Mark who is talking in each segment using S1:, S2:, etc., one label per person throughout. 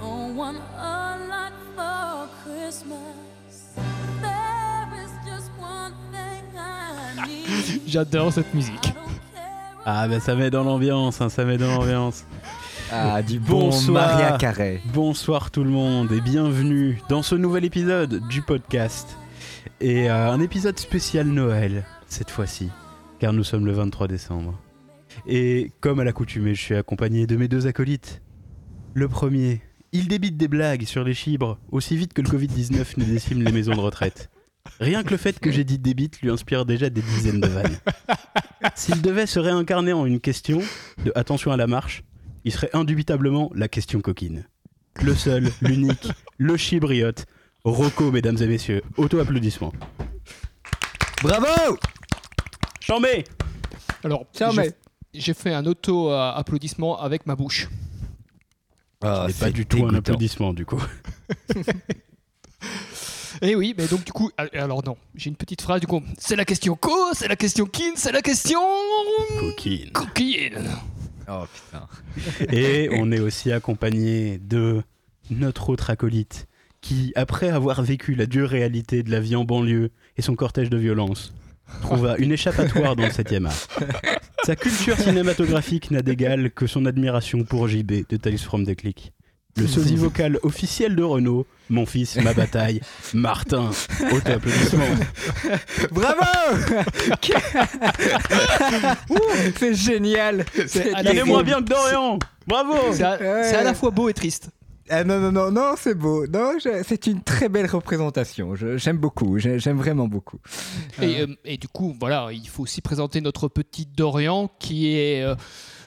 S1: Don't want a lot for Christmas. There is just one thing I need.
S2: J'adore cette musique.
S1: I don't care
S3: Ah, ben ça met dans l'ambiance, hein, ça met dans l'ambiance.
S4: Ah, du bon
S3: Bonsoir.
S4: Maria Carré.
S3: Bonsoir tout le monde et bienvenue dans ce nouvel épisode du podcast. Et euh, un épisode spécial Noël, cette fois-ci, car nous sommes le 23 décembre. Et comme à l'accoutumée, je suis accompagné de mes deux acolytes. Le premier, il débite des blagues sur les chibres aussi vite que le Covid-19 ne décime les maisons de retraite. Rien que le fait que j'ai dit débite lui inspire déjà des dizaines de vannes. S'il devait se réincarner en une question, de attention à la marche, il serait indubitablement la question coquine. Le seul, l'unique, le chibriote, Rocco, mesdames et messieurs. Auto-applaudissements.
S4: Bravo
S3: Chambé
S2: Alors,
S4: Tiens,
S2: j'ai-
S4: mais-
S2: j'ai fait un auto-applaudissement avec ma bouche.
S4: Ah,
S3: C'est pas du tout un applaudissement, du coup.
S2: Et Eh oui, mais donc du coup, al- alors non, j'ai une petite phrase du coup. C'est la question co, c'est la question kin, c'est la question
S3: Coquine.
S2: coquine.
S4: Oh putain.
S3: Et on est aussi accompagné de notre autre acolyte, qui, après avoir vécu la dure réalité de la vie en banlieue et son cortège de violence, trouva une échappatoire dans le 7e art. Sa culture cinématographique n'a d'égal que son admiration pour JB de Tales from the Click. Le sosie vocal officiel de Renault, mon fils, ma bataille, Martin. Auto applaudissement.
S4: Bravo
S5: C'est génial. C'est
S2: à la
S3: Il est
S2: Terrible.
S3: moins bien que Dorian Bravo
S2: C'est à, c'est à la fois beau et triste.
S5: Ah, non, non, non, non, c'est beau. Non, je- c'est une très belle représentation. Je- J'aime beaucoup. J'ai- J'aime vraiment beaucoup.
S2: Et, euh, et du coup, voilà, il faut aussi présenter notre petit Dorian qui est. euh,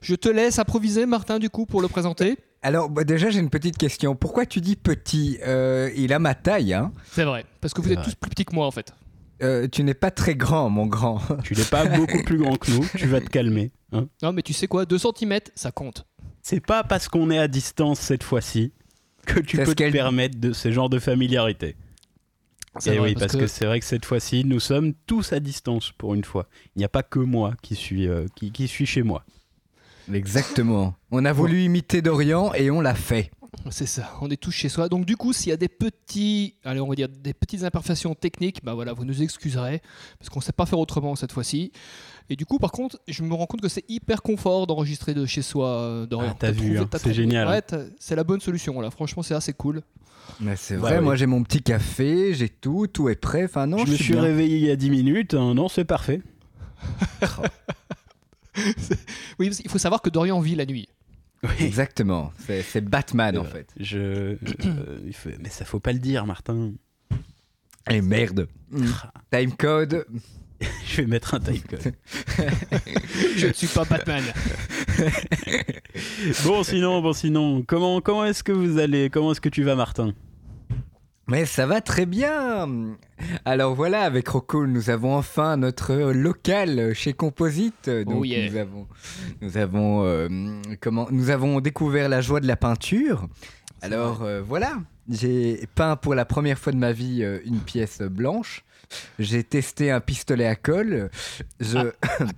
S2: je te laisse improviser, Martin, du coup, pour le présenter.
S5: Alors, bah, déjà, j'ai une petite question. Pourquoi tu dis petit Euh, Il a ma taille. Hein.
S2: C'est vrai, parce que vous
S3: C'est
S2: êtes
S3: vrai.
S2: tous plus petits que moi en fait.
S5: Euh, tu n'es pas très grand, mon grand.
S3: Tu n'es pas beaucoup plus grand que nous, tu vas te calmer. hein.
S2: Non, mais tu sais quoi, 2 cm, ça compte.
S3: C'est pas parce qu'on est à distance cette fois-ci que tu
S5: Parce
S3: peux te
S5: qu'elle-
S3: permettre de ce genre de familiarité.
S2: C'est
S3: Et
S2: vrai,
S3: oui, parce que, c'est vrai que cette fois-ci, nous sommes tous à distance pour une fois. Il n'y a pas que moi qui suis, euh, qui, qui suis chez moi.
S5: Exactement. On a voulu imiter Dorian et on l'a fait.
S2: C'est ça, on est tous chez soi. Donc du coup, s'il y a des petits, allez, on va dire des petites imperfections techniques, bah voilà, vous nous excuserez parce qu'on sait pas faire autrement cette fois-ci. Et du coup, par contre, je me rends compte que c'est hyper confort d'enregistrer de chez soi euh, Dorian.
S3: Ah, t'as vu,
S2: trouvé-
S3: hein,
S2: t'as
S3: c'est
S2: trouvé.
S3: génial.
S2: Ouais, t'as- c'est la bonne solution là. Franchement, c'est assez cool.
S5: Mais c'est
S3: Bah
S5: vrai,
S3: oui.
S5: moi j'ai mon petit café, j'ai tout, tout est prêt. Enfin, non, je,
S3: je me
S5: suis,
S3: suis
S5: bien.
S3: réveillé il y a 10 minutes, hein, non, c'est parfait.
S2: Oui, parce qu'il faut savoir que Dorian vit la nuit.
S3: Oui,
S5: Exactement. C'est c'est Batman,
S3: C'est
S5: en
S3: vrai.
S5: fait.
S3: je, euh, il faut- mais ça faut pas le dire, Martin.
S5: Et merde. Timecode.
S3: Je vais mettre un timecode.
S2: Je ne suis pas Batman.
S3: bon, sinon, bon, sinon, comment, comment est-ce que vous allez Comment est-ce que tu vas, Martin
S5: Mais ça va très bien. Alors voilà, avec Rocco, nous avons enfin notre local chez Composite. Donc
S2: Oh yeah.
S5: nous avons, nous avons, euh, comment, nous avons découvert la joie de la peinture. Alors euh, voilà, j'ai peint pour la première fois de ma vie euh, une pièce blanche. J'ai testé un pistolet à colle. Je
S2: À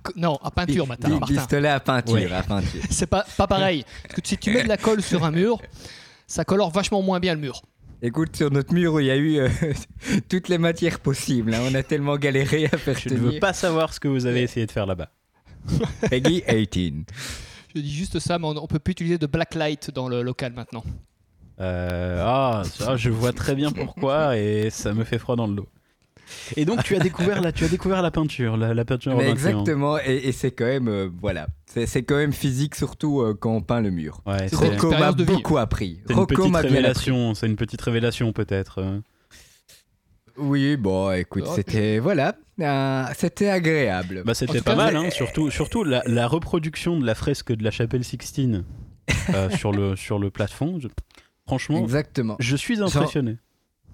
S2: co- non, à
S3: Ah,
S2: peinture, Martin.
S5: Pi-
S2: Martin.
S5: pistolet à peinture,
S3: Ouais.
S5: à peinture.
S2: C'est pas pas pareil. Parce que si tu mets de la colle sur un mur, ça colore vachement moins bien le mur.
S5: Écoute, sur notre mur, il y a eu euh, toutes les matières possibles. hein. On a tellement galéré à faire
S3: Je ne
S5: tenir.
S3: veux pas savoir ce que vous avez essayé de faire là-bas.
S5: Peggy 18.
S2: Je dis juste ça, mais on, on peut plus utiliser de blacklight dans le local maintenant.
S3: Euh, ah, ça, je vois très bien pourquoi et ça me fait froid dans le dos. Et donc tu as découvert la, tu as découvert la peinture, la, la peinture en 21.
S5: Mais exactement, et, et c'est quand même, euh, voilà, c'est c'est quand même physique, surtout euh, quand on peint le mur.
S3: Ouais,
S2: C'est
S3: c'est
S2: une
S5: Rocco m'a
S2: expérience de vie.
S5: beaucoup appris.
S3: c'est une
S5: Rocco
S3: petite
S5: m'a bien
S3: révélation, c'est une petite révélation peut-être. euh.
S5: appris. Oui, bon, écoute,
S2: Oh.
S5: c'était, voilà, euh, c'était agréable.
S3: Bah c'était
S2: tout
S3: pas
S2: cas,
S3: mal, hein, surtout, surtout la, la reproduction de la fresque de la chapelle Sixtine euh, sur le sur le plafond. je- Franchement,
S5: Exactement.
S3: je suis impressionné.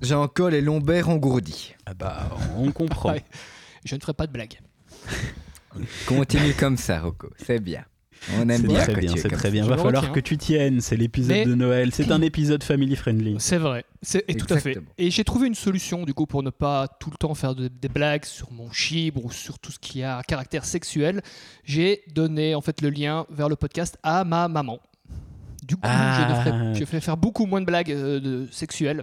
S5: J'ai encore les lombaires engourdis.
S3: Ah bah on comprend.
S2: Ouais. Je ne ferai pas de blague.
S5: Continue comme ça, Rocco, c'est bien. On aime
S3: C'est
S5: bien
S3: très
S5: quand
S3: bien,
S5: tu es
S3: c'est
S5: comme
S3: très
S5: ça.
S3: bien.
S2: Je
S3: Va
S2: le
S3: falloir
S2: retiens.
S3: que tu tiennes. C'est l'épisode
S2: Mais-
S3: de Noël. C'est un épisode family friendly.
S2: C'est vrai. C'est et tout à fait.
S5: Exactement.
S2: Et j'ai trouvé une solution du coup pour ne pas tout le temps faire de- des blagues sur mon chibre ou sur tout ce qui a un caractère sexuel. J'ai donné en fait le lien vers le podcast à ma maman. du coup, je, ne
S3: Ah.
S2: ferai- je vais faire beaucoup moins de blagues euh, de- sexuelles.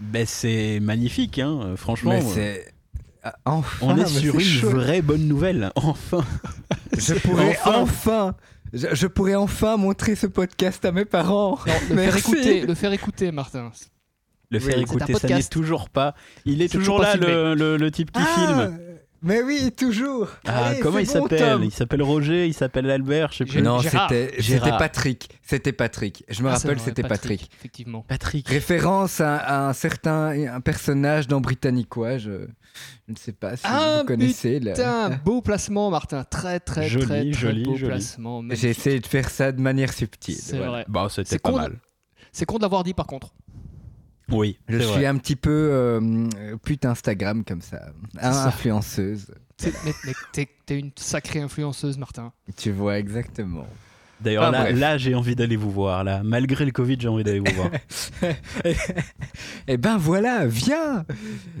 S3: Ben, c'est magnifique, hein, franchement.
S5: Mais Ben, c'est. Ah, enfin,
S3: On est
S5: mais
S3: sur
S5: c'est
S3: une
S5: chouette.
S3: vraie bonne nouvelle, enfin.
S5: Je pourrais
S3: Enfin.
S5: enfin, je, je pourrais enfin montrer ce podcast à mes parents.
S2: Non, le faire
S5: Merci.
S2: écouter, le faire écouter, Martin. Ah,
S3: Le
S5: Oui,
S3: faire
S5: c'est un
S3: écouter, ça n'est
S2: podcast.
S3: toujours pas. Il est,
S2: C'est
S3: toujours
S2: toujours pas
S3: là,
S2: filmé.
S3: le, le- le type qui filme.
S5: Ah, Mais oui, toujours.
S3: Ah,
S5: Allez,
S3: comment
S5: c'est
S3: il
S5: bon,
S3: s'appelle
S5: Tom.
S3: Il s'appelle Roger, il s'appelle Albert, je sais plus.
S2: Gérard.
S5: Non, c'était
S3: Gérard.
S5: c'était Patrick. C'était Patrick. Je me
S2: Ah, c'est
S5: rappelle,
S2: vrai,
S5: c'était Patrick.
S2: Effectivement.
S3: Patrick.
S5: Référence à, à un certain un personnage dans Britannicois. Je, je ne sais pas si
S2: Ah,
S5: vous connaissez. le-
S2: Putain, beau placement, Martin. Très, très,
S3: Joli,
S2: très, très
S3: joli,
S2: beau
S3: joli.
S2: placement.
S5: J'ai
S2: Magnifique.
S5: essayé de faire ça de manière subtile.
S2: C'est
S5: voilà.
S2: vrai.
S3: Bah, c'était
S2: C'est
S3: pas
S2: con-
S3: mal.
S2: C'est con de l'avoir dit, par contre.
S3: Oui,
S5: hein. Je
S3: c'est
S5: suis
S3: vrai.
S5: un petit peu euh, pute Instagram comme ça,
S2: ça.
S5: influenceuse.
S2: T'es- Mais, mais t'es- t'es une sacrée influenceuse, Martin.
S5: Tu vois exactement.
S3: D'ailleurs,
S5: Ah,
S3: là,
S5: bref.
S3: là, j'ai envie d'aller vous voir. Là, malgré le Covid, j'ai envie d'aller vous voir.
S5: Eh ben voilà, viens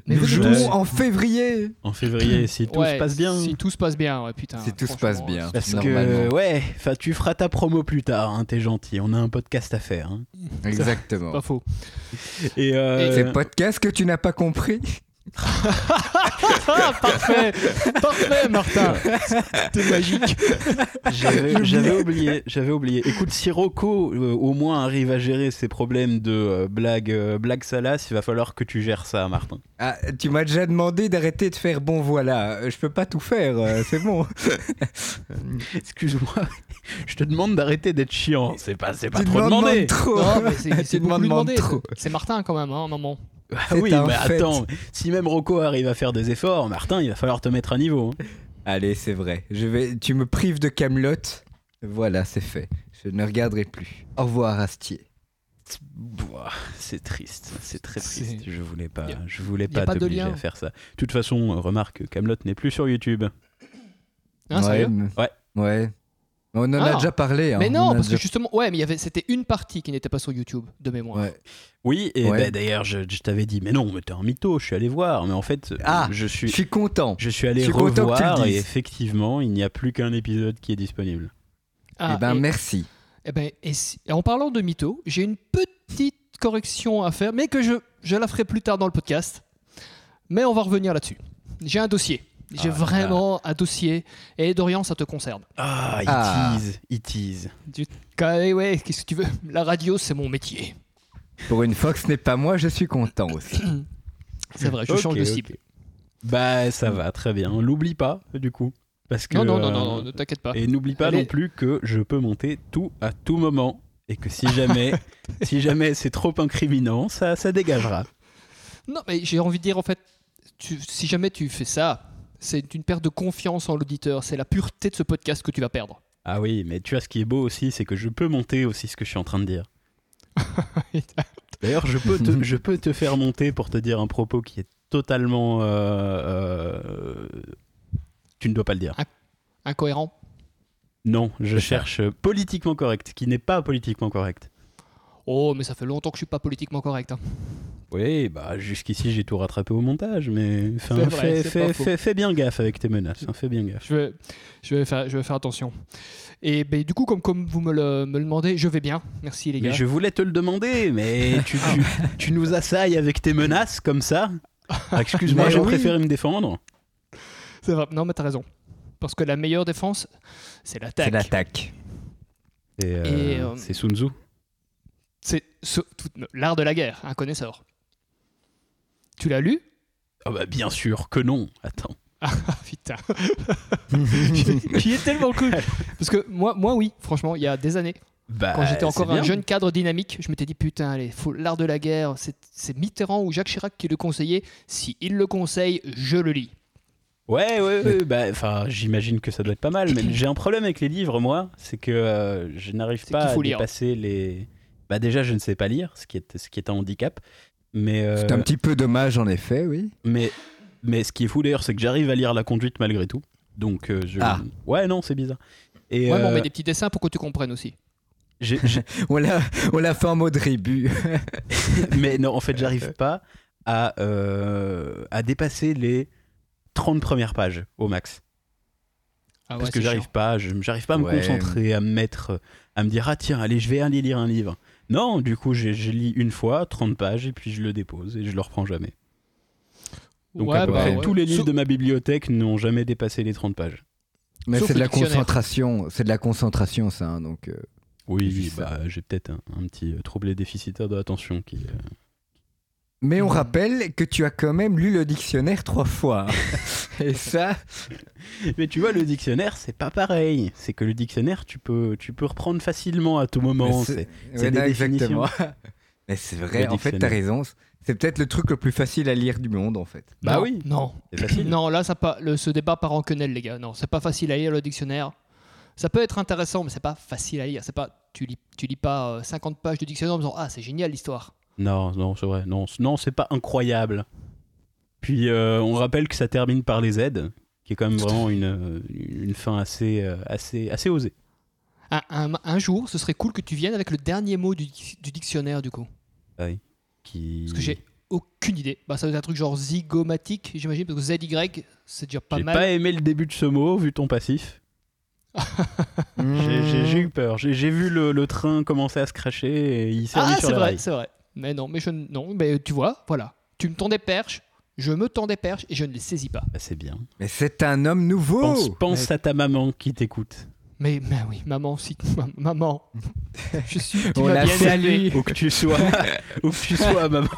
S2: Mais
S5: Nous
S2: venez
S3: je-
S5: jouons
S2: tous.
S5: en février
S3: En février, si tout
S2: Ouais,
S3: se passe bien.
S2: Si tout se passe bien, ouais, putain.
S5: Si tout se
S2: franchement,
S5: passe bien.
S2: euh,
S3: Parce que
S5: Normalement.
S3: ouais, enfin, tu feras ta promo plus tard. hein, T'es gentil. On a un podcast à faire. hein.
S2: c'est
S5: Exactement.
S2: Pas faux.
S3: Et, euh,
S2: Et
S5: C'est podcast que tu n'as pas compris
S2: Ah, parfait Parfait, Martin T'es magique.
S3: J'avais j'avais oublié, j'avais oublié. Écoute, si Rocco euh, au moins arrive à gérer ses problèmes de euh, blague, euh, blague salace, il va falloir que tu gères ça, Martin.
S5: Ah, tu m'as déjà demandé d'arrêter de faire bon voilà, euh, je peux pas tout faire, euh, c'est bon.
S3: Excuse-moi, je te demande d'arrêter d'être chiant. C'est pas, c'est pas
S5: tu
S3: trop
S5: me demandes
S3: demandé.
S5: trop.
S2: Non, mais c'est- c'est
S5: Tu
S2: beaucoup
S5: demandes
S2: lui demander.
S5: trop.
S2: C'est Martin, quand même, hein, maman.
S3: Ah
S5: C'est
S3: oui,
S5: un
S3: mais
S5: fait.
S3: attends, si même Rocco arrive à faire des efforts, Martin, il va falloir te mettre à niveau. hein.
S5: Allez, c'est vrai. Je vais tu me prives de Camelot. Voilà, c'est fait. Je ne regarderai plus. Au revoir Astier.
S3: Ouah, C'est triste, c'est très triste.
S2: C'est-
S3: Je voulais pas,
S2: Y a-
S3: je voulais
S2: y a
S3: pas
S2: pas de
S3: t'obliger
S2: lien.
S3: à faire ça. De toute façon, euh, remarque, Camelot n'est plus sur YouTube.
S2: Hein,
S5: ouais.
S2: sérieux
S5: m-
S3: Ouais.
S5: Ouais. On en
S2: Ah.
S5: a déjà parlé. hein.
S2: Mais
S5: On
S2: non,
S5: a
S2: parce que
S5: déjà-
S2: justement, ouais, mais il y avait, c'était une partie qui n'était pas sur YouTube, de mémoire.
S5: Ouais.
S3: Oui, et
S5: Ouais.
S3: bah, d'ailleurs, je, je t'avais dit, mais non, mais t'es un mytho, je suis allé voir. Mais en fait, euh,
S5: Ah,
S3: je
S5: Je
S3: suis
S5: suis content.
S3: Je suis allé
S5: Je suis content que tu le
S3: revoir et
S5: dises.
S3: effectivement, il n'y a plus qu'un épisode qui est disponible.
S2: Ah,
S5: eh ben
S2: et-
S5: merci.
S2: eh ben, et si- et en parlant de mytho, j'ai une petite correction à faire, mais que je, je la ferai plus tard dans le podcast. Mais on va revenir là-dessus. J'ai un dossier. J'ai
S3: Ah là là.
S2: vraiment un dossier. Et Dorian, ça te concerne.
S3: Ah, it
S5: Ah.
S3: is, it is.
S2: Ouais, eh ouais, qu'est-ce que tu veux La radio, c'est mon métier.
S5: Pour une fois que ce n'est pas moi, je suis content aussi.
S2: C'est vrai, je
S3: Ok,
S2: change de
S3: ok.
S2: cible.
S3: Bah, ça va, très bien. L'oublie pas, du coup. Parce que,
S2: Non, non, non,
S3: euh,
S2: non, non, ne t'inquiète pas.
S3: Et n'oublie pas
S2: Allez.
S3: non plus que je peux monter tout à tout moment. Et que si jamais, si jamais c'est trop incriminant, ça, ça dégagera.
S2: Non, mais j'ai envie de dire, en fait, tu- si jamais tu fais ça, c'est une perte de confiance en l'auditeur. C'est la pureté de ce podcast que tu vas perdre.
S3: Ah oui, mais tu vois, ce qui est beau aussi, c'est que je peux monter aussi ce que je suis en train de dire. D'ailleurs, je peux, te, je peux te faire monter pour te dire un propos qui est totalement. euh, euh, tu ne dois pas le dire.
S2: Incohérent.
S3: Non, je cherche politiquement correct, qui n'est pas politiquement correct.
S2: Oh, mais ça fait longtemps que je suis pas politiquement correct. hein.
S3: Oui, bah jusqu'ici j'ai tout rattrapé au montage, mais enfin,
S2: C'est vrai,
S3: fais,
S2: c'est
S3: fais-
S2: pas faux.
S3: fais- fais bien gaffe avec tes menaces, hein, fais bien gaffe.
S2: Je vais, je vais, faire, je vais faire attention. Et ben, du coup, comme, comme vous me le, me le demandez, je vais bien. Merci les
S3: Mais
S2: gars.
S3: je voulais te le demander, mais tu, tu- tu nous assailles avec tes menaces comme ça. Ah, Excuse-moi,
S5: Mais
S3: j'ai
S5: oui.
S3: préféré me défendre.
S2: C'est vrai. Non, mais t'as raison. Parce que la meilleure défense, c'est
S5: C'est
S2: l'attaque.
S5: l'attaque.
S3: Et, euh,
S2: Et, euh,
S3: C'est Sun Tzu.
S2: C'est ce- tout- l'art de la guerre, un connaisseur. Tu l'as lu
S3: Ah bah bien sûr que non, attends.
S2: Ah putain. J'y ai tellement cru. Parce que moi, moi oui, franchement, il y a des années,
S3: Bah,
S2: quand j'étais
S3: c'est
S2: encore
S3: bien.
S2: un jeune cadre dynamique, je m'étais dit putain, allez, faut l'art de la guerre, c'est c'est Mitterrand ou Jacques Chirac qui le conseillait. Si il le conseille, je le lis.
S3: Ouais, ouais, ouais, bah, enfin, j'imagine que ça doit être pas mal, mais j'ai un problème avec les livres, moi, c'est que euh, je n'arrive
S2: C'est
S3: pas
S2: qu'il
S3: à
S2: faut lire.
S3: dépasser les. Bah, déjà, je ne sais pas lire, ce qui est, ce qui est un handicap, mais, euh,
S5: C'est un petit peu dommage en effet, oui.
S3: mais, mais ce qui est fou d'ailleurs, c'est que j'arrive à lire la conduite malgré tout, donc euh, je.
S5: Ah.
S3: Ouais, non, c'est bizarre. Et
S2: Ouais, mais on
S3: euh,
S2: met des petits dessins pour que tu comprennes aussi.
S3: j'ai- j'ai-
S5: On l'a, on l'a fait en mode rébut.
S3: mais non, en fait, j'arrive pas à, euh, à dépasser les 30 premières pages au max.
S2: Ah ouais,
S3: parce que
S2: c'est
S3: j'arrive
S2: chiant.
S3: pas, je- j'arrive pas à me
S5: Ouais.
S3: concentrer, à me mettre, à me dire ah tiens allez je vais aller lire un livre. Non, du coup j'ai- je lis une fois 30 pages et puis je le dépose et je le reprends jamais. Donc euh,
S2: Ouais,
S3: à peu
S2: bah
S3: près
S2: ouais.
S3: tous les livres
S2: Sauf-
S3: de ma bibliothèque n'ont jamais dépassé les 30 pages.
S5: Mais
S2: Sauf
S5: c'est de
S2: le
S5: la
S2: dictionnaire.
S5: concentration, c'est de la concentration, ça. hein, donc, euh,
S3: Oui,
S5: Juste ça.
S3: bah, j'ai peut-être un, un petit euh, trouble déficitaire de l'attention qui. euh,
S5: Mais on
S2: Mm.
S5: rappelle que tu as quand même lu le dictionnaire trois fois. Et ça,
S3: Mais tu vois, le dictionnaire, c'est pas pareil. C'est que le dictionnaire, tu peux, tu peux reprendre facilement à tout moment.
S5: Mais c'est-
S3: C'est-
S5: Ouais,
S3: des
S5: non,
S3: définitions.
S5: Mais c'est vrai,
S3: Le
S5: en fait, t'as
S3: dictionnaire.
S5: raison. C'est peut-être le truc le plus facile à lire du monde, en fait.
S3: Bah
S2: Non,
S3: oui.
S2: Non.
S3: c'est facile.
S2: Non, là, ça pas, le- ce débat part en quenelle, les gars. Non, c'est pas facile à lire le dictionnaire. Ça peut être intéressant, mais c'est pas facile à lire. C'est pas, tu lis, tu lis pas euh, 50 pages de dictionnaire en disant ah c'est génial l'histoire.
S3: Non, non, c'est vrai. Non, c- non, c'est pas incroyable. Puis euh, on rappelle que ça termine par les aides, qui est quand même vraiment une, euh, une fin assez, euh, assez, assez osée.
S2: Un, un- un jour, ce serait cool que tu viennes avec le dernier mot du, du dictionnaire du coup,
S3: Qui...
S2: parce que j'ai aucune idée. Bah ça doit être un truc genre zygomatique, j'imagine, parce que Z Y c'est déjà pas
S3: J'ai
S2: mal.
S3: pas aimé le début de ce mot, vu ton passif. J'ai-
S2: Mmh.
S3: J'ai j'ai eu peur. J'ai j'ai vu le, le train commencer à se cracher et il s'est
S2: ah
S3: remis sur
S2: c'est
S3: les
S2: vrai,
S3: rails.
S2: c'est vrai. Mais non, mais je ne- non, mais euh, tu vois, voilà. Tu me tends des perches, je me tends des perches et je ne les saisis pas.
S3: Bah, c'est bien.
S5: Mais c'est un homme
S2: Oh,
S5: nouveau
S3: Pense, pense
S2: Mais-
S3: à ta maman qui t'écoute.
S2: Mais, mais oui, maman, si ma- maman, je suis. tu
S5: On
S2: m'as
S5: la
S2: bien
S5: salue.
S2: élevé.
S3: Où que tu sois, où que tu sois, maman.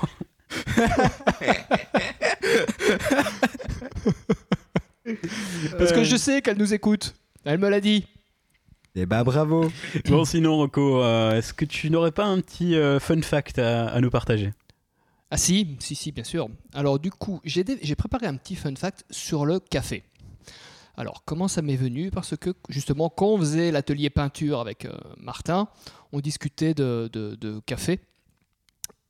S5: Euh,
S2: Parce que je sais qu'elle nous écoute. Elle me l'a dit.
S5: Et bah bravo
S3: Bon, sinon, Rocco, euh, est-ce que tu n'aurais pas un petit euh, fun fact à, à nous partager
S2: Ah si, si, si, bien sûr. Alors du coup, j'ai dé- j'ai préparé un petit fun fact sur le café. Alors comment ça m'est venu Parce que justement, quand on faisait l'atelier peinture avec euh, Martin, on discutait de, de- de café.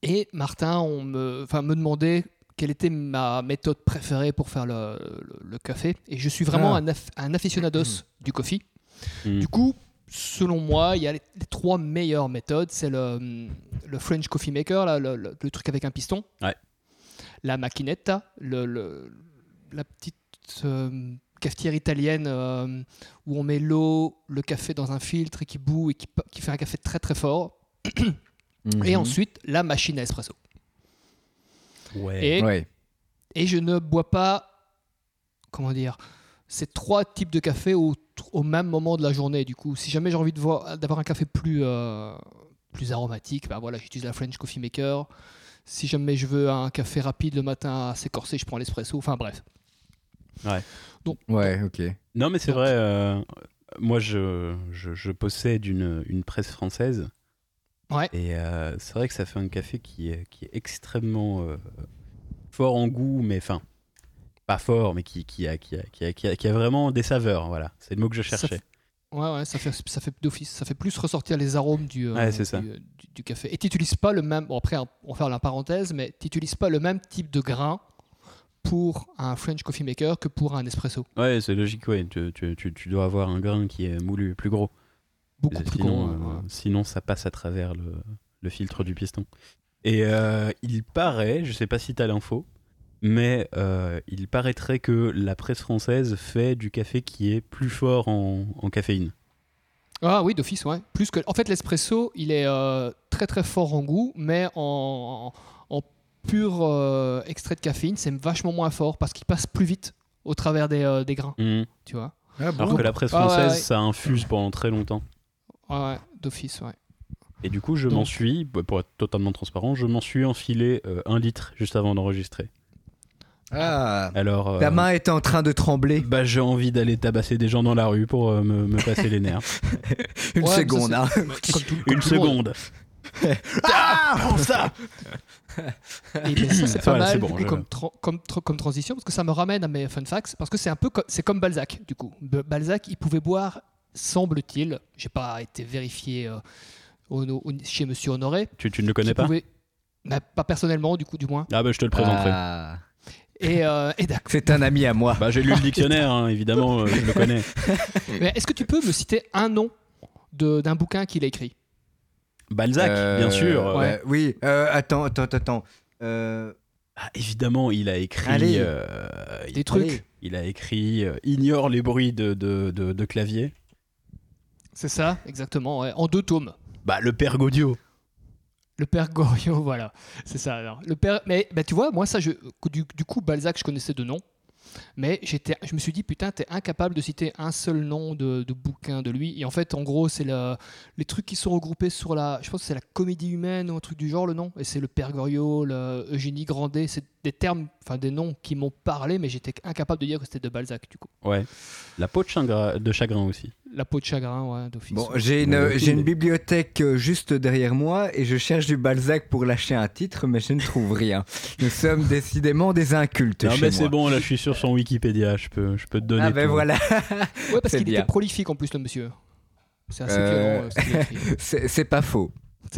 S2: Et Martin on me, enfin, me demandait quelle était ma méthode préférée pour faire le, le- le café. Et je suis vraiment
S5: Ah.
S2: un, aff- un aficionados du coffee.
S3: Hmm.
S2: Du coup, selon moi, il y a les, les trois meilleures méthodes. C'est le, hum, le French Coffee Maker, là, le, le- le truc avec un piston.
S3: Ouais.
S2: La macchinetta, le, le- la petite euh, cafetière italienne euh, où on met l'eau, le café dans un filtre et qui bout et qui, pa- qui fait un café très très fort.
S5: Mmh. Mhm.
S2: Et ensuite, la machine à espresso.
S3: Ouais.
S2: Et,
S5: Ouais.
S2: et je ne bois pas, comment dire, ces trois types de café au, au même moment de la journée. Du coup, si jamais j'ai envie de voir- d'avoir un café plus, euh, plus aromatique, bah voilà, j'utilise la French Coffee Maker. Si jamais je veux un café rapide le matin assez corsé, je prends l'espresso. Enfin bref.
S5: Ouais, ok.
S3: Non, mais c'est
S2: Donc-
S3: vrai, euh, moi, je, je, je possède une, une presse française.
S2: Ouais.
S3: Et euh, c'est vrai que ça fait un café qui est, qui est extrêmement euh, fort en goût, mais enfin, pas fort, mais qui, qui, a, qui, a, qui, a, qui, a, qui a vraiment des saveurs. Voilà, c'est le mot que je
S2: Ça
S3: cherchais.
S2: Ouais, ouais, ça fait, ça fait d'office, ça fait plus ressortir les arômes du, euh,
S3: Ouais, c'est ça.
S2: du, euh, du- du café. Et t'utilises pas le même, bon après hein, on va faire la parenthèse, mais t'utilises pas le même type de grain pour un French Coffee Maker que pour un espresso.
S3: Ouais, c'est logique, ouais. Tu, tu, tu, tu dois avoir un grain qui est moulu plus gros.
S2: Beaucoup plus
S3: sinon,
S2: grand,
S3: euh,
S2: ouais.
S3: sinon, ça passe à travers le, le filtre du piston. Et euh, il paraît, je sais pas si t'as l'info, mais euh, il paraîtrait que la presse française fait du café qui est plus fort en, en caféine.
S2: Ah oui, d'office, ouais. Plus que... En fait, l'espresso, il est euh, très très fort en goût, mais en, en- en pur euh, extrait de caféine, c'est vachement moins fort parce qu'il passe plus vite au travers des, euh, des grains,
S3: Mmh.
S2: tu vois.
S3: Alors
S2: bon
S3: que la presse
S2: Ah ouais,
S3: française,
S2: ouais.
S3: ça infuse pendant très longtemps.
S2: Ouais, ouais, d'office, ouais.
S3: Et du coup, je m'en
S2: Donc-
S3: suis, bah, pour être totalement transparent, je m'en suis enfilé euh, un litre juste avant d'enregistrer.
S5: Ah
S3: Alors, euh,
S5: Ta main est en train de trembler.
S3: bah, j'ai envie d'aller tabasser des gens dans la rue pour euh, me, me passer les nerfs.
S5: Une
S2: Ouais, mais ça,
S5: seconde,
S2: c'est-
S5: hein.
S2: Mais comme tout- comme
S3: Une
S2: tout le monde.
S3: seconde. ah, prends ça
S2: Et ben ça, c'est pas
S3: Voilà,
S2: mal
S3: c'est bon,
S2: du coup,
S3: je-
S2: comme, tra- comme, tra- comme transition parce que ça me ramène à mes fun facts parce que c'est un peu co- c'est comme Balzac du coup. B- Balzac, il pouvait boire, semble-t-il, j'ai pas été vérifié euh, au- au- chez Monsieur Honoré.
S3: Tu, tu ne le connais
S2: qu'il
S3: pas
S2: pouvait- Bah, Pas personnellement du coup du moins.
S3: Ah bah je te le présenterai.
S2: Euh,
S5: Ah.
S2: Et, euh, et d'accord.
S5: C'est un ami à moi.
S3: Bah j'ai lu le dictionnaire, hein, évidemment, euh, je le connais.
S2: Mais est-ce que tu peux me citer un nom de- d'un bouquin qu'il a écrit
S3: Balzac,
S5: Euh,
S3: bien sûr.
S5: ouais.
S3: ouais.
S5: Oui, euh, attends, attends, attends. Euh,
S3: Ah, évidemment, il a écrit
S5: Allez.
S3: euh, il-
S2: Des trucs
S5: allez.
S3: Il a écrit euh, Ignore les bruits de, de, de- de clavier.
S2: C'est ça, exactement, ouais. en deux tomes.
S3: Bah, le père Godio.
S2: Le père Goriot, voilà. C'est ça. alors. Le père, mais bah, tu vois, moi, ça, je, du, du coup, Balzac, je connaissais de nom. Mais j'étais, je me suis dit, putain, t'es incapable de citer un seul nom de, de bouquin de lui. Et en fait, en gros, c'est la- les trucs qui sont regroupés sur la. Je pense que c'est la comédie humaine ou un truc du genre, le nom. Et c'est le Père Goriot, le Eugénie Grandet. C'est des termes, enfin des noms qui m'ont parlé, mais j'étais incapable de dire que c'était de Balzac, du coup.
S3: Ouais. La peau de chagrin, de chagrin aussi.
S2: La peau de chagrin, ouais, d'office.
S5: Bon, j'ai une,
S3: Euh,
S5: j'ai
S3: il-
S5: une bibliothèque euh, juste derrière moi et je cherche du Balzac pour lâcher un titre, mais je ne trouve rien. Nous sommes décidément des incultes.
S3: Non,
S5: chez
S3: mais
S5: moi.
S3: c'est bon, là, je suis sur son Wikipédia. Je peux, je peux te donner.
S5: Ah ben
S3: tout.
S5: voilà,
S2: ouais, parce
S5: c'est
S2: qu'il
S5: bien.
S2: était prolifique en plus, le monsieur. C'est assez
S5: Euh,
S2: violent euh, ce qu'il a écrit.
S5: c'est c'est pas faux.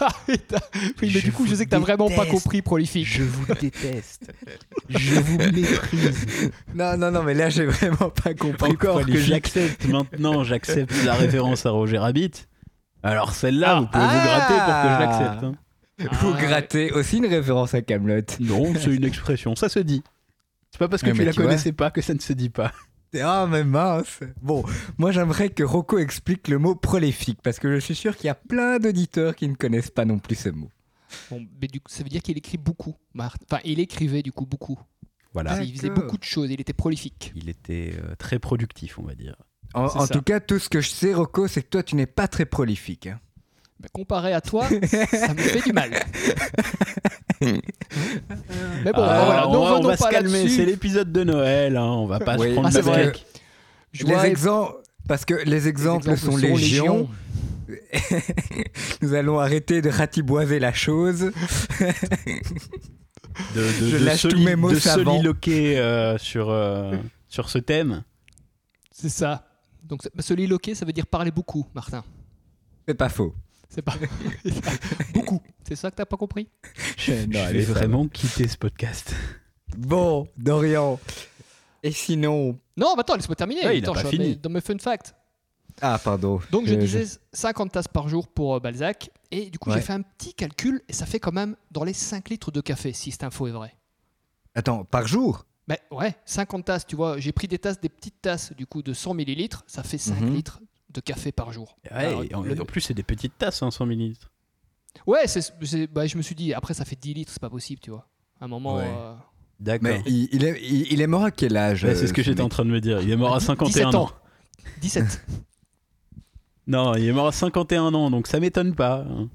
S2: Ah, oui, t'as- oui, mais
S5: Je
S2: du coup, je
S5: vous
S2: sais que t'as vraiment pas
S5: déteste.
S2: compris prolifique.
S5: Je vous déteste. je vous méprise. Non, non, non, mais là, j'ai vraiment pas compris.
S3: Encore que
S5: prolifique.
S3: j'accepte maintenant, j'accepte la référence à Roger Rabbit. Alors celle-là,
S2: Ah.
S3: vous pouvez vous gratter pour que je
S5: Ah.
S3: l'accepte. hein.
S5: Vous
S2: Ah,
S5: grattez aussi une référence à Camelot.
S3: Non, c'est une expression, ça se dit. C'est pas parce que
S5: Ah,
S3: tu
S5: mais
S3: la
S5: tu vois.
S3: connaissais pas que ça ne se dit pas.
S5: Ah, mais mince. Bon, moi, j'aimerais que Rocco explique le mot prolifique parce que je suis sûr qu'il y a plein d'auditeurs qui ne connaissent pas non plus ce mot.
S2: Bon, mais du coup, ça veut dire qu'il écrit beaucoup. Mar- Enfin, il écrivait du coup beaucoup.
S3: Voilà.
S2: Il faisait
S5: D'accord.
S2: beaucoup de choses. Il était prolifique.
S3: Il était euh, très productif, on va dire.
S5: En,
S2: C'est
S5: en
S2: ça.
S5: tout cas, tout ce que je sais, Rocco, c'est que toi, tu n'es pas très prolifique. hein.
S2: Bah, comparé à toi, ça me fait du mal. mais bon,
S3: Ah,
S2: voilà.
S3: on
S2: ne
S3: va, on
S2: revenons
S3: va se
S2: pas
S3: calmer,
S2: là-dessus.
S3: c'est l'épisode de Noël, hein, on va pas
S5: Oui.
S3: se prendre
S2: Ah, c'est
S3: la
S2: vrai.
S3: tête.
S2: Je
S5: les,
S2: vois-
S5: exemples, parce que les
S2: les
S5: exemples, sont, légion. Nous allons arrêter de ratiboiser la chose.
S3: de, de,
S5: Je
S3: de
S5: lâche tous
S3: soli-
S5: mes mots
S3: de
S5: savants.
S3: soliloquer euh, sur, euh, sur ce thème.
S2: C'est ça. Donc, c'est- bah, se liloquer, ça veut dire parler beaucoup, Martin.
S5: C'est pas faux.
S2: C'est pas beaucoup. C'est ça que t'as pas compris
S3: Je,
S5: Non,
S3: je
S5: allez,
S3: vais
S5: ça va.
S3: vraiment quitter ce podcast.
S5: Bon, Dorian. Et sinon.
S2: Non, bah, attends, laisse-moi terminer.
S3: Ouais, il a
S2: Attends,
S3: pas
S2: je suis dans
S3: fini.
S2: mes- dans mes fun facts.
S5: Ah, pardon.
S2: Donc je
S5: Euh,
S2: disais 50 tasses par jour pour euh, Balzac. Et du coup,
S5: Ouais.
S2: j'ai fait un petit calcul et ça fait quand même dans les 5 litres de café, si cette info est vraie.
S5: Attends, par jour
S2: Ben ouais, 50 tasses, tu vois. J'ai pris des tasses, des petites tasses, du coup, de 100 millilitres. Ça fait 5
S5: Mhm.
S2: litres de café par jour.
S5: Ah,
S2: Alors,
S3: en,
S2: le-
S3: en plus, c'est des petites tasses, hein, 100 millilitres.
S2: Ouais, c'est, c'est- bah, je me suis dit, après, ça fait 10 litres, c'est pas possible, tu vois. À un moment.
S5: Ouais.
S2: euh,
S3: D'accord.
S5: Mais il, il est, il- il est mort à quel âge euh,
S3: Ouais, c'est ce que j'étais en train de me dire. Il est mort à 51
S2: 17
S3: ans.
S2: ans. 17.
S3: Non, il est mort à 51 ans, donc ça m'étonne pas. hein.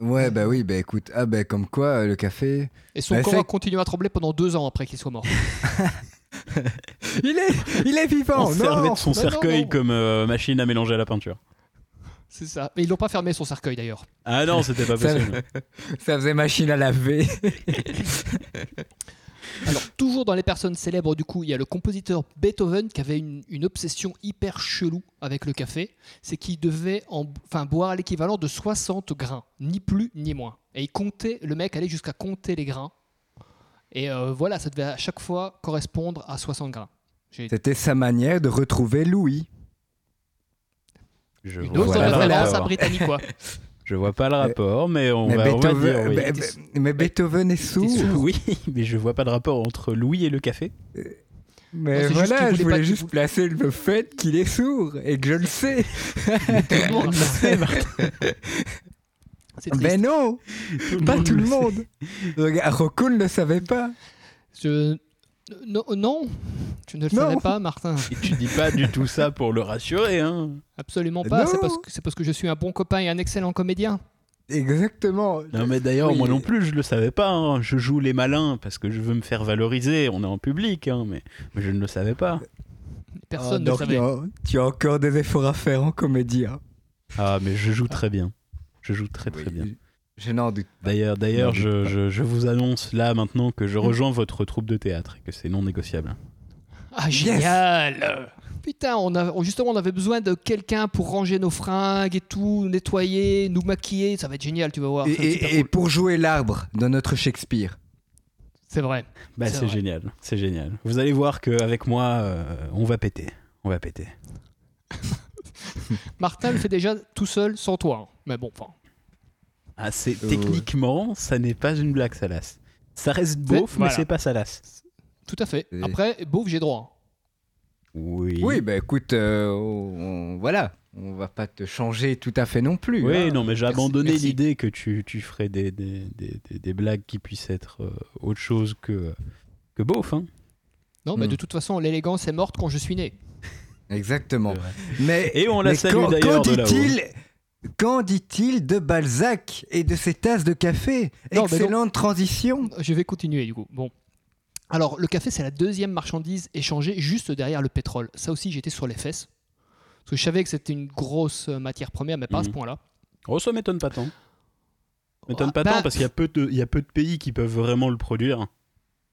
S5: train. Ouais, bah oui, bah écoute. Ah, bah comme quoi, euh, le café.
S2: Et son
S5: Bah,
S2: corps
S5: c'est-
S2: a continué à trembler pendant 2 ans après qu'il soit mort.
S5: Il est, il est vivant
S3: On servait
S5: Oh, Non
S3: de son
S2: non, non,
S3: cercueil
S2: non.
S3: comme euh, machine à mélanger à la peinture.
S2: c'est ça. Mais ils l'ont pas fermé, son cercueil, d'ailleurs.
S3: Ah non, c'était pas
S5: Ça-
S3: possible.
S5: Ça faisait machine à laver.
S2: Alors, toujours dans les personnes célèbres, du coup, il y a le compositeur Beethoven qui avait une, une obsession hyper chelou avec le café. C'est qu'il devait en, enfin, boire l'équivalent de 60 grains, ni plus ni moins. Et il comptait, le mec allait jusqu'à compter les grains. Et euh, voilà, ça devait à chaque fois correspondre à 60 grains. J'ai
S5: C'était sa manière de retrouver Louis.
S3: Je
S2: une
S3: vois,
S2: autre
S3: pas
S5: Voilà.
S3: le
S2: référence à
S3: rapport.
S2: Britannique, quoi.
S3: Je vois pas le rapport, mais on
S5: mais,
S3: va, bah, on va
S5: Beethoven,
S3: dire. oui.
S5: mais- mais- mais Beethoven est sourd.
S3: Oui, mais je vois pas le rapport entre Louis et le café.
S2: Non,
S5: Mais
S2: c'est juste qu'il
S5: voilà,
S2: voulait pas
S5: je voulais
S2: qu'il
S5: juste
S2: voulait-
S5: placer le fait qu'il est sourd et que je le sais.
S2: Bon,
S3: C'est Martin.
S2: c'est triste.
S5: Mais non Pas tout le
S3: sait.
S5: monde. Regarde, Rocco ne le savait pas.
S2: Je- Non, non, tu ne le
S5: Non.
S2: savais pas, Martin.
S3: Et tu dis pas du tout ça pour le rassurer, hein.
S2: Absolument pas. C'est
S5: Non.
S2: parce, que- c'est parce que je suis un bon copain et un excellent comédien.
S5: Exactement.
S3: Non mais d'ailleurs
S5: Oui.
S3: moi non plus je le savais pas. hein. Je joue les malins parce que je veux me faire valoriser. On est en public, hein, mais, mais je ne le savais pas.
S2: Personne ne
S5: Oh,
S2: le
S5: Dorian,
S2: savait.
S5: Tu as encore des efforts à faire en comédie. hein.
S3: Ah mais je joue très bien. Je joue très très bien.
S5: Je n'en doute
S3: D'ailleurs, d'ailleurs,
S5: Non, Mm.
S3: je, je- je vous annonce là maintenant que je rejoins votre troupe de théâtre et que c'est non négociable.
S2: Ah,
S5: Yes.
S2: génial Putain, on a, on- justement, on avait besoin de quelqu'un pour ranger nos fringues et tout, nettoyer, nous maquiller. Ça va être génial, tu vas voir.
S5: Et,
S2: Ça va être super
S5: et- et
S2: cool.
S5: pour jouer l'arbre dans notre Shakespeare.
S2: C'est vrai.
S3: Bah
S2: C'est
S3: c'est
S2: vrai.
S3: génial, c'est génial. Vous allez voir qu'avec moi, euh, on va péter, on va péter.
S2: Martin le fait déjà tout seul, sans toi. hein. Mais bon, enfin.
S3: Ah c'est
S5: Euh,
S3: techniquement, ça n'est pas une blague, Salas. Ça reste beauf, mais
S2: voilà.
S3: c'est pas Salas.
S2: Tout à fait.
S5: Et-
S2: Après, beauf, j'ai droit. hein.
S3: Oui.
S5: Oui, bah écoute, euh, on- voilà, on va pas te changer tout à fait non plus.
S3: Oui,
S5: hein.
S3: non, mais j'ai abandonné
S5: merci.
S3: l'idée que tu, tu ferais des, des, des- des- des blagues qui puissent être euh, autre chose que, que beauf. Hein.
S2: Non, mais
S5: Hmm.
S2: de toute façon, l'élégance est morte quand je suis né.
S5: Exactement.
S3: C'est vrai.
S5: Mais
S3: Et on la
S5: mais
S3: salue
S5: quand-
S3: d'ailleurs
S5: Quand
S3: de là-haut.
S5: dit-il quand dit-il de Balzac et de ses tasses de café
S2: Non, mais non.
S5: Excellente transition.
S2: Je vais continuer du coup. Bon. Alors, le café, c'est la deuxième marchandise échangée juste derrière le pétrole. Ça aussi, j'étais sur les fesses. Parce que je savais que c'était une grosse euh, matière première, mais pas à ce
S5: Hmm.
S3: Mhm.
S2: point-là.
S3: Oh, ça m'étonne pas tant. M'étonne
S2: Ah,
S3: pas
S2: bah,
S3: tant parce qu'il y, a peu de- il y a peu de pays qui peuvent vraiment le produire.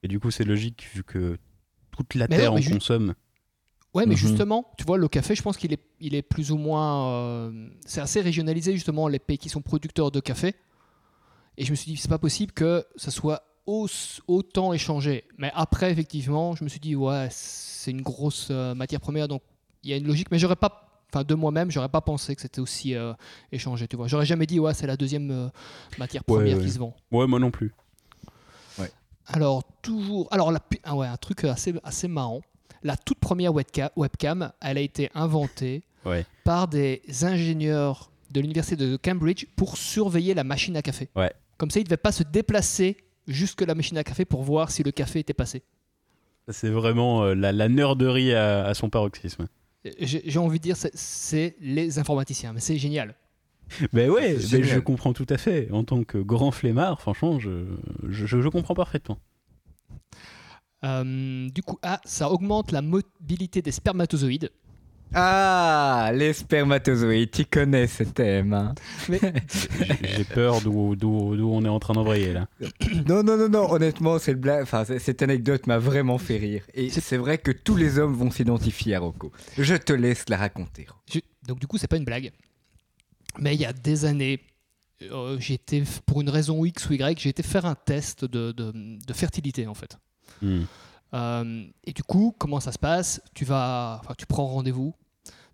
S3: Et du coup, c'est logique vu que toute la
S2: Mais
S3: Terre
S2: non, mais
S3: en
S2: ju-
S3: consomme.
S2: Ouais, mais
S5: Mhm.
S2: justement, tu vois, le café, je pense qu'il est, il est plus ou moins. euh, c'est assez régionalisé, justement, les pays qui sont producteurs de café. Et je me suis dit, c'est pas possible que ça soit au- autant échangé. Mais après, effectivement, je me suis dit, ouais, c'est une grosse euh, matière première, donc il y a une logique. Mais j'aurais pas. Enfin, de moi-même, j'aurais pas pensé que c'était aussi euh, échangé, tu vois. J'aurais jamais dit, ouais, c'est la deuxième euh, matière
S3: Ouais,
S2: première
S3: ouais.
S2: qui se vend.
S3: Ouais, moi non plus.
S2: Alors, toujours. Alors, la pu- ah ouais, un truc assez, assez marrant. La toute première webca- webcam, elle a été inventée
S3: Ouais.
S2: par des ingénieurs de l'université de Cambridge pour surveiller la machine à café.
S3: Ouais.
S2: Comme ça, ils ne devaient pas se déplacer jusque la machine à café pour voir si le café était passé.
S3: C'est vraiment euh, la, la nerderie à, à son paroxysme.
S2: Et J'ai j'ai envie de dire, c'est- c'est les informaticiens, mais c'est génial.
S3: Mais Ben ouais,
S5: C'est
S3: mais
S5: génial.
S3: je comprends tout à fait. En tant que grand flemmard, franchement, je, je, je- je comprends parfaitement.
S2: Euh, du coup, ah, ça augmente la mobilité des spermatozoïdes.
S5: Ah, les spermatozoïdes, tu connais ce thème. hein.
S3: J'ai- J'ai peur d'où d'où- d'où on est en train d'embrayer là.
S5: Non, non, non, non, honnêtement, cette, blague, enfin, c- cette anecdote m'a vraiment fait rire. Et
S2: C'est-
S5: c'est vrai que tous les hommes vont s'identifier à Rocco. Je te laisse la raconter.
S2: Je- Donc du coup, c'est pas une blague. Mais il y a des années, euh, j'ai été, pour une raison X ou Y, j'ai été faire un test de, de- de fertilité en fait.
S3: Hmm.
S2: Euh, et du coup, comment ça se passe Tu vas, enfin, tu prends rendez-vous,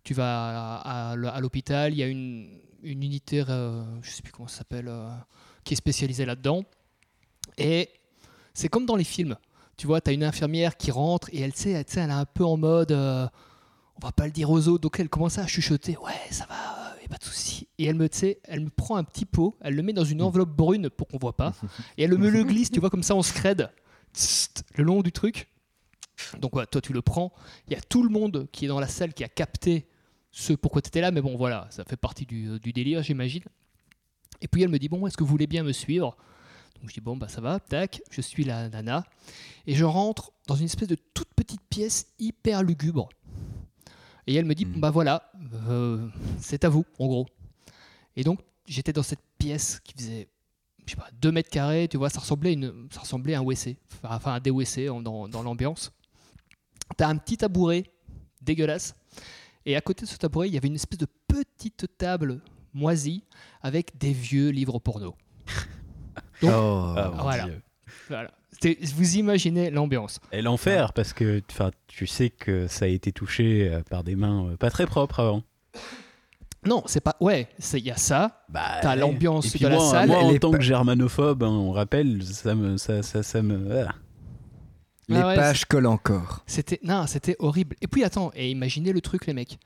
S2: tu vas à, à l- à l'hôpital. Il y a une, une unité, euh, je sais plus comment ça s'appelle, euh, qui est spécialisée là-dedans. Et c'est comme dans les films. Tu vois, tu as une infirmière qui rentre et elle sait, elle, tu sais, elle est un peu en mode, euh, on va pas le dire aux autres. Donc elle commence à chuchoter, ouais, ça va, euh, y a pas de souci. Et elle me, tu sais, elle me prend un petit pot, elle le met dans une enveloppe brune pour qu'on voit pas, et elle me le glisse, tu vois, comme ça, on se crède tssst, le long du truc. Donc ouais, toi, tu le prends. Il y a tout le monde qui est dans la salle qui a capté ce pourquoi tu étais là, mais bon, voilà, ça fait partie du, du délire, j'imagine. Et puis elle me dit, bon, est-ce que vous voulez bien me suivre Donc je dis, bon, bah ça va, tac, je suis la nana. Et je rentre dans une espèce de toute petite pièce hyper lugubre. Et elle me dit,
S5: Mm.
S2: bah voilà, euh, c'est à vous, en gros. Et donc j'étais dans cette pièce qui faisait, je sais pas, 2 mètres carrés, tu vois, ça ressemblait, à une, ça ressemblait à un WC, enfin à des WC en- dans, dans l'ambiance. T'as un petit tabouret dégueulasse. Et à côté de ce tabouret, il y avait une espèce de petite table moisie avec des vieux livres porno. Donc,
S5: Oh.
S3: Ah, mon
S2: voilà.
S3: Dieu.
S2: Voilà. C'était- Vous imaginez l'ambiance.
S3: Et l'enfer, parce que 'fin, tu sais que ça a été touché euh, par des mains euh, pas très propres avant.
S2: Non, c'est pas. Ouais, c'est- il y a ça.
S3: Bah,
S2: T'as l'ambiance
S3: et puis
S2: de la
S3: moi,
S2: salle,
S3: Moi,
S5: elle
S3: en
S5: est
S3: tant
S5: pas-
S3: que germanophobe, hein, on rappelle, ça me. Ça, ça, ça me voilà.
S5: Les
S2: Ah ouais,
S5: pages collent encore.
S2: C'était non, c'était horrible. Et puis attends, et imaginez le truc, les mecs.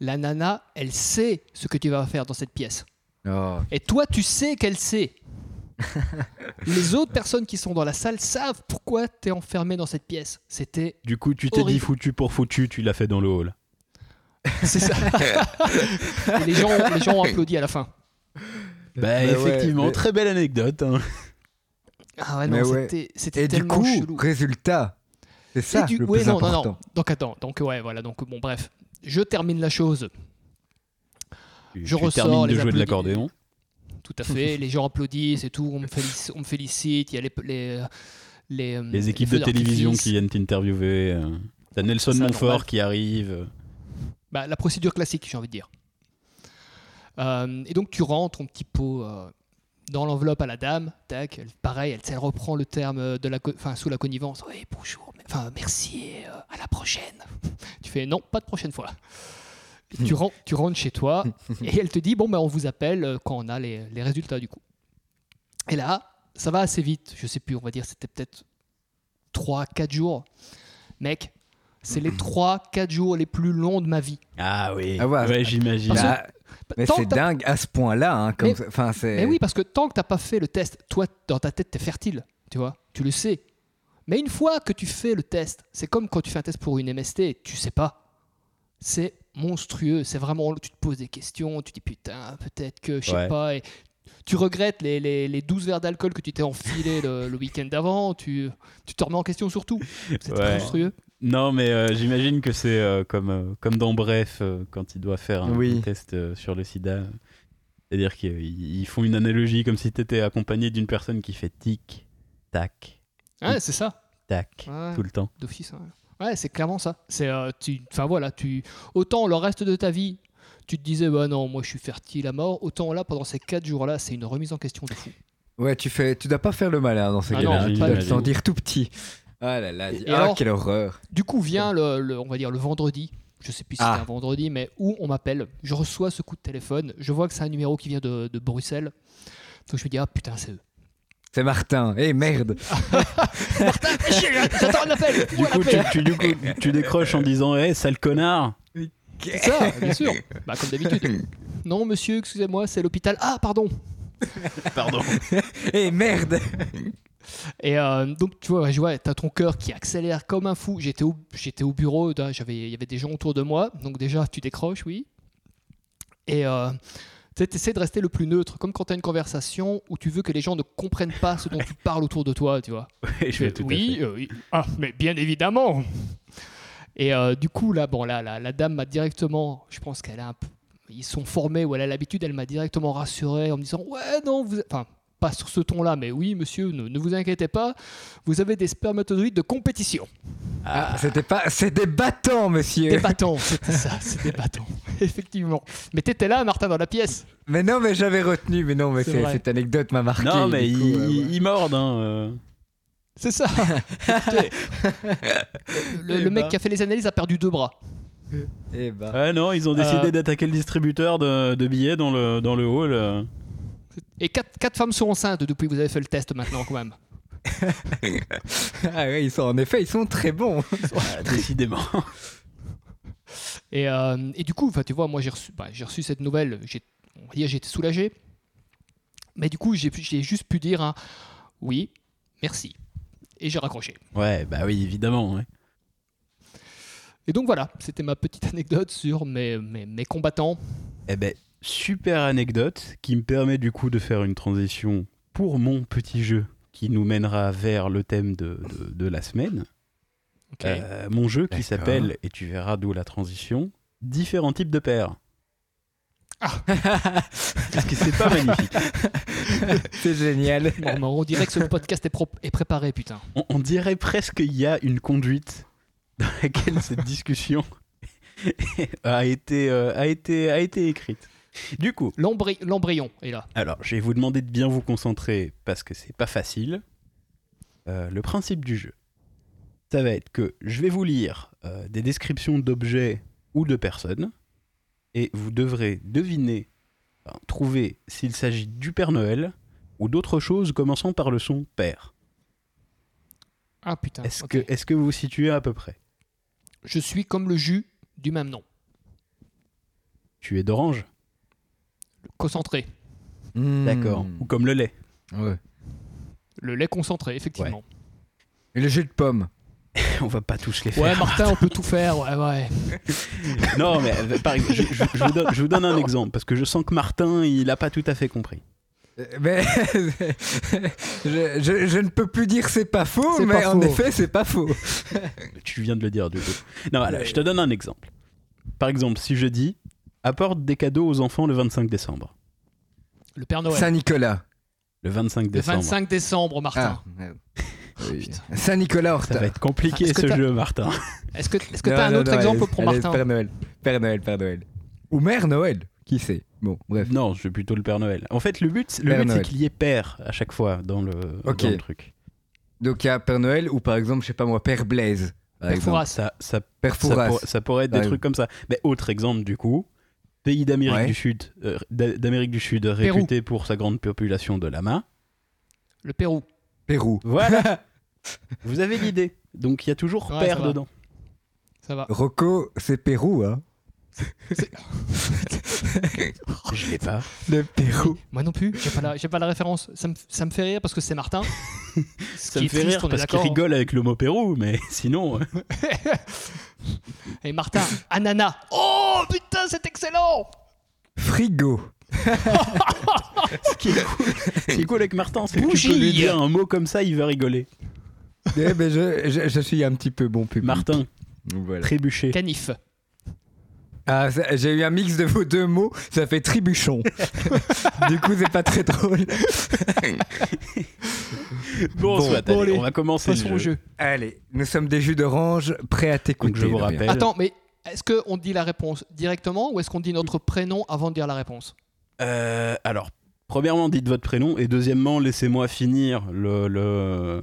S2: La nana, elle sait ce que tu vas faire dans cette pièce.
S5: Oh.
S2: Et toi, tu sais qu'elle sait. Les autres personnes qui sont dans la salle savent pourquoi t'es enfermé dans cette pièce. C'était,
S3: Du coup, tu t'es
S2: Horrible.
S3: dit foutu pour foutu, tu l'as fait dans le hall.
S2: c'est ça. Et les gens, les gens ont applaudi à la fin.
S3: Bah,
S5: Mais ouais,
S3: effectivement,
S5: mais-
S3: très belle anecdote. hein.
S2: Ah ouais,
S5: Mais
S2: non,
S5: ouais.
S2: c'était, c'était
S5: Et du
S2: tellement
S5: coup,
S2: chelou.
S5: résultat. C'est ça
S2: Et du-
S5: le
S2: ouais,
S5: plus
S2: non, non,
S5: important.
S2: non. Donc attends, donc ouais, voilà, donc bon, bref, je termine la chose.
S3: Tu,
S2: Je
S3: tu
S2: ressors
S3: termines
S2: les
S3: de jouer de
S2: applaudi-
S3: l'accordéon.
S2: Tout à fait, les gens applaudissent et tout, on me félicite, on me félicite. il y a les les les, euh,
S3: Les équipes
S2: feux
S3: de télévision
S2: d'artifice.
S3: qui viennent t'interviewer. euh, T'as Nelson
S2: Ça, normal.
S3: Montfort qui arrive.
S2: Bah, la procédure classique, j'ai envie de dire. Euh, et donc tu rends ton petit pot euh, dans l'enveloppe à la dame, tac, elle- pareil, elle, elle reprend le terme de la, co- enfin, sous la connivence, oui bonjour, mais- enfin merci, et, euh, à la prochaine. tu fais non, pas de prochaine fois. Et tu, ren- tu rentres chez toi et elle te dit bon ben on vous appelle euh, quand on a les, les résultats du coup. Et là, ça va assez vite, je sais plus, on va dire c'était peut-être 3-4 jours. Mec, c'est les 3-4 jours les plus longs de ma vie.
S3: Ah oui.
S5: Ah ouais,
S3: ouais, j'imagine.
S2: Parce que-
S5: Bah, mais
S2: Tant que
S5: c'est
S2: t'as-
S5: dingue à ce point-là. hein, comme
S2: Mais-
S5: ça. Enfin, c'est.
S2: Mais oui, parce que tant que t'as pas fait le test, toi, dans ta tête, t'es fertile, tu vois, tu le sais. Mais une fois que tu fais le test, c'est comme quand tu fais un test pour une MST, tu sais pas. C'est monstrueux, c'est vraiment, tu te poses des questions, tu dis putain, peut-être que, je sais
S3: Ouais.
S2: pas, et tu regrettes les, les, les 12 verres d'alcool que tu t'es enfilé le, le week-end d'avant, tu, tu te remets en question surtout. C'est
S3: Ouais.
S2: très monstrueux.
S3: Non, mais euh, j'imagine que c'est euh, comme, euh, comme dans Bref, euh, quand il doit faire un
S5: Oui.
S3: test euh, sur le sida. C'est-à-dire qu'ils ils font une analogie comme si tu étais accompagné d'une personne qui fait tic, tac,
S2: Ouais, c'est ça.
S3: tac,
S2: Ouais.
S3: tout le temps.
S2: d'office. hein. Ouais, Ouais, c'est clairement ça. C'est, euh, tu, enfin voilà, tu, autant le reste de ta vie, tu te disais bah non, moi je suis fertile à mort. Autant là, pendant ces 4 jours là, c'est une remise en question de fou.
S5: Ouais, tu fais. Tu dois pas faire le malin dans ces
S2: Ah
S5: cas-là.
S3: non,
S5: Tu
S3: pas
S5: dois
S3: du
S5: te
S3: tout.
S5: sentir tout petit. Ah là là. dis-
S2: Et
S5: ah,
S2: alors
S5: quelle horreur.
S2: Du coup vient le, le- on va dire le vendredi. Je sais plus si
S5: Ah.
S2: c'était un vendredi, mais où on m'appelle. Je reçois ce coup de téléphone. Je vois que c'est un numéro qui vient de, de Bruxelles. Donc je me dis ah putain c'est eux.
S5: C'est Martin. Eh merde.
S2: J'attends un appel.
S3: Du coup, tu, tu- du coup, tu décroches en disant Hé, sale connard
S2: C'est ça, bien sûr. Bah, comme d'habitude. Non monsieur, excusez-moi, c'est l'hôpital. Ah pardon.
S3: Pardon.
S5: Eh merde.
S2: Et euh, donc, tu vois, je vois, t'as ton cœur qui accélère comme un fou. J'étais au, j'étais au bureau, d'un- j'avais, il y avait des gens autour de moi. Donc, déjà, tu décroches, oui. Et euh, tu sais, t'essaies de rester le plus neutre, comme quand t'as une conversation où tu veux que les gens ne comprennent pas ce dont tu parles autour de toi, tu vois.
S3: Ouais, je vais tout à
S2: oui, euh, oui. Ah, mais bien évidemment. Et euh, du coup, là, bon, là, là, la dame m'a directement, je pense qu'elle a un peu- ils sont formés ou elle a l'habitude, elle m'a directement rassuré en me disant Ouais, non, vous. Enfin, pas sur ce ton-là, mais oui, monsieur, ne, ne vous inquiétez pas, vous avez des spermatozoïdes de compétition.
S5: Ah, c'était pas. C'est des battants, monsieur.
S2: Des bâtons, c'était ça, c'était des bâtons, effectivement. Mais t'étais là, Martin, dans la pièce.
S5: Mais non, mais j'avais retenu. Mais non, mais
S2: C'est
S5: c'est-
S2: vrai.
S5: cette anecdote m'a
S3: fait.
S5: marqué.
S3: Non,
S5: du
S3: mais
S5: coup,
S3: il,
S5: euh,
S3: il-
S5: ouais.
S3: il morde. Hein, euh.
S2: C'est ça. Écoutez, le, le
S3: Eh
S2: mec
S3: ben.
S2: qui a fait les analyses a perdu deux bras.
S5: euh, Eh ben.
S3: Ah non, ils ont décidé
S2: Euh.
S3: d'attaquer le distributeur de, de billets dans le, dans le hall. euh.
S2: Et quatre, quatre femmes sont enceintes depuis que vous avez fait le test maintenant, quand même.
S5: Ah ouais, ils sont en effet, ils sont très bons.
S3: Ah, décidément.
S2: Et, euh, et du coup, enfin, tu vois, moi j'ai reçu, bah, j'ai reçu cette nouvelle, j'ai, on va dire j'étais soulagé. Mais du coup, j'ai, pu- j'ai juste pu dire un oui, merci. Et j'ai raccroché.
S3: ouais, bah oui, évidemment. ouais.
S2: Et donc voilà, c'était ma petite anecdote sur mes, mes, mes combattants.
S3: Eh ben, super anecdote qui me permet du coup de faire une transition pour mon petit jeu qui nous mènera vers le thème de, de- de la semaine.
S2: Ok.
S3: Euh, mon jeu qui
S5: D'accord.
S3: s'appelle, et tu verras d'où la transition, différents types de paires. Parce que c'est pas magnifique.
S5: C'est génial.
S2: Bon, mais on dirait que ce podcast est, pro- est préparé, putain.
S3: On, on dirait presque qu'il y a une conduite dans laquelle cette discussion a, été, euh, a, été, a été écrite. Du coup,
S2: L'embry- l'embryon est là.
S3: Alors, je vais vous demander de bien vous concentrer parce que c'est pas facile. Euh, le principe du jeu, ça va être que je vais vous lire euh, des descriptions d'objets ou de personnes et vous devrez deviner, enfin, trouver s'il s'agit du Père Noël ou d'autres choses commençant par le son Père.
S2: Ah putain.
S3: Est-ce
S2: ok.
S3: que, est que vous vous situez à peu près
S2: Je suis comme le jus du même nom,
S3: Tu es d'orange
S2: concentré.
S3: D'accord. Ou comme le lait
S5: Hmm. Ouais.
S2: Le lait concentré, effectivement.
S5: Et le jus de pomme.
S3: On va pas tous les
S2: Ouais,
S3: faire.
S2: Martin, on peut tout faire, ouais, ouais.
S3: Non, mais euh, par exemple, je, je- je vous donne, je vous donne un exemple parce que je sens que Martin, il a pas tout à fait compris.
S5: Euh, Mais je, je- je ne peux plus dire c'est pas faux,
S2: C'est
S5: mais
S2: pas
S5: en
S2: faux.
S5: effet, c'est pas faux.
S3: Tu viens de le dire, du coup. Non, voilà, je te donne un exemple. Par exemple, si je dis apporte des cadeaux aux enfants le 25 décembre.
S2: Le Père Noël.
S5: Saint-Nicolas.
S3: Le 25
S2: Le
S3: décembre. Ah,
S2: 25 décembre, Martin.
S5: Ah, merde. Oui.
S2: putain.
S5: Saint-Nicolas
S3: Ça va
S5: Horta.
S3: être compliqué
S2: Est-ce que
S3: ce
S2: t'as-
S3: jeu, Martin.
S2: Est-ce que est-ce que t'as un autre exemple pour Martin
S5: Père Noël. Père Noël, Père Noël. Ou Mère Noël, qui sait. Bon, bref.
S3: Non, je suis plutôt le Père Noël. En fait, le but, le
S5: Père
S3: but c'est
S5: Noël.
S3: qu'il y ait père à chaque fois dans le,
S5: Ok.
S3: dans le truc.
S5: Donc il y a Père Noël ou par exemple, je sais pas moi, Père Blaise. par
S2: Père
S5: exemple.
S2: Fouras.
S3: Ça, ça,
S5: Père
S3: ça,
S5: Fouras.
S3: pour- ça pourrait être des
S5: Ouais.
S3: trucs comme ça. Mais autre exemple, du coup, pays d'Amérique
S5: Ouais.
S3: du Sud, euh, d'A- d'Amérique du Sud réputé pour sa grande population de lamas.
S2: Le Pérou.
S5: Pérou.
S3: Voilà. Vous avez l'idée. Donc il y a toujours
S2: Ouais, ça
S3: père
S2: va.
S3: dedans.
S2: Ça
S5: Oh.
S2: va.
S5: Rocco, c'est Pérou, hein
S2: Oh,
S3: Je l'ai pas.
S5: Le Pérou.
S2: Moi non plus, j'ai pas la, j'ai pas la référence. Ça me, ça me fait rire parce que c'est Martin. Ce
S3: Ça
S2: qui
S3: me
S2: est
S3: fait
S2: triste, on
S3: rire
S2: est
S3: parce qu'il
S2: d'accord. hein.
S3: rigole avec le mot Pérou, mais sinon. euh,
S2: hein. Et Martin, Anana. Oh putain, c'est excellent
S5: Frigo.
S3: ce qui est cool, ce qui est cool avec Martin, c'est que tu peux
S2: Bougie.
S3: lui dire un mot comme ça, il va rigoler.
S5: Eh ben, je, je- je suis un petit peu bon public.
S3: Martin,
S5: Voilà.
S3: trébucher.
S2: Canif.
S5: Ah, ça- j'ai eu un mix de vos deux mots, ça fait tribuchon. du coup, c'est pas très drôle.
S3: Bon, soit,
S2: bon,
S3: allez,
S2: allez,
S3: on va commencer le
S2: Passons au
S3: jeu.
S2: jeu.
S5: Allez, nous sommes des jus d'orange, prêts à t'écouter.
S3: Donc je vous
S5: Damien.
S3: rappelle.
S2: Attends, mais est-ce qu'on dit la réponse directement ou est-ce qu'on dit notre prénom avant de dire la réponse
S3: Euh, alors, premièrement, dites votre prénom et deuxièmement, laissez-moi finir le, le,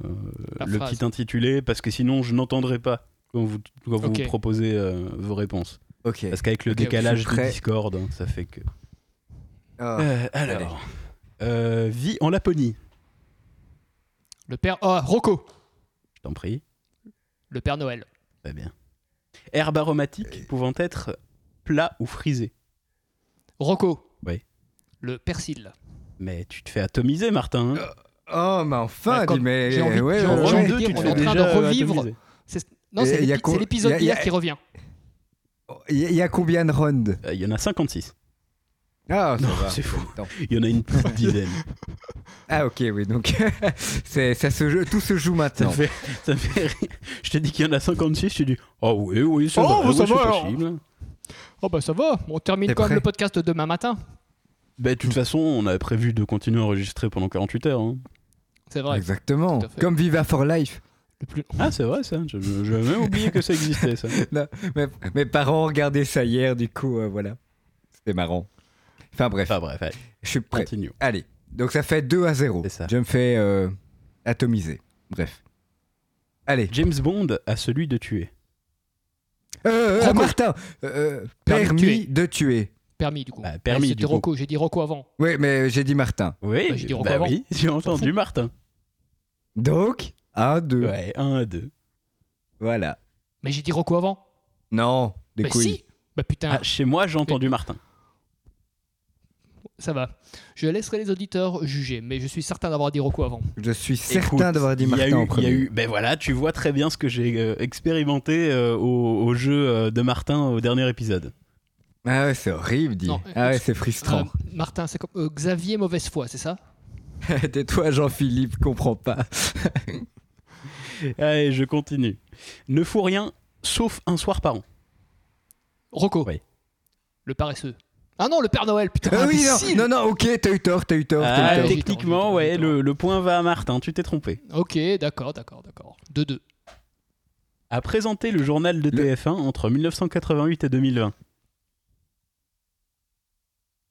S2: La
S3: le
S2: phrase.
S3: petit intitulé parce que sinon je n'entendrai pas quand vous, quand vous
S2: Ok.
S3: proposez euh, vos réponses.
S5: Ok.
S3: Parce qu'avec le
S2: Ok,
S3: décalage
S5: je suis
S3: du
S5: prêt.
S3: Discord, hein, ça fait que.
S5: Ah.
S3: Euh, alors, euh, vie en Laponie,
S2: Le père. Oh, Rocco
S3: je t'en prie.
S2: Le père Noël.
S3: Très bien. Herbe aromatique
S5: Euh.
S3: pouvant être plat ou frisé.
S2: Rocco
S3: Oui.
S2: Le persil.
S3: Mais tu te fais atomiser, Martin. hein.
S5: Oh, mais enfin,
S2: Bah, quand-
S5: dis, mais.
S2: j'ai envie-
S5: ouais,
S2: j'ai
S5: ouais,
S2: envie
S5: Euh, ouais.
S3: Roland
S2: de
S3: deux,
S2: dire,
S3: tu te
S2: on
S3: fais
S2: est en train de
S3: déjà, euh,
S2: revivre.
S3: atomiser.
S2: C'est- Non,
S5: Et
S2: c'est
S5: il y a
S2: l'épi-
S5: co-
S2: c'est l'épisode
S5: il y a- il y a-
S2: d'hier qui revient.
S5: Il y, a- il y a combien de rondes
S3: Euh, Il y en a 56.
S5: Ah, ça
S3: Non,
S5: va.
S3: c'est fou.
S5: Attends.
S3: Il y en a une petite dizaine.
S5: Ah, ok, oui, donc. c'est- ça se joue- tout se joue
S3: Ça me
S5: maintenant.
S3: fait, ça me fait rire. Je t'ai dit qu'il y en a 56, je t'ai dit Oh oui, oui, c'est
S2: Oh,
S3: vrai,
S2: bah,
S3: oui,
S2: ça
S3: c'est
S2: va, alors.
S3: possible.
S2: Oh bah ça va, on termine
S5: T'es
S2: quand
S5: prêt
S2: même le podcast demain matin.
S3: Bah, de toute façon, on avait prévu de continuer à enregistrer pendant 48 heures. hein.
S2: C'est vrai.
S5: Exactement.
S2: Tout à fait.
S5: Comme Viva for Life.
S2: Le plus...
S3: Ah, c'est vrai, ça. Je- je- J'avais même oublié que ça existait, ça.
S5: Mes, mes parents regardaient ça hier, du coup, euh, voilà. C'était marrant. Enfin, bref,
S3: Enfin, bref, allez,
S5: je suis prêt.
S3: continuons.
S5: Allez, donc ça fait 2 à 0.
S3: C'est ça.
S5: Je me fais euh, atomiser. Bref. Allez.
S3: James Bond a celui de tuer.
S5: Euh, euh,
S2: Rocco.
S5: Martin euh,
S2: Permis de
S5: Permis de tuer.
S2: Permis du coup.
S3: Bah, permis,
S2: Ouais, C'était
S3: du coup.
S2: Rocco, j'ai dit Rocco avant.
S5: Oui, mais j'ai dit Martin.
S3: Oui,
S2: Bah, j'ai dit Rocco
S3: bah
S2: avant.
S3: oui, j'ai entendu Martin.
S5: Donc, 1, 2.
S3: Ouais, 1 à 2.
S5: Voilà.
S2: Mais j'ai dit Rocco avant.
S5: Non, des
S2: Bah
S5: couilles.
S2: si Bah putain,
S3: Ah, chez moi, j'ai entendu Martin.
S2: ça va. Je laisserai les auditeurs juger, mais je suis certain d'avoir dit Rocco avant.
S5: Je suis certain
S3: Écoute,
S5: d'avoir dit
S3: il y a
S5: Martin
S3: eu-
S5: en
S3: il y
S5: premier.
S3: a eu- ben voilà, tu vois très bien ce que j'ai euh, expérimenté euh, au, au jeu euh, de Martin au dernier épisode.
S5: Ah ouais, c'est horrible, dit.
S2: Non,
S5: ah ouais,
S2: écoute,
S5: c'est frustrant.
S2: Euh, Martin, c'est comme euh, Xavier mauvaise foi, c'est ça euh,
S5: Tais-toi, Jean-Philippe, comprends pas.
S3: Allez, je continue. Ne fous rien sauf un soir par an.
S2: Rocco.
S3: Oui.
S2: Le paresseux. Ah non, le Père Noël, putain.
S5: Ah oui,
S2: imbécile.
S5: non, non, non, ok, t'as eu tort, t'as eu tort,
S3: Ah,
S5: t'as eu
S2: t'es-
S5: tort.
S2: t'es-
S3: techniquement,
S2: t'es-
S3: ouais,
S2: t'es-
S3: le, le point va à Martin, tu t'es trompé.
S2: Ok, d'accord, d'accord, d'accord. 2-2.
S3: A présenté le journal de
S5: Le-
S3: TF1 entre 1988 et 2020.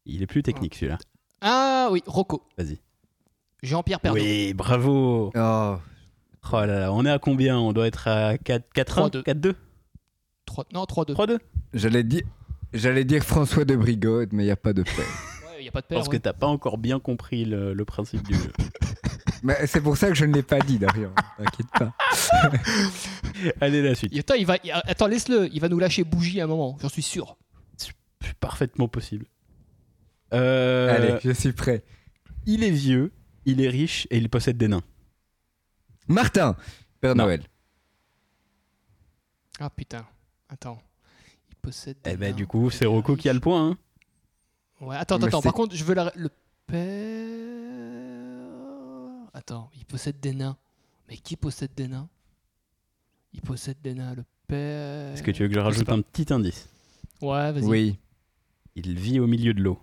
S3: Il est plus technique celui-là.
S2: Ah oui, Rocco.
S3: Vas-y.
S2: Jean-Pierre Pernaut.
S3: Oui, bravo.
S5: Oh,
S3: Oh là là, on est à combien On doit être à 4 4
S2: 3-2.
S3: 4 2
S2: Trois- Non, 3-2.
S3: 3 2
S5: j'allais dire, j'allais dire François de Brigode, mais il y a pas de paix.
S2: Ouais, y a pas de
S3: Je
S2: père.
S3: pense que t'as pas encore bien compris le, le principe du jeu.
S5: mais c'est pour ça que je ne l'ai pas dit, Dorian. T'inquiète pas.
S3: Allez, la suite.
S2: Et Attends, il va... il- Attends laisse-le, il va nous lâcher bougie à un moment, j'en suis sûr.
S3: C'est Parfaitement possible. Euh,
S5: Allez, je suis prêt.
S3: Il est vieux, il est riche et il possède des nains.
S5: Martin, Père
S3: Non.
S5: Noël.
S2: Ah putain, attends. Il possède.
S3: Eh
S2: des
S3: ben
S2: nains.
S3: du coup, c'est Rocco qui a le point. hein.
S2: Ouais, attends,
S5: Mais
S2: attends,
S5: c'est-
S2: par contre, je veux la. Le père. Attends, il possède des nains. Mais qui possède des nains Il possède des nains, le père.
S3: Est-ce que tu veux que je
S2: sais
S3: rajoute
S2: pas.
S3: un petit indice
S2: Ouais, vas-y.
S5: Oui.
S3: Il vit au milieu de l'eau.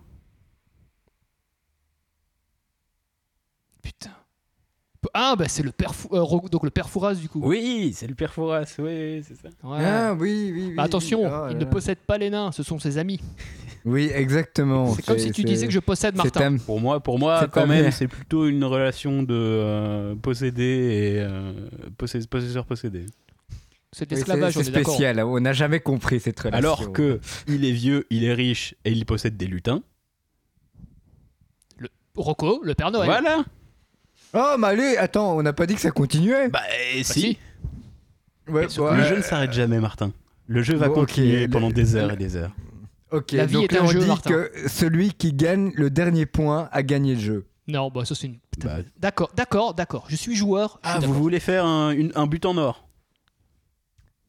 S2: Putain. Ah, bah c'est le père. Fou- euh, Ro- donc le père Fouras, du coup.
S3: Oui, c'est le père Fouras, oui, c'est ça.
S2: Ouais.
S5: Ah oui, oui, oui.
S2: Bah, attention,
S5: oui. Oh
S2: il
S5: là
S2: ne
S5: là.
S2: possède pas les nains, ce sont ses amis.
S5: Oui, exactement.
S2: c'est comme si tu disais que je possède
S5: c'est
S2: Martin.
S5: un-
S3: Pour moi, pour moi
S5: C'est
S3: quand
S5: pas
S3: même,
S5: vrai.
S3: c'est plutôt une relation de euh, possédé et euh, possé- possesseur possédé.
S2: C'est de
S5: oui,
S2: l'esclavage, on
S5: c'est-
S2: est
S5: c'est
S2: d'accord.
S5: spécial. On n'a jamais compris cette relation.
S3: Alors que il est vieux, il est riche et il possède des lutins.
S2: Rocco, le père Noël.
S3: Voilà.
S5: Oh, mais allez, attends, on n'a pas dit que ça continuait.
S3: Bah, si.
S2: si.
S5: ouais,
S3: Surtout, le jeu ne s'arrête jamais, Martin. Le jeu va
S5: Bon, ok,
S3: continuer
S5: le-
S3: pendant des heures et des heures.
S5: Ok,
S2: La vie
S5: donc
S2: est
S5: là,
S2: un
S5: on
S2: jeu,
S5: dit
S2: Martin.
S5: que celui qui gagne le dernier point a gagné le jeu.
S2: Non, bah ça c'est une. putain.
S3: Bah,
S2: D'accord, d'accord, d'accord. Je suis joueur. je suis
S3: ah, vous
S2: d'accord.
S3: voulez faire un, une- un but en or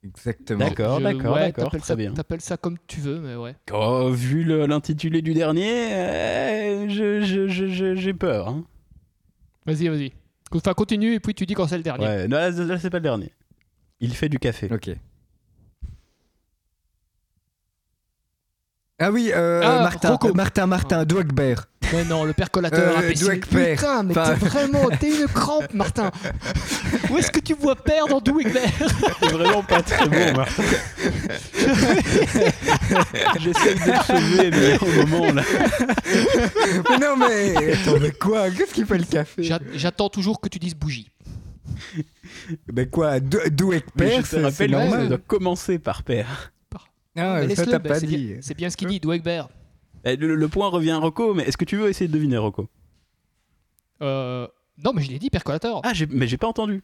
S5: Exactement.
S3: D'accord,
S2: Je-
S3: d'accord,
S2: ouais,
S3: d'accord.
S2: t'appelles
S3: Très
S2: ça-
S3: bien.
S2: T'appelles ça comme tu veux, mais ouais.
S3: Oh, vu le- l'intitulé du dernier, euh, je- je- je- je- j'ai peur. hein.
S2: Vas-y, vas-y. Enfin, continue et puis tu dis quand c'est le dernier.
S3: Ouais, non, là, là, c'est pas le dernier. Il fait du café.
S5: Ok. Ah oui, euh,
S2: Ah,
S5: Martin,
S2: Rocco.
S5: euh, Martin, Martin, Dwackber.
S2: Mais non, le percolateur
S5: Euh,
S2: imbécile.
S5: Dweck Père.
S2: Putain, mais
S5: Enfin-
S2: t'es vraiment, t'es une crampe, Martin. Où est-ce que tu vois père dans Douek
S3: C'est vraiment pas très bon, Martin. J'essaie de le sauver, mais au moment là.
S5: mais non, mais attends, mais quoi Qu'est-ce qu'il fait le café
S2: J'a- J'attends toujours que tu dises bougie.
S5: Mais quoi Dw-
S3: Mais
S5: Dwackber,
S3: je te
S5: c'est c'est
S3: rappelle, que ça doit
S5: normal.
S3: commencer par père.
S2: Mais
S5: Ah, ça
S2: laisse-le,
S5: t'as
S2: bah,
S5: pas
S2: c'est
S5: dit.
S2: bien- C'est bien ce qu'il dit, Dwegber.
S3: Eh, Le, le point revient à Rocco, mais est-ce que tu veux essayer de deviner Rocco
S2: Euh, non, mais je l'ai dit, percolateur.
S3: Ah, j'ai- mais j'ai pas entendu.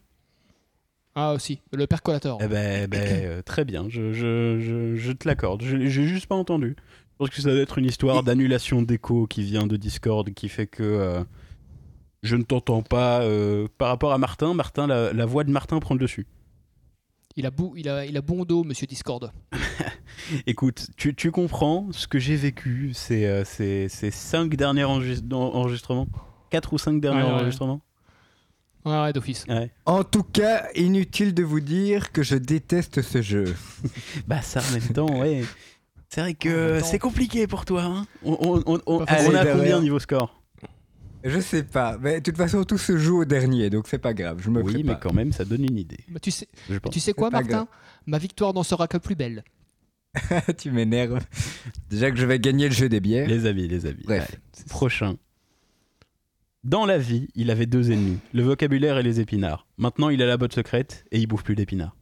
S2: Ah, aussi, le percolateur.
S3: Eh ben, ben, euh, très bien, je, je- je- je te l'accorde. Je- J'ai juste pas entendu. Je pense que ça doit être une histoire d'annulation d'écho qui vient de Discord, qui fait que euh, je ne t'entends pas euh, par rapport à Martin. Martin, la, la voix de Martin prend le dessus.
S2: Il, a bou- il, a, il a bon dos, monsieur Discord.
S3: Écoute, tu, tu comprends ce que j'ai vécu ces, euh, ces, ces cinq derniers enregis- en- enregistrements Quatre ou cinq derniers
S2: Ouais, ouais.
S3: enregistrements
S2: Ouais, ouais, d'office.
S3: Ouais.
S5: En tout cas, inutile de vous dire que je déteste ce jeu.
S3: Bah ça en même temps, ouais. C'est vrai
S2: En
S3: que
S2: même temps.
S3: c'est compliqué pour toi. hein. on, on- on- on-
S2: Pas facile.
S3: on a combien
S5: Derrière.
S3: niveau score
S5: Je sais pas, mais de toute façon, tout se joue au dernier, donc c'est pas grave, je me
S3: Oui, mais
S5: prépare.
S3: quand même, ça donne une idée.
S2: Bah, tu, sais,
S3: Je pense.
S2: tu sais quoi,
S5: pas
S2: Martin
S5: grave.
S2: Ma victoire n'en sera que plus belle.
S5: tu m'énerves. Déjà que je vais gagner le jeu des bières.
S3: Les amis, les amis.
S5: Bref.
S3: Allez, prochain. Dans la vie, il avait deux ennemis, le vocabulaire et les épinards. Maintenant, il a la botte secrète et il bouffe plus d'épinards.
S2: Ah,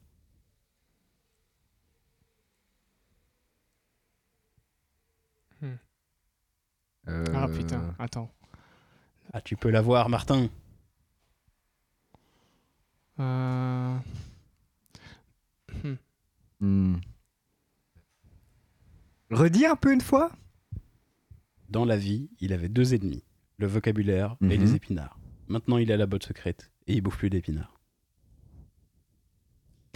S5: Euh,
S2: putain, attends.
S3: Ah, tu peux l'avoir, Martin.
S2: Euh,
S5: hmm. Redis un peu une fois
S3: Dans la vie, il avait deux ennemis, le vocabulaire et
S5: Mhm.
S3: les épinards. Maintenant, il a la botte secrète et il bouffe plus d'épinards.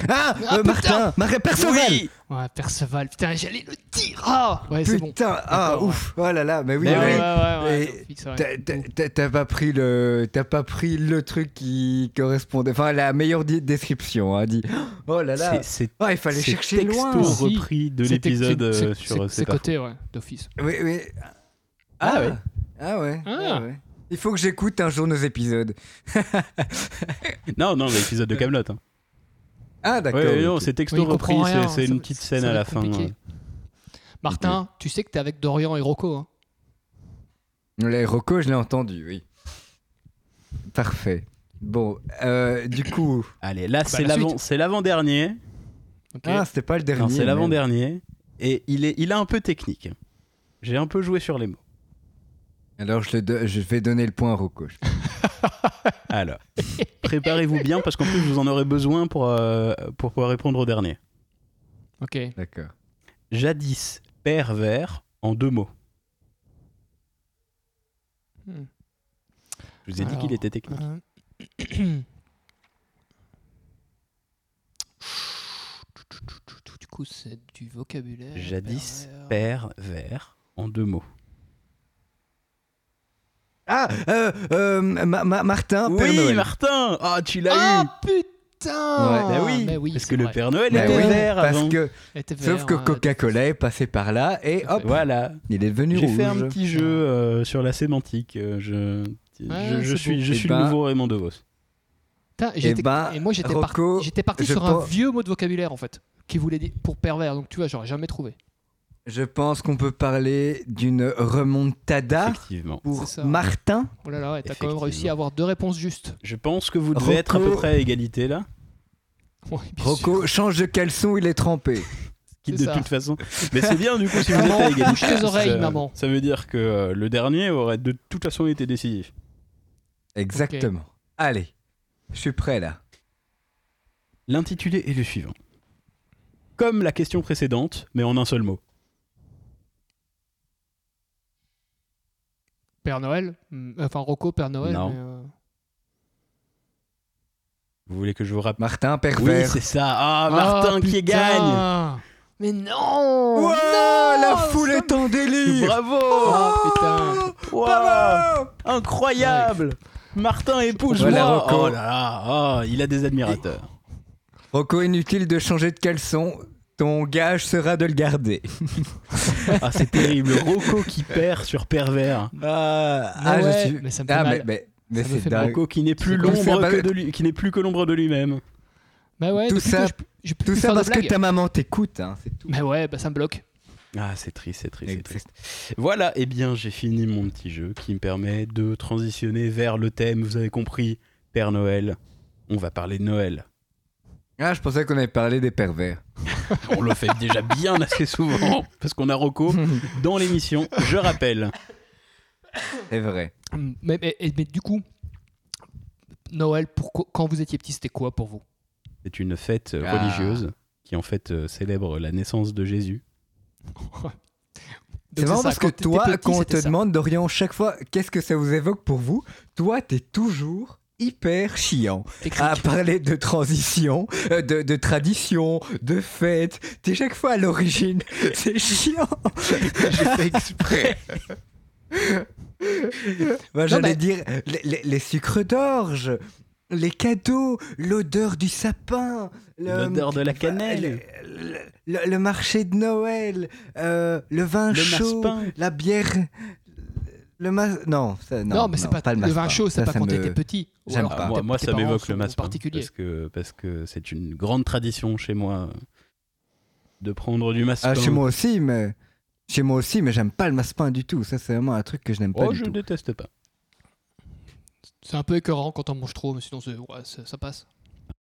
S5: Ah,
S2: Ah,
S5: euh, Martin, Martin Perceval
S2: Ouais, Perceval, putain, j'allais le dire Ah Ouais, c'est bon.
S5: Putain, ah
S2: D'accord,
S5: ouf, oh là là, mais oui,
S2: Ouais, ouais,
S5: mais
S2: ouais, ouais,
S5: Et
S2: d'office, ouais.
S5: t'as- t'as- t'as- t'as pas pris le, t'as pas pris le truc qui correspondait, enfin la meilleure di- description, hein, dit. Oh là là,
S3: C'est- C'est
S5: oh, il fallait
S3: c'est
S5: chercher
S3: texto
S5: loin.
S2: Ah Si.
S3: repris de
S2: C'était-
S3: l'épisode
S2: c'est-
S3: euh,
S2: c'est-
S3: sur euh,
S2: c'est
S3: C'est pas
S2: côté, ouais, d'office.
S5: Oui, oui.
S3: Ah ouais.
S5: Ah ouais.
S2: Ah.
S5: ah ouais. Il faut que j'écoute un jour nos épisodes.
S3: faux. Non, non, l'épisode de Camelot. hein.
S5: Ah d'accord.
S3: non,
S5: ok.
S3: c'est texto
S2: Oui, il
S3: repris,
S2: comprend rien,
S3: c'est- c'est
S2: ça-
S3: une petite
S2: ça
S3: scène
S2: va
S3: à la
S2: être
S3: fin.
S2: compliqué.
S3: ouais.
S2: Martin, tu sais que t'es avec Dorian et Rocco. Hein.
S5: Les Rocco, je l'ai entendu, oui. Parfait. Bon, euh, du coup,
S3: Allez, là, c'est
S2: Bah, la suite.
S3: l'avant- c'est l'avant-dernier.
S2: Ok.
S5: ah, c'était pas le dernier.
S3: Non, c'est
S5: mais-
S3: l'avant-dernier. Et il est, il est un peu technique. J'ai un peu joué sur les mots.
S5: Alors je, le do- je vais donner le point à Rocco. je pense.
S3: Alors, préparez-vous bien parce qu'en plus, vous en aurez besoin pour, euh, pour pouvoir répondre au dernier.
S2: ok.
S5: D'accord.
S3: Jadis pervers en deux mots.
S2: Hmm.
S3: Je vous ai
S2: Alors,
S3: dit qu'il était technique.
S2: euh, Du coup, c'est du vocabulaire.
S3: Jadis
S2: pervers.
S3: pervers en deux mots.
S5: Ah, euh, euh, Ma- Ma- Martin, Père
S3: Oui,
S5: Noël.
S3: Martin Ah, tu l'as eu
S2: Ah putain
S5: Ouais,
S3: Bah oui,
S2: Mais oui
S3: parce
S2: c'est
S3: que le
S2: vrai.
S3: Père Noël
S5: Bah
S3: était
S5: oui,
S3: vert
S5: parce
S3: avant. hein,
S5: que
S2: Elle était
S5: Sauf
S2: vert,
S5: que
S2: ouais,
S5: Coca-Cola est passé par là et
S2: Tout à
S5: hop,
S2: fait.
S3: Voilà.
S5: il est devenu
S3: J'ai
S5: rouge.
S3: fait un petit jeu euh, sur la sémantique. euh, Je,
S2: Ah,
S3: je, je
S2: c'est
S3: suis,
S2: beau.
S3: je
S5: Eh
S3: suis le
S5: ben,
S3: nouveau Raymond DeVos.
S2: Putain, j'étais-
S5: ben,
S2: et moi j'étais par-
S5: Rocco,
S2: j'étais parti
S5: je
S2: sur un
S5: pense-
S2: vieux mot de vocabulaire en fait qui voulait dire pour pervers donc tu vois j'aurais jamais trouvé.
S5: Je pense qu'on peut parler d'une remontada
S3: Effectivement.
S5: pour
S2: C'est ça.
S5: Martin.
S2: Oh là là ouais, t'as quand même
S3: Effectivement.
S2: réussi à avoir deux réponses justes.
S3: Je pense que vous devez être à peu
S5: Rocco.
S3: près à égalité là.
S2: Ouais, bien sûr.
S5: Rocco change de caleçon, il est trempé.
S3: Qui de
S2: C'est ça.
S3: toute façon. Mais c'est bien du coup si vous êtes
S2: Maman,
S3: à égalité.
S2: bouge tes oreilles,
S3: ça,
S2: maman.
S3: Ça veut dire que euh, le dernier aurait de toute façon été décisif.
S5: Exactement. Allez, je suis prêt là.
S3: L'intitulé est le suivant. Comme la question précédente, mais en un seul mot.
S2: Père Noël Hmm, Enfin, Rocco, Père Noël.
S3: Non.
S2: mais, euh,
S3: Vous voulez que je vous rappelle
S5: Martin
S3: Oui,
S5: pervers.
S3: c'est ça. Ah, Martin
S2: Ah,
S3: qui
S2: putain.
S3: gagne.
S2: Mais non
S5: Ouah, la
S2: Oh Non,
S5: foule
S2: ça-
S5: est en délire.
S3: Bravo
S2: Oh putain
S3: Waouh,
S5: Bravo
S3: Incroyable Martin épouse-moi
S5: Voilà, Rocco.
S3: Oh là là oh, Il a des admirateurs.
S5: Rocco, inutile de changer de caleçon. Ton gage sera de le garder.
S3: Ah, c'est terrible. Rocco qui perd sur pervers.
S5: Ah,
S2: Mais ouais, mais ça me fait
S5: ah,
S2: mal.
S5: mais, mais- mais
S2: Ça me
S5: c'est
S2: fait mal.
S5: dingue.
S3: Rocco qui n'est plus
S5: C'est quoi
S3: l'ombre
S5: ça
S3: que de lui- qui n'est plus que l'ombre de lui-même.
S2: Bah ouais,
S5: Tout
S2: depuis
S5: ça-
S2: que je- je peux
S5: Tout
S2: plus
S5: ça
S2: faire de
S5: parce que
S2: blagues.
S5: ta maman t'écoute, hein, c'est tout.
S2: Mais ouais, bah ça me bloque.
S3: Ah, c'est triste, c'est triste,
S5: Et
S3: c'est triste. Voilà, eh bien, j'ai fini mon petit jeu qui me permet de transitionner vers le thème. Vous avez compris, Père Noël. On va parler de Noël.
S5: Ah, je pensais qu'on avait parlé des pervers.
S3: On le fait déjà bien assez souvent parce qu'on a Rocco dans l'émission. Je rappelle.
S5: C'est vrai.
S2: Mm, Mais, mais- mais- mais du coup, Noël, pourquoi- quand vous étiez petit, c'était quoi pour vous
S3: C'est une fête euh,
S5: Ah.
S3: religieuse qui en fait euh, célèbre la naissance de Jésus.
S2: Donc
S5: C'est marrant
S2: ça,
S5: parce que
S2: quand t'étais
S5: toi,
S2: petit,
S5: quand on
S2: c'était
S5: te
S2: ça.
S5: demande, Dorian, chaque fois, qu'est-ce que ça vous évoque pour vous Toi, t'es toujours hyper chiant
S2: Technique.
S5: à parler de transition, euh, de, de tradition, de fête. T'es chaque fois à l'origine. C'est chiant. Je fais exprès. J'allais
S2: mais-
S5: dire les, les- les sucres d'orge, les cadeaux, l'odeur du sapin, le-
S3: L'odeur de la cannelle,
S5: le, le- le marché de Noël, euh, le vin
S3: le
S5: chaud,
S3: maspin.
S5: la bière. Le mas... Non, ça- non,
S2: non, mais c'est pas,
S5: le
S2: le, vin
S5: maspin.
S2: chaud, c'est
S5: Ça,
S2: pas
S5: ça
S2: quand
S5: me-
S2: t'étais petit. Ou
S5: j'aime
S2: alors
S5: pas.
S2: quand
S3: moi,
S5: Ah,
S2: tes-
S3: moi,
S2: tes
S3: ça
S2: parents
S3: m'évoque
S2: sont
S3: le masque hein,
S2: particulier.
S3: Parce que parce que c'est une grande tradition chez moi euh, de prendre du masque.
S5: Ah, chez moi aussi, mais. Chez moi aussi, mais j'aime pas le masse-pain du tout. Ça, c'est vraiment un truc que je n'aime pas
S3: Oh,
S5: du
S3: je
S5: tout.
S3: déteste pas.
S2: C'est un peu écœurant quand on mange trop, mais sinon c'est- ouais, ça, ça passe.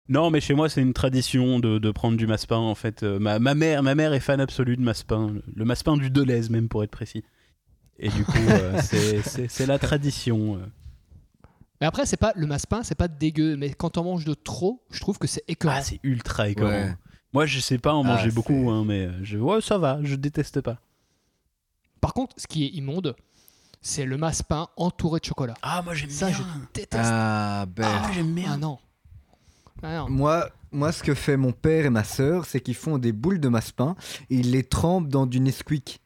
S3: Non, mais chez moi, c'est une tradition de, de prendre du maspin. En fait, Euh, ma, ma mère, ma mère est fan absolue de maspin. Le maspin du Deleuze, même pour être précis. Et du coup, euh, c'est- c'est c'est la tradition. euh.
S2: Mais après, c'est pas le masse-pain, c'est pas dégueu, mais quand on mange de trop, je trouve que c'est écœurant.
S3: Ah, c'est ultra écœurant.
S5: Ouais.
S3: Moi, je sais pas en manger
S5: Ah,
S3: beaucoup, hein, mais je, ouais, ça va, je déteste pas.
S2: Par contre, ce qui est immonde, c'est le masse-pain entouré de chocolat.
S3: Ah, moi, j'aime
S2: Ça, je déteste.
S5: Ah, ben.
S3: Ah, j'aime
S2: Ah
S3: bien.
S2: non. Ah non.
S5: Moi, moi, ce que fait mon père et ma sœur, c'est qu'ils font des boules de masse-pain et ils les trempent dans du Nesquik.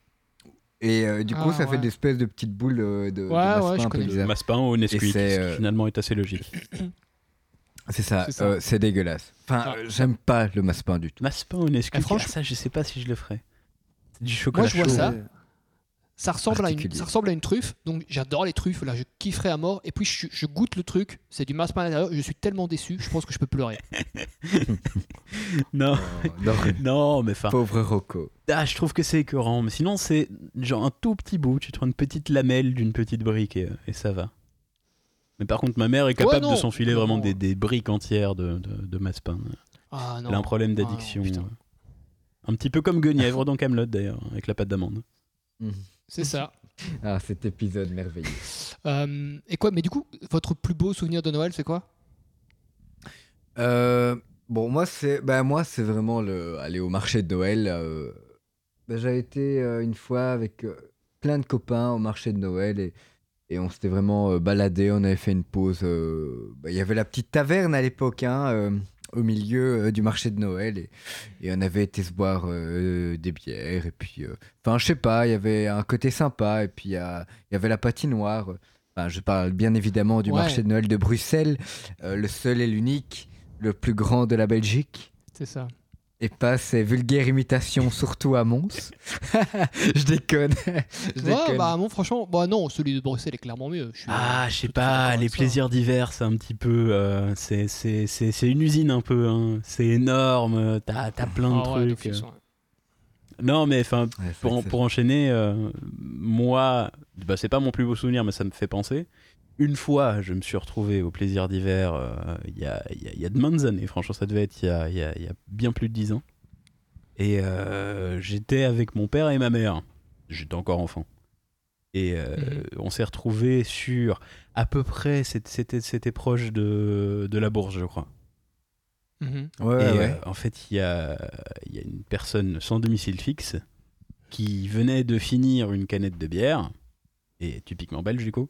S5: Et euh, du coup,
S2: Ah,
S5: ça
S2: ouais.
S5: fait des espèces de petites boules euh, de, de
S2: Ouais,
S5: massepain
S2: ouais, je
S5: un peu
S2: connais.
S5: bizarres.
S3: maspin au Nesquik,
S5: Et c'est,
S3: ce qui
S5: euh,
S3: finalement est assez logique.
S5: C'est ça,
S2: C'est ça.
S5: euh, c'est dégueulasse. Enfin,
S2: Ah.
S5: euh, j'aime pas le masse-pain du tout.
S3: Maspin au Nesquik,
S2: Ah, franchement-
S3: ah, ça, je sais pas si je le ferais. C'est Du chocolat
S2: je vois
S3: chaud.
S2: ça. Ça ressemble, à une,
S5: Particulier.
S2: ça ressemble à une truffe, donc j'adore les truffes, là je kifferais à mort, et puis je, je goûte le truc, c'est du masse-pain à l'intérieur, je suis tellement déçu, je pense que je peux pleurer.
S3: Non,
S5: Oh, non.
S3: non, mais enfin.
S5: Pauvre Rocco.
S3: Ah, je trouve que c'est écœurant, mais sinon c'est genre un tout petit bout, tu te prends une petite lamelle d'une petite brique et, euh, et ça va. Mais par contre, ma mère est capable
S2: non.
S3: de s'enfiler vraiment
S2: Non.
S3: des, des briques entières de, de, de massepain.
S2: Ah non.
S3: Elle a un problème
S2: Ah non,
S3: d'addiction. euh.
S2: putain.
S3: un petit peu comme Guenièvre dans Camelot d'ailleurs, avec la pâte d'amande.
S2: C'est ça.
S5: Ah, cet épisode merveilleux.
S2: Euh, et quoi, mais du coup, votre plus beau souvenir de Noël, c'est quoi
S5: Euh, bon, moi, c'est ben, moi c'est vraiment le, aller au marché de Noël. euh, ben, J'avais été euh, une fois avec euh, plein de copains au marché de Noël et, et on s'était vraiment euh, baladé. On avait fait une pause. euh, ben, Il y avait la petite taverne à l'époque, hein, euh, au milieu euh, du marché de Noël. Et, et on avait été se boire euh, des bières. Et puis, euh, enfin, je sais pas, il y avait un côté sympa. Et puis, il y a- il y avait la patinoire. Enfin, je parle bien évidemment du
S2: Ouais.
S5: marché de Noël de Bruxelles, euh, le seul et l'unique le plus grand de la Belgique.
S2: C'est ça.
S5: Et pas ses vulgaires imitations, surtout à Mons. je déconne. je
S2: Ouais,
S5: déconne.
S2: bah non, franchement, bah non, celui de Bruxelles est clairement mieux. Je suis-
S3: Ah, je
S2: suis
S3: sais
S2: tout à fait d'accord
S3: pas,
S2: avec
S3: les
S2: ça.
S3: plaisirs divers, c'est un petit peu. euh, c'est- c'est c'est- c'est une usine un peu, hein. c'est énorme, euh, t'as t'as plein de
S2: Ah ouais, de
S3: trucs.
S2: fixe, ouais.
S3: non, mais enfin,
S5: Ouais, c'est
S3: pour, en-
S5: vrai que
S3: pour enchaîner, euh, moi, bah, c'est pas mon plus beau souvenir, mais ça me fait penser. Une fois, je me suis retrouvé au plaisir d'hiver euh, il y, a, il y a- il y a de maintes années, franchement, ça devait être il y a, il y a- il y a bien plus de 10 ans. Et euh, j'étais avec mon père et ma mère. J'étais encore enfant. Et euh,
S2: Mhm.
S3: on s'est retrouvé sur à peu près, c'était- c'était c'était proche de, de la Bourse, je crois.
S2: Mhm.
S5: Ouais,
S3: Et, euh, en fait, il y a, il y a une personne sans domicile fixe qui venait de finir une canette de bière, et typiquement belge du coup,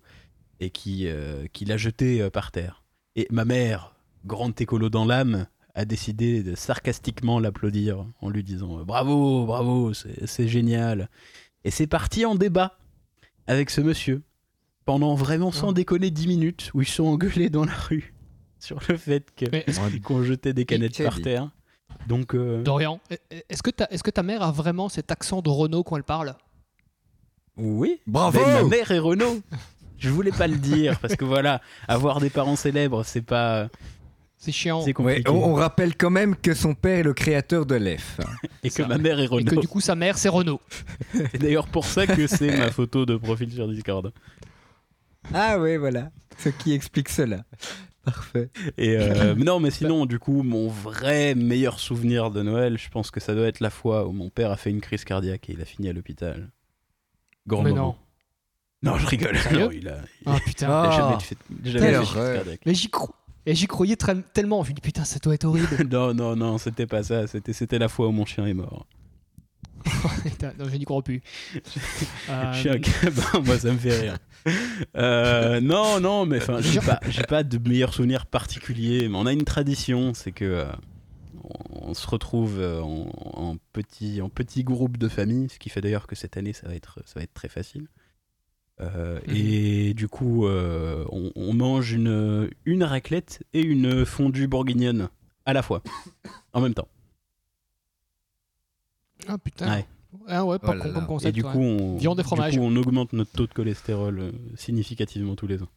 S3: et qui, euh, qui l'a jetée euh, par terre. Et ma mère, grande écolo dans l'âme, a décidé de sarcastiquement l'applaudir en lui disant euh, Bravo, bravo, c'est c'est génial. Et c'est parti en débat avec ce monsieur pendant vraiment, sans
S2: Oh.
S3: déconner, 10 minutes où ils se sont engueulés dans la rue sur le fait que
S2: Mais est-ce-
S3: qu'on jetait des canettes
S5: Nickel.
S3: par terre. Donc, euh,
S2: Dorian, est-ce que, ta- est-ce que ta mère a vraiment cet accent de Renault quand elle parle
S3: oui,
S4: Bravo
S3: mais ma mère est Renault. Je voulais pas le dire parce que voilà, avoir des parents célèbres, c'est pas,
S2: C'est chiant.
S3: c'est compliqué.
S5: on, on rappelle quand même que son père est le créateur de l'EF.
S3: Et que ma mère est
S2: Et que
S3: Renault.
S2: du coup, sa mère, c'est Renault.
S3: C'est d'ailleurs pour ça que c'est ma photo de profil sur Discord.
S5: ah ouais, voilà. Ce qui explique cela. Parfait.
S3: Et euh, mais non, mais sinon, du coup, mon vrai meilleur souvenir de Noël, je pense que ça doit être la fois où mon père a fait une crise cardiaque et il a fini à l'hôpital. Grand
S2: Mais
S3: moment. Non. je rigole.
S2: Sérieux
S3: Non, il a, il a
S2: Ah putain.
S5: Ah.
S3: jamais fait, jamais
S5: quelle
S3: fait de crise
S5: horreur.
S3: cardiaque.
S2: Mais j'y crois. Et j'y croyais tra- tellement. Je me dis putain, ça doit être horrible.
S3: Non, non, non, c'était pas ça. C'était, c'était la fois où mon chien est mort.
S2: Putain, non, je n'y crois plus. Euh,
S3: Chien cabin, moi ça me fait rire. Euh, non, non, mais enfin, j'ai pas, j'ai pas de meilleurs souvenirs particuliers. Mais on a une tradition, c'est que euh, on, on se retrouve euh, en, en petit, en petit groupe de famille, ce qui fait d'ailleurs que cette année ça va être, ça va être très facile. Euh,
S2: Mhm.
S3: Et du coup, euh, on, on mange une, une raclette et une fondue bourguignonne à la fois, en même temps.
S2: Ah putain.
S3: Ouais.
S2: Ah ouais, pas
S5: Oh là
S2: con
S5: là.
S2: comme
S3: Et
S2: concept.
S3: du
S2: ouais.
S3: coup, on,
S2: Viande et
S3: du
S2: fromage.
S3: coup, on augmente notre taux de cholestérol euh, significativement tous les ans.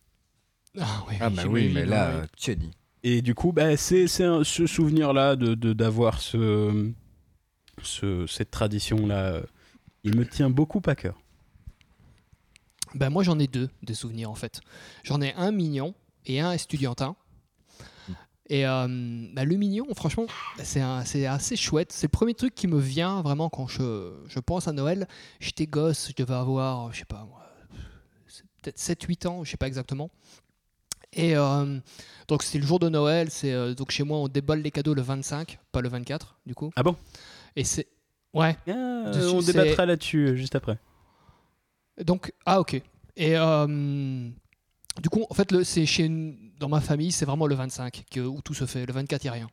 S2: Ah, oui,
S5: Ah bah oui,
S2: j'imagine,
S5: mais là,
S2: ouais.
S5: euh, Johnny.
S3: Et du coup, bah, c'est c'est un- ce souvenir-là d'avoir de, d'avoir ce, ce- cette tradition-là, euh, il me tient beaucoup à cœur.
S2: Ben moi j'en ai deux des souvenirs en fait. J'en ai un mignon et un estudiantin.
S3: Hmm.
S2: Et euh, ben, le mignon, franchement, c'est un- c'est assez chouette. C'est le premier truc qui me vient vraiment quand je, je pense à Noël. J'étais gosse, je devais avoir, je sais pas moi, c'est peut-être 7-8 ans, je sais pas exactement. Et euh, donc c'est le jour de Noël, c'est euh, donc chez moi on déballe les cadeaux le 25, pas le 24 du coup.
S3: Ah bon
S2: Et c'est ouais. Dessus,
S3: on
S2: c'est-
S3: débattra là-dessus euh, juste après.
S2: Donc, ah ok. Et euh, du coup, en fait, le- c'est chez une- dans ma famille, c'est vraiment le 25 que, où tout se fait. Le 24, il n'y a rien.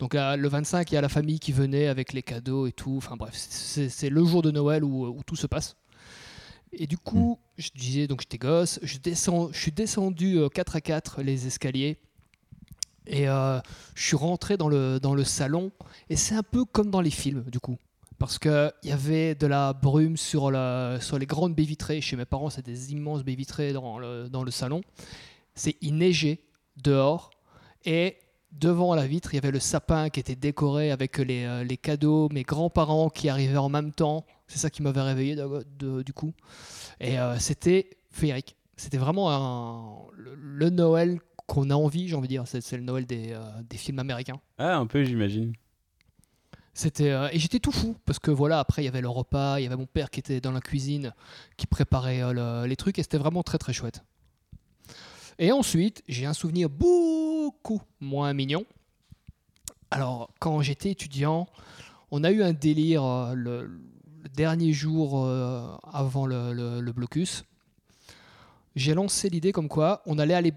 S2: Donc là, le 25, il y a la famille qui venait avec les cadeaux et tout. Enfin bref, c'est c'est le jour de Noël où, où tout se passe. Et du coup, je disais, donc j'étais gosse, je, descends, je suis descendu euh, 4 à 4 les escaliers. Et euh, je suis rentré dans le, dans le salon. Et c'est un peu comme dans les films, du coup parce qu'il y avait de la brume sur, la, sur les grandes baies vitrées. Chez mes parents, c'est des immenses baies vitrées dans le, dans le salon. C'est il neigeait dehors et devant la vitre, il y avait le sapin qui était décoré avec les, euh, les cadeaux, mes grands-parents qui arrivaient en même temps. C'est ça qui m'avait réveillé de- de- du coup. Et euh, c'était féerique. C'était vraiment un- le, le Noël qu'on a envie, j'ai envie de dire. C'est c'est le Noël des, euh, des films américains.
S3: Ah, un peu, j'imagine.
S2: C'était euh, et j'étais tout fou parce que voilà après il y avait le repas, il y avait mon père qui était dans la cuisine qui préparait euh, le- les trucs et c'était vraiment très très chouette. Et ensuite j'ai un souvenir beaucoup moins mignon. Alors quand j'étais étudiant, on a eu un délire euh, le, le dernier jour euh, avant le, le- le blocus. J'ai lancé l'idée comme quoi on allait aller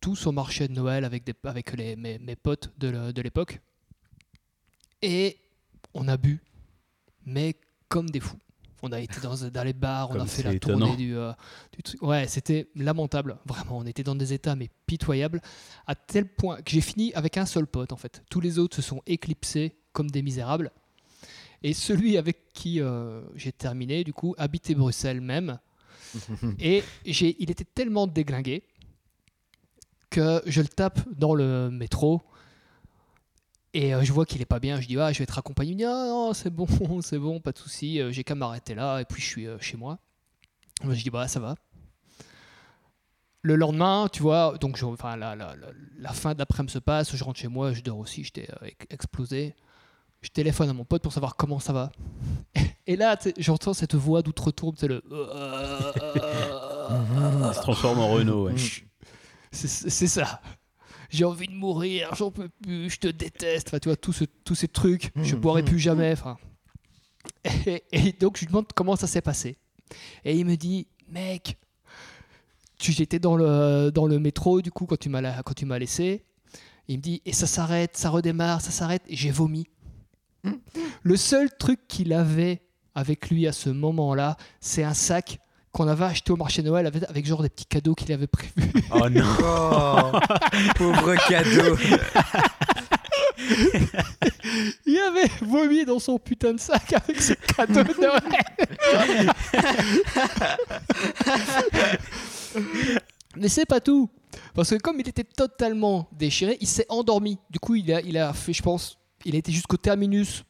S2: tous au marché de Noël avec, des, avec les, mes, mes potes de le- de l'époque. Et on a bu, mais comme des fous. On a été dans, dans les bars, on
S3: Comme
S2: a fait
S3: c'est
S2: la
S3: étonnant.
S2: tournée du, euh, du truc. Ouais, c'était lamentable, vraiment. On était dans des états mais pitoyables, à tel point que j'ai fini avec un seul pote en fait. Tous les autres se sont éclipsés comme des misérables. Et celui avec qui euh, j'ai terminé, du coup, habitait Bruxelles même. et j'ai, il était tellement déglingué que je le tape dans le métro. Et euh, je vois qu'il est pas bien. Je dis ah, je vais te raccompagner. Il me dit ah, non, c'est bon, c'est bon, pas de souci. euh, J'ai qu'à m'arrêter là. Et puis je suis euh, chez moi. Moi, Je dis bah ça va. Le lendemain, tu vois, donc je- enfin, la, la- la- la fin de l'après-midi se passe. Je rentre chez moi, je dors aussi. J'étais euh, ex- explosé. Je téléphone à mon pote pour savoir comment ça va. Et là, tu sais, j'entends cette voix d'outre-tourbe, c'est le.
S3: Il se transforme en Renault. ouais.
S2: C'est- C'est c'est ça. J'ai envie de mourir, j'en peux plus, je te déteste. Enfin, tu vois, tous ce- tous ces trucs, je boirai plus jamais. Enfin. Et, et donc, je lui demande comment ça s'est passé. Et il me dit, mec, tu- j'étais dans le, dans le métro, du coup, quand tu m'as la- quand tu m'as laissé. Il me dit, et ça s'arrête, ça redémarre, ça s'arrête, et j'ai vomi. Le seul truc qu'il avait avec lui à ce moment-là, c'est un sac qu'on avait acheté au marché de Noël avec, avec genre des petits cadeaux qu'il avait prévus.
S3: Oh non
S5: Oh, pauvre cadeau.
S2: Il avait vomi dans son putain de sac avec ses cadeaux de Noël. Mais c'est pas tout. Parce que comme il était totalement déchiré, il s'est endormi. Du coup, il a, il a fait, je pense, il a été jusqu'au terminus.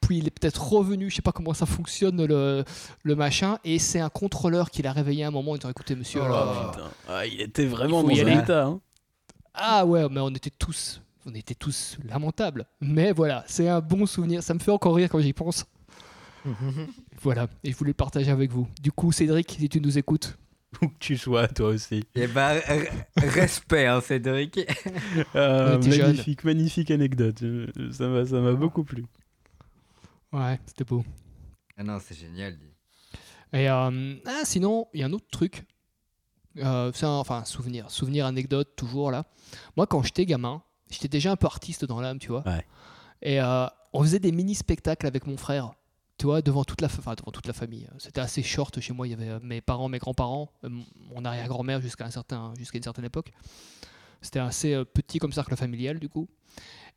S2: Puis il est peut-être revenu, je sais pas comment ça fonctionne le, le machin. Et c'est un contrôleur qui l'a réveillé à un moment en disant Écoutez, monsieur, Oh là,
S3: Putain. Ah, il était vraiment
S2: Il faut
S3: dans
S2: y
S3: un
S2: aller.
S3: état. hein.
S2: Ah ouais, mais on était tous, on était tous lamentables. Mais voilà, c'est un bon souvenir. Ça me fait encore rire quand j'y pense. voilà, et je voulais le partager avec vous. Du coup, Cédric, si tu nous écoutes,
S3: Où que tu sois, toi aussi.
S5: Eh ben, r- respect, hein, Cédric.
S3: Euh,
S2: On était jeunes.
S3: magnifique, magnifique anecdote. Euh, Ça m'a, ça m'a beaucoup plu.
S2: ouais, c'était beau.
S5: Ah non, c'est génial. dis.
S2: Et euh, ah, sinon, il y a un autre truc. Euh, c'est un, enfin un souvenir, souvenir anecdote toujours là. Moi, quand j'étais gamin, j'étais déjà un peu artiste dans l'âme, tu vois.
S3: Ouais.
S2: Et euh, on faisait des mini spectacles avec mon frère, tu vois, devant toute la, fa- enfin, devant toute la famille. C'était assez short chez moi. Il y avait euh, mes parents, mes grands-parents, euh, mon arrière-grand-mère jusqu'à un certain, jusqu'à une certaine époque. C'était assez euh, petit comme cercle familial du coup.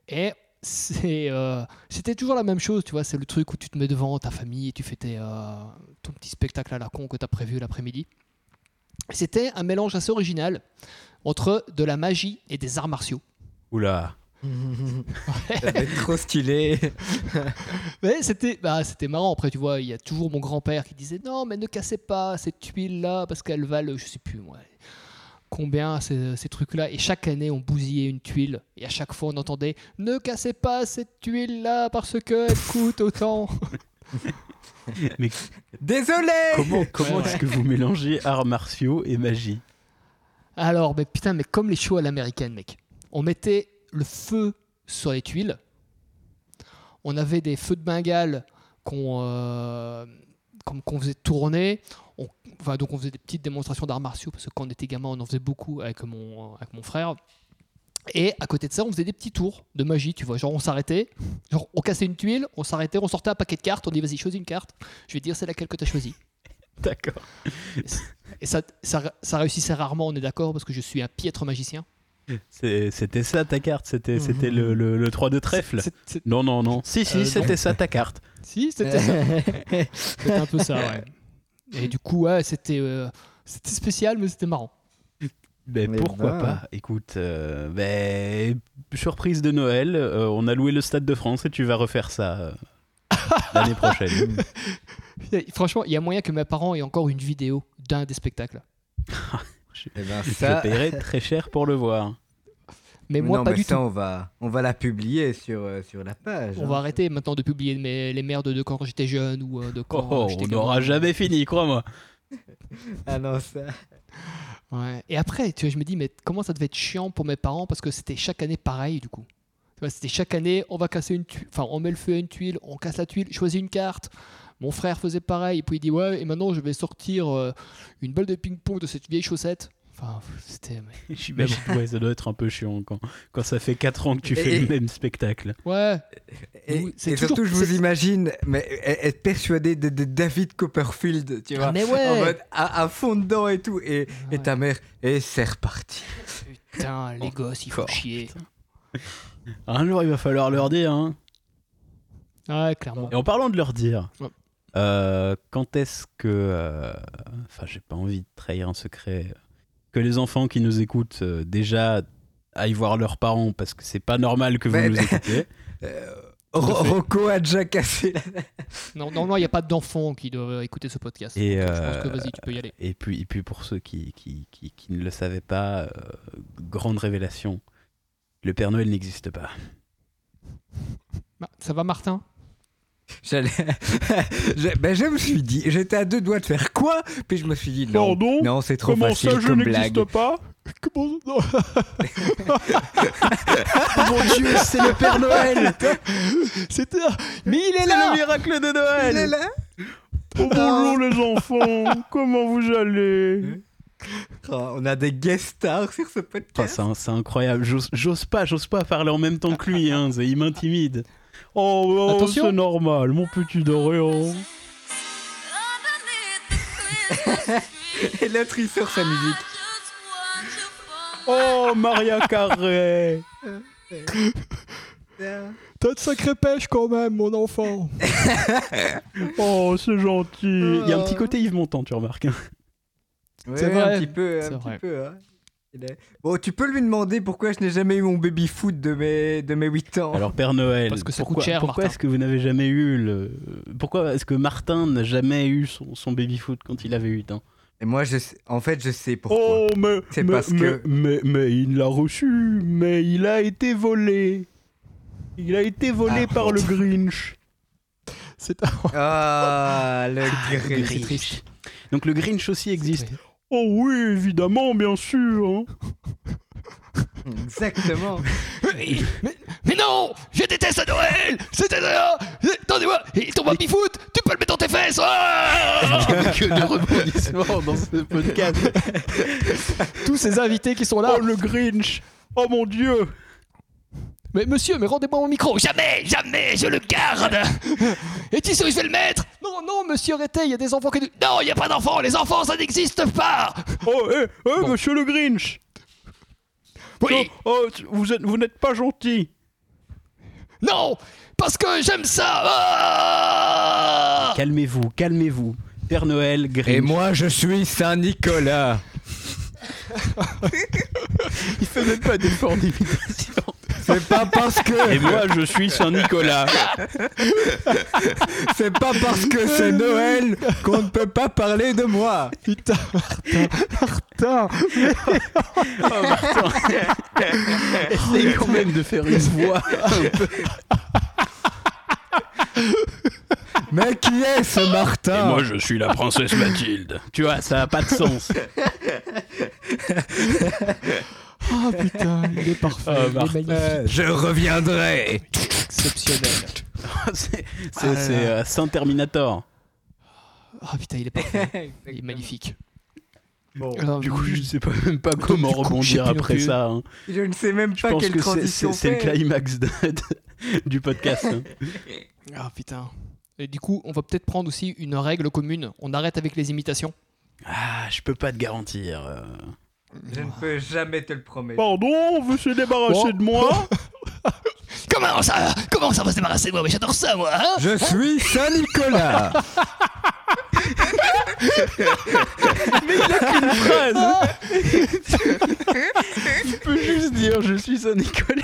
S2: Et c'est, euh, c'était toujours la même chose, tu vois. C'est le truc où tu te mets devant ta famille et tu fais tes, euh, ton petit spectacle à la con que tu as prévu l'après-midi. C'était un mélange assez original entre de la magie et des arts martiaux.
S3: Oula.
S5: Ça doit être trop stylé.
S2: Mais c'était bah, c'était marrant. Après, tu vois, il y a toujours mon grand-père qui disait Non, mais ne cassez pas cette tuile-là parce qu'elle valent, je sais plus moi, combien ces, ces trucs-là. Et chaque année, on bousillait une tuile. Et à chaque fois, on entendait Ne cassez pas cette tuile-là parce qu'elle coûte autant.
S3: Mais
S5: Désolé.
S3: comment, comment est-ce que vous mélangez arts martiaux et magie
S2: Alors, mais putain, mais comme les shows à l'américaine, mec. On mettait le feu sur les tuiles. On avait des feux de Bengale qu'on euh, qu'on- qu'on faisait tourner. On, enfin, donc on faisait des petites démonstrations d'arts martiaux parce que quand on était gamin, on en faisait beaucoup avec mon, euh, avec mon frère. Et à côté de ça, on faisait des petits tours de magie, tu vois. Genre, on s'arrêtait, genre, on cassait une tuile, on s'arrêtait, on sortait un paquet de cartes, on dit vas-y, choisis une carte. Je vais te dire c'est laquelle que tu as choisie.
S3: D'accord.
S2: Et ça, ça, ça réussissait rarement, on est d'accord, parce que je suis un piètre magicien.
S3: C'est- c'était ça ta carte, c'était, c'était le, le, le 3 de trèfle.
S2: C'est- c'est-
S3: Non, non, non. Si, si,
S2: Euh,
S3: c'était ça ta carte.
S2: Si, c'était ça. C'était un peu ça, ouais. Et du coup, ouais, c'était euh, c'était spécial, mais c'était marrant.
S3: Mais
S5: Mais
S3: Ben, pourquoi
S5: bah.
S3: pas Écoute, euh, ben, surprise de Noël, euh, on a loué le Stade de France et tu vas refaire ça euh, l'année prochaine.
S2: Et Franchement, il y a moyen que mes parents aient encore une vidéo d'un des spectacles.
S5: Eh ben,
S3: Je
S5: ça.
S3: paierai très cher pour le voir.
S2: Mais
S5: Mais
S2: moi,
S5: non,
S2: pas
S5: mais
S2: du
S5: ça,
S2: tout.
S5: On va, on va la publier sur, euh, sur la page.
S2: On va arrêter maintenant de publier mes- les merdes de quand j'étais jeune ou euh, de quand
S3: Oh,
S2: euh, j'étais
S3: on
S2: gamin.
S3: n'aura jamais fini, crois-moi.
S5: Ah non, ça.
S2: Ouais. Et après, tu vois, je me dis, mais comment ça devait être chiant pour mes parents parce que c'était chaque année pareil, du coup. Tu vois, C'était chaque année, on va casser une tuile, enfin, on met le feu à une tuile, on casse la tuile, choisis une carte. Mon frère faisait pareil, et puis il dit, ouais, et maintenant je vais sortir euh, une balle de ping-pong de cette vieille chaussette. Enfin, c'était. mais-
S3: J'imagine, ouais, ça doit être un peu chiant quand, quand ça fait 4 ans que tu fais
S5: Et-
S3: le même spectacle.
S2: Ouais,
S5: Et,
S2: Oui, c'est
S5: et
S2: toujours-
S5: surtout, je vous
S2: c'est-
S5: imagine mais, être être persuadé de, de David Copperfield, tu vois.
S2: Ah, mais
S5: bah, En
S2: ouais!
S5: mode à, à fond dedans et tout. Et,
S2: Ouais.
S5: et ta mère, et c'est reparti.
S2: Putain, les gosses, ils font
S3: Encore,
S2: chier.
S3: Un jour, il va falloir leur dire. hein.
S2: Ouais, clairement.
S3: Et en parlant de leur dire,
S2: Ouais.
S3: euh, quand est-ce que. euh, Enfin, j'ai pas envie de trahir un secret. Que les enfants qui nous écoutent euh, déjà aillent voir leurs parents parce que c'est pas normal que vous
S5: Ouais,
S3: nous
S5: mais-
S3: écoutiez.
S5: Euh,
S3: Tout à fait.
S5: Rocco a déjà cassé la.
S2: Non, normalement, il n'y a pas d'enfants qui doivent écouter ce podcast.
S3: Et,
S2: Donc, Je pense que
S3: euh,
S2: vas-y, tu peux y aller.
S3: Et puis, et puis pour ceux qui, qui, qui- qui ne le savaient pas, euh, grande révélation, le Père Noël n'existe pas.
S2: Ma- Bah, Ça va, Martin
S5: J'allais- je, ben, je me suis dit, j'étais à deux doigts de faire quoi Puis je me suis dit, non,
S2: Pardon
S5: non c'est trop facile comme blague.
S2: pas Comment non.
S3: Mon dieu, c'est le Père Noël
S2: C'était. Mais il est
S3: C'est
S2: là
S3: le miracle de Noël
S5: Il est là
S3: Oh,
S2: Hein
S3: bonjour les enfants, comment vous allez
S5: Oh, On a des guest stars sur ce podcast.
S3: C'est un- c'est incroyable, j'ose- j'ose pas, j'ose pas parler en même temps que lui, hein, c'est- il m'intimide. Oh, oh,
S2: Attention.
S3: c'est normal, mon petit Dorian.
S5: Et l'autre, il sort sa musique.
S3: Oh, Maria Carré
S2: T'as de sacrées pêches quand même, mon enfant
S3: Oh, c'est gentil Il y a un petit côté Yves Montand, tu remarques. hein.
S2: C'est
S5: c'est
S2: vrai,
S5: un petit peu,
S2: c'est
S5: un
S2: vrai.
S5: petit peu. hein. Il est- Bon, tu peux lui demander pourquoi je n'ai jamais eu mon baby foot de mes, de mes 8 ans.
S3: Alors, Père Noël,
S2: Parce que ça coûte
S3: pourquoi,
S2: cher,
S3: pourquoi
S2: Martin.
S3: est-ce que vous n'avez jamais eu le... Pourquoi est-ce que Martin n'a jamais eu son, son baby-foot quand il avait hein 8 ans
S5: Et moi, je sais- en fait, je sais pourquoi.
S3: Oh, mais,
S5: C'est
S3: mais-
S5: parce
S3: mais-
S5: que-
S3: mais, mais il l'a reçu, mais il a été volé. Il a été volé
S5: Ah.
S3: par le Grinch.
S2: C'est un.
S5: Ah, le
S2: C'est
S5: gris.
S2: triste.
S3: Donc le Grinch aussi existe.
S2: C'est triste.
S3: Oh oui, évidemment, bien sûr. hein.
S5: Exactement.
S2: Mais, mais non Je déteste Noël C'était là Attendez-moi Et ton baby foot Tu peux le mettre dans tes fesses Ah
S3: que de rebondissements dans ce podcast.
S2: Tous ces invités qui sont là.
S3: Oh le Grinch. Oh mon dieu.
S2: Mais monsieur, mais rendez-moi mon micro Jamais Jamais Je le garde Et tu sais où je vais le mettre Non, non, monsieur Rété, il y a des enfants qui... nous- Non, il n'y a pas d'enfants Les enfants, ça n'existe pas
S3: Oh, eh, eh,
S2: Bon.
S3: monsieur le Grinch.
S2: Oui
S3: Oh, oh, vous êtes- vous n'êtes pas gentil.
S2: Non Parce que j'aime ça Ah
S3: Calmez-vous, calmez-vous. Père Noël, Grinch.
S5: Et moi, je suis Saint-Nicolas.
S3: il fait même pas d'effort d'imitation.
S5: C'est pas parce que
S3: Et moi, je suis Saint-Nicolas.
S5: c'est pas parce que c'est Noël qu'on ne peut pas parler de moi.
S2: Putain, Martin Martin
S3: Oh, Martin Essaye quand même de faire une voix un peu.
S5: Mais qui est ce Martin
S3: je suis la princesse Mathilde. Tu vois, ça a pas de sens.
S2: Ah putain, il est parfait,
S3: Ah,
S2: il est
S3: Martin.
S2: magnifique,
S5: Euh, Je reviendrai.
S2: exceptionnel
S3: c'est
S5: Ah là
S3: c'est,
S5: là.
S3: euh, Saint Terminator.
S2: Ah putain, il est parfait, il est magnifique
S5: Bon,
S2: Alors,
S3: Du coup, je sais pas, même pas
S2: coup,
S3: comment
S2: je sais
S3: rebondir
S2: plus non
S3: après
S2: plus.
S3: ça. hein.
S5: je ne sais même
S3: Je
S5: pas
S3: pense
S5: quelle
S3: que c'est-
S5: transition
S3: c'est c'est le
S5: faire.
S3: climax de- de- du podcast. hein.
S2: Ah putain. Et du coup, on va peut-être prendre aussi une règle commune. On arrête avec les imitations.
S3: Ah, je peux pas te garantir. euh.
S5: Je ne peux jamais te le promettre.
S3: Pardon, on veut se débarrasser
S2: Bon.
S3: de moi
S2: Comment ça Comment ça va se débarrasser de moi Mais j'adore ça, moi hein
S5: Je suis Saint-Nicolas.
S3: Phrase. Tu peux juste dire je suis Saint Nicolas.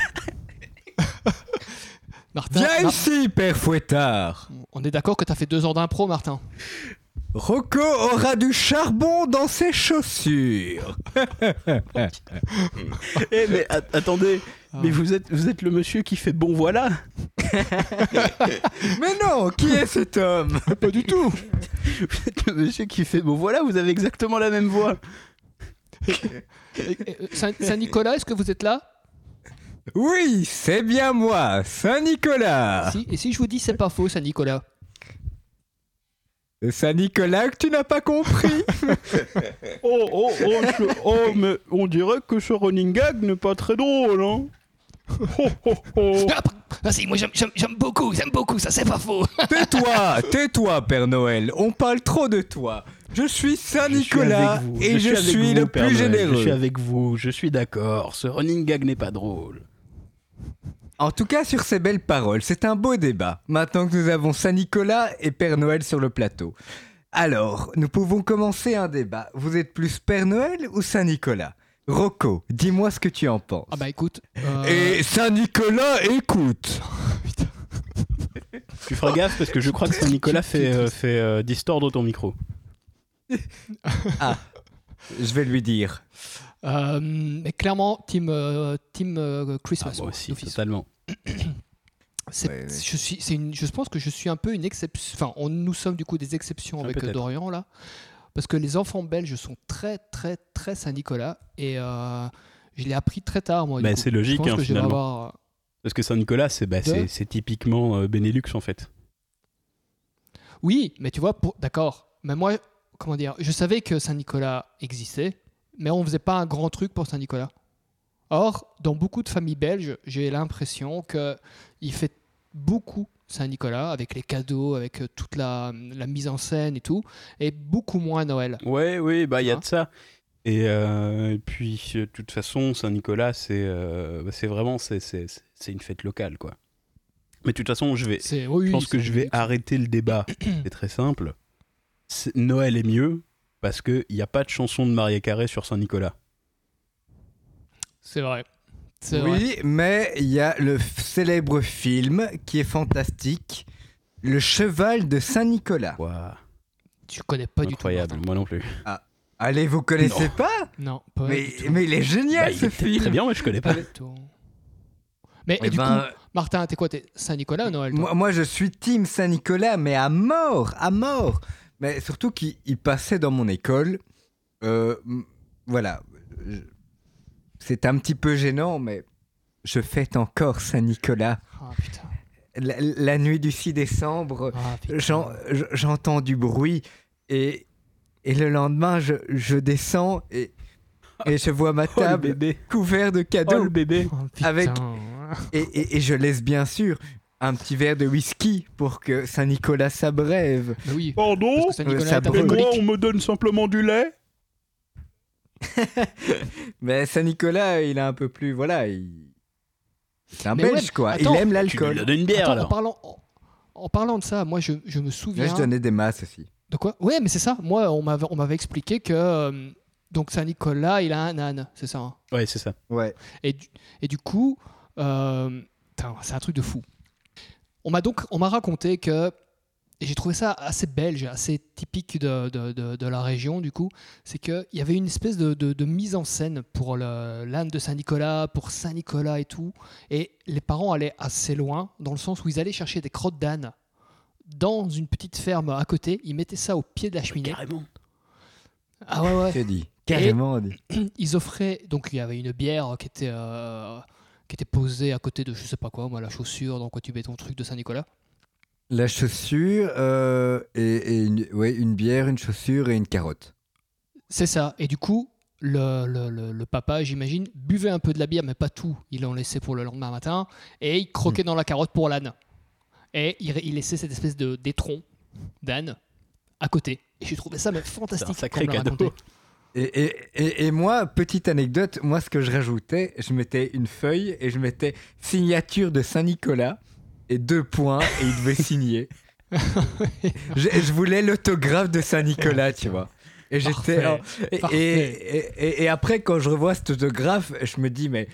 S2: Martin,
S5: Viens
S2: Mar-
S5: ici, père fouettard.
S2: on est d'accord que t'as fait deux ans d'impro, Martin
S5: Rocco aura du charbon dans ses chaussures.
S3: Eh mais a- attendez, mais vous êtes vous êtes le monsieur qui fait bon voilà.
S5: Mais non, qui est cet homme
S2: Pas du tout
S3: Vous êtes le monsieur qui fait bon voilà, vous avez exactement la même voix.
S2: euh, Saint-Nicolas, est-ce que vous êtes là
S5: Oui, c'est bien moi, Saint-Nicolas.
S2: si, Et si je vous dis c'est pas faux, Saint-Nicolas
S5: Saint-Nicolas que tu n'as pas compris.
S3: Oh oh oh, je- oh, mais on dirait que ce running gag n'est pas très drôle hein. Oh, oh, oh.
S2: Ah si, moi j'aime- j'aime j'aime beaucoup, j'aime beaucoup, ça c'est pas faux
S5: tais-toi, tais-toi, Père Noël. On parle trop de toi. Je suis
S3: Je
S5: Saint-Nicolas
S3: suis avec vous,
S5: et je suis,
S3: avec vous,
S5: le
S3: Père
S5: plus
S3: Noël,
S5: généreux.
S3: Je suis avec vous, je suis d'accord. Ce running gag n'est pas drôle.
S5: En tout cas, sur ces belles paroles, c'est un beau débat. Maintenant que nous avons Saint-Nicolas et Père Noël sur le plateau. Alors, nous pouvons commencer un débat. Vous êtes plus Père Noël ou Saint-Nicolas Rocco, dis-moi ce que tu en penses.
S2: Ah bah écoute... euh,
S5: Et Saint-Nicolas écoute
S3: Tu feras gaffe parce que je crois que Saint Nicolas fait euh, fait euh, distordre ton micro.
S5: Je vais lui dire.
S2: euh, mais clairement, team, euh, team euh, Christmas.
S3: Ah, moi aussi,
S2: d'office.
S3: totalement.
S2: C'est-
S5: Ouais, ouais.
S2: Je, suis, c'est une, je pense que je suis un peu une exception. Enfin, on, nous sommes du coup des exceptions
S3: Ah,
S2: avec euh,
S3: peut-être.
S2: Dorian là. Parce que les enfants belges sont très, très, très Saint-Nicolas. Et euh, je l'ai appris très tard, moi. du
S3: Bah,
S2: coup.
S3: c'est logique,
S2: Je pense
S3: hein,
S2: que je vais
S3: finalement.
S2: avoir- euh,
S3: Parce que Saint-Nicolas, c'est bah, c'est- c'est typiquement euh, Benelux en fait.
S2: Oui, mais tu vois, pour... d'accord. Mais moi, comment dire, je savais que Saint-Nicolas existait, mais on faisait pas un grand truc pour Saint-Nicolas. Or, dans beaucoup de familles belges, j'ai l'impression qu'il fait beaucoup Saint-Nicolas, avec les cadeaux, avec euh, toute la, la mise en scène et tout, et beaucoup moins Noël.
S3: Ouais, oui, bah il y a
S2: Hein
S3: de ça. Et, euh, et puis, euh, de toute façon, Saint-Nicolas, c'est euh, bah, c'est vraiment c'est c'est- c'est- c'est une fête locale, quoi. Mais de toute façon, je vais,
S2: C'est, oui,
S3: je
S2: oui,
S3: pense que
S2: c'est-
S3: je vais arrêter le débat. C'est très simple. C'est- Noël est mieux parce qu'il n'y a pas de chanson de Maria Carré sur Saint-Nicolas.
S2: C'est vrai. C'est vrai.
S5: Oui, mais il y a le f- célèbre film qui est fantastique, Le Cheval de Saint-Nicolas.
S3: Waouh,
S2: Tu connais Ah, pas
S3: incroyable,
S2: du tout.
S3: moi non plus. Bah,
S5: Allez, vous connaissez pas
S2: Martin. Non, pas
S5: mais,
S2: du tout.
S5: mais il est génial
S3: Bah, il
S5: ce
S3: est
S5: film.
S3: Très bien, mais je connais
S2: Pas
S3: pas.
S2: du tout. Mais et
S5: Eh
S2: du
S5: ben,
S2: coup, Martin, t'es quoi T'es Saint-Nicolas ou Noël toi
S5: moi, moi, je suis Team Saint-Nicolas, mais à mort, à mort. Mais surtout qu'il il passait dans mon école. Euh, m- voilà. Je- C'est un petit peu gênant, mais je fête encore Saint-Nicolas.
S2: Ah putain.
S5: La, la nuit du 6 décembre,
S2: Ah, putain.
S5: j'en- j- j'entends du bruit et, et le lendemain, je, je descends et, et je vois ma
S3: Oh le
S5: table
S3: bébé,
S5: couverte de
S3: oh
S5: cadeaux.
S3: le bébé.
S2: Oh, putain. Bah
S5: avec- Et, et- et je laisse bien sûr un petit verre de whisky pour que Saint-Nicolas s'abrève.
S2: Mais oui.
S3: Pardon
S2: Parce que Saint-Nicolas
S5: ça
S2: est un
S5: brûle.
S2: alcoolique.
S3: me donne simplement du lait
S5: Mais Saint-Nicolas, il est un peu plus. Voilà, il. C'est un
S2: Mais
S5: belge,
S2: ouais,
S5: quoi.
S2: attends,
S5: il aime
S3: Tu lui as
S5: l'alcool.
S3: donné une bière
S2: Attends, en
S3: alors
S2: parlant. en- En parlant de ça, moi je, je me
S5: Là,
S2: souviens.
S5: je donnais des masses aussi.
S2: De quoi Ouais, mais c'est ça. Moi, on m'avait on m'avait expliqué que euh, donc Saint Nicolas, il a un âne, c'est ça. hein.
S3: Ouais, c'est ça.
S5: Ouais.
S2: Et du, et du coup, euh, putain, c'est un truc de fou. On m'a donc on m'a raconté que et j'ai trouvé ça assez belge, assez typique de, de, de- de la région du coup, c'est qu'il y avait une espèce de, de- de mise en scène pour le- l'âne de Saint-Nicolas, pour Saint-Nicolas et tout, et les parents allaient assez loin, dans le sens où ils allaient chercher des crottes d'âne dans une petite ferme à côté, ils mettaient ça au pied de la cheminée.
S3: Carrément.
S2: Ah ouais, ouais
S5: Je dis. Carrément, dit.
S2: ils offraient donc il y avait une bière qui était euh, qui était posée à côté de je sais pas quoi moi la chaussure dans quoi tu mets ton truc de Saint Nicolas
S5: La chaussure euh, et, et une, ouais, une bière, une chaussure et une carotte.
S2: c'est ça et du coup le, le- le- le papa j'imagine buvait un peu de la bière mais pas tout il en laissait pour le lendemain matin et il
S5: Hmm.
S2: croquait dans la carotte pour l'âne et il, il laissait cette espèce de d'étron d'âne à côté et j'ai trouvé ça mais fantastique
S3: C'est un sacré
S2: qu'on me l'a
S3: cadeau.
S2: raconté.
S5: Et, et- et- et moi, petite anecdote, moi ce que je rajoutais, je mettais une feuille et je mettais signature de Saint-Nicolas et deux points et il devait signer. je, je voulais l'autographe de Saint-Nicolas, tu vois. Et j'étais.
S2: Parfait,
S5: oh, et-
S2: parfait.
S5: et, et- et après, quand je revois cet autographe, je me dis, mais.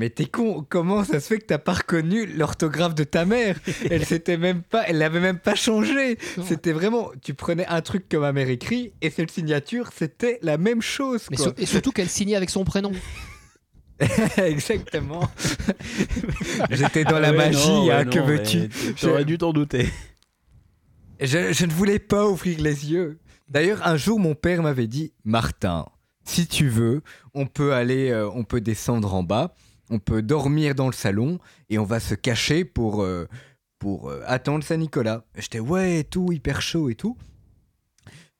S5: Mais t'es con, comment ça se fait que t'as pas reconnu l'orthographe de ta mère Elle s'était même pas, elle l'avait même pas changé. C'était vraiment, tu prenais un truc que ma mère écrit et cette signature, c'était la même chose.
S2: mais
S5: quoi.
S2: sur- et surtout qu'elle signait avec son prénom
S5: Exactement. J'étais dans la
S3: Ah Ouais,
S5: magie,
S3: non, ouais,
S5: hein, que
S3: non,
S5: veux-tu
S3: mais t- T'aurais dû t'en douter.
S5: je, je ne voulais pas ouvrir les yeux. D'ailleurs, un jour, mon père m'avait dit, Martin, si tu veux, on peut aller, euh, on peut descendre en bas, on peut dormir dans le salon et on va se cacher pour euh, pour euh, attendre Saint-Nicolas. J'étais ouais, et tout hyper chaud et tout.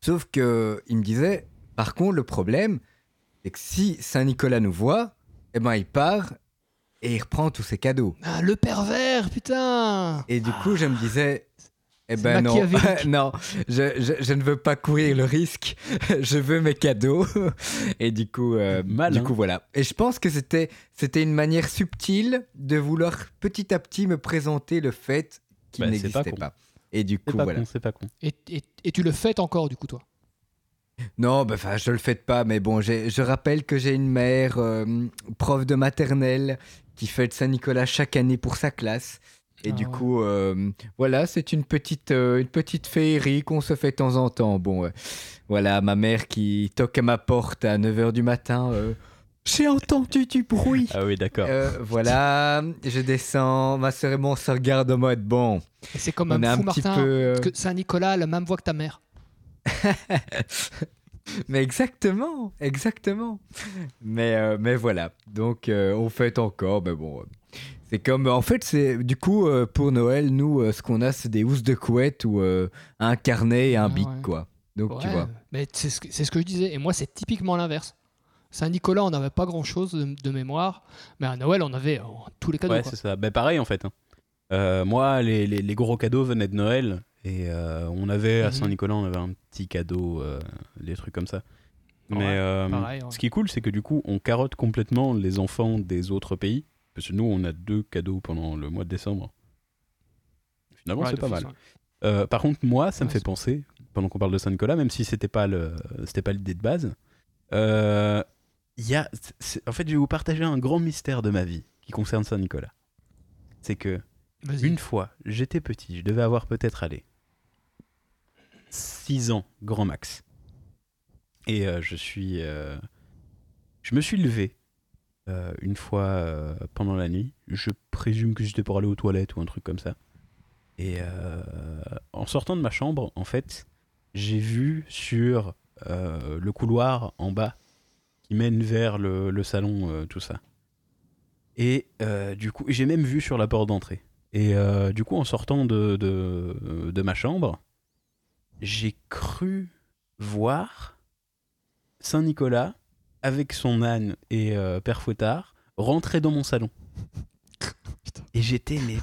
S5: Sauf que il me disait, par contre, le problème, c'est que si Saint-Nicolas nous voit, eh ben il part et il reprend tous ses cadeaux.
S2: Ah, le pervers putain
S5: Et du coup, je me disais, eh
S2: C'est
S5: ben non,
S2: machiavélique.
S5: non, je, je, je ne veux pas courir le risque. je veux mes cadeaux. Et du coup, euh,
S3: Malin.
S5: du coup, voilà. Et je pense que c'était c'était une manière subtile de vouloir petit à petit me présenter le fait qu'il
S3: Bah, c'est pas
S5: n'existait
S3: con.
S5: pas, Et du
S3: C'est
S5: coup,
S3: pas
S5: voilà.
S3: con, c'est pas con.
S2: et, et- et tu le fêtes encore du coup toi
S5: Non, bah, enfin, je le fête pas, mais bon, j'ai- je rappelle que j'ai une mère, euh, prof de maternelle, qui fête Saint-Nicolas chaque année pour sa classe. Et
S2: Ah
S5: du
S2: ouais.
S5: coup, euh, voilà, c'est une petite, euh, une petite féerie qu'on se fait de temps en temps. Bon, euh, voilà, ma mère qui toque à ma porte à 9h du matin. euh, J'ai entendu du bruit.
S3: Ah oui, d'accord.
S5: Euh, voilà, je descends. Ma sœur et moi, on se regarde en mode bon.
S2: Et C'est comme
S5: On est
S2: un
S5: un
S2: fou
S5: petit
S2: Martin.
S5: peu. euh,
S2: Parce que Saint-Nicolas a la même voix que ta mère.
S5: Mais exactement, exactement. Mais, euh, mais voilà, donc euh, on fête encore, mais bon. euh, C'est comme, en fait, c'est du coup, euh, pour Noël, nous, euh, ce qu'on a, c'est des housses de couette ou euh, un carnet et un
S2: Ah
S5: bic,
S2: ouais.
S5: quoi. Donc, tu
S2: Ouais,
S5: vois.
S2: Mais c'est ce, que- c'est ce que je disais. Et moi, c'est typiquement l'inverse. Saint-Nicolas, on n'avait pas grand-chose de, de mémoire. Mais à Noël, on avait euh, tous les cadeaux.
S3: Ouais,
S2: quoi.
S3: c'est ça. Ben, pareil en fait. hein. Euh, moi, les, les- les gros cadeaux venaient de Noël et euh, on avait à
S2: Mhm.
S3: Saint-Nicolas, on avait un petit cadeau, euh, des trucs comme ça. Mais
S2: Ouais,
S3: euh,
S2: pareil, hein. ouais.
S3: ce qui est cool, c'est que du coup, on carotte complètement les enfants des autres pays parce que nous, on a deux cadeaux pendant le mois de décembre. Finalement,
S2: Ouais,
S3: c'est
S2: de
S3: pas
S2: toute
S3: mal.
S2: façon.
S3: Euh, par contre, moi, ça me
S2: Ouais,
S3: fait
S2: c'est-
S3: penser, pendant qu'on parle de Saint-Nicolas, même si c'était pas le, c'était pas l'idée de base, euh, il y a, c'est- en fait, je vais vous partager un grand mystère de ma vie qui concerne Saint-Nicolas. C'est que
S2: Vas-y.
S3: une fois, j'étais petit, je devais avoir peut-être allé 6 ans, grand max. Et euh, je suis, euh, je me suis levé euh, une fois euh, pendant la nuit. Je présume que j'étais pour aller aux toilettes ou un truc comme ça. Et euh, en sortant de ma chambre, en fait, j'ai vu sur euh, le couloir en bas qui mène vers le, le salon, euh, tout ça. Et euh, du coup, j'ai même vu sur la porte d'entrée. Et euh, du coup, en sortant de, de, de ma chambre, j'ai cru voir Saint-Nicolas avec son âne et euh, Père Fouettard rentrer dans mon salon.
S2: Putain.
S3: Et j'étais mais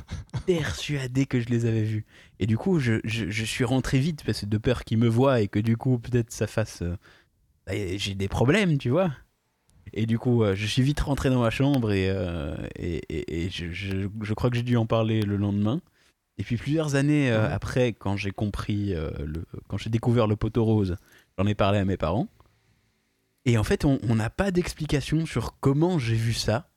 S3: persuadé que je les avais vus. Et du coup, je, je- je suis rentré vite parce que de peur qu'ils me voient et que du coup, peut-être ça fasse. euh, bah, J'ai des problèmes, tu vois. Et du coup, euh, je suis vite rentré dans ma chambre et, euh, et, et- et je, je- je crois que j'ai dû en parler le lendemain. Et puis plusieurs années euh,
S2: Ouais.
S3: après, quand j'ai compris, euh, le, quand j'ai découvert le poteau rose, j'en ai parlé à mes parents. Et en fait, on on n'a pas d'explication sur comment j'ai vu ça.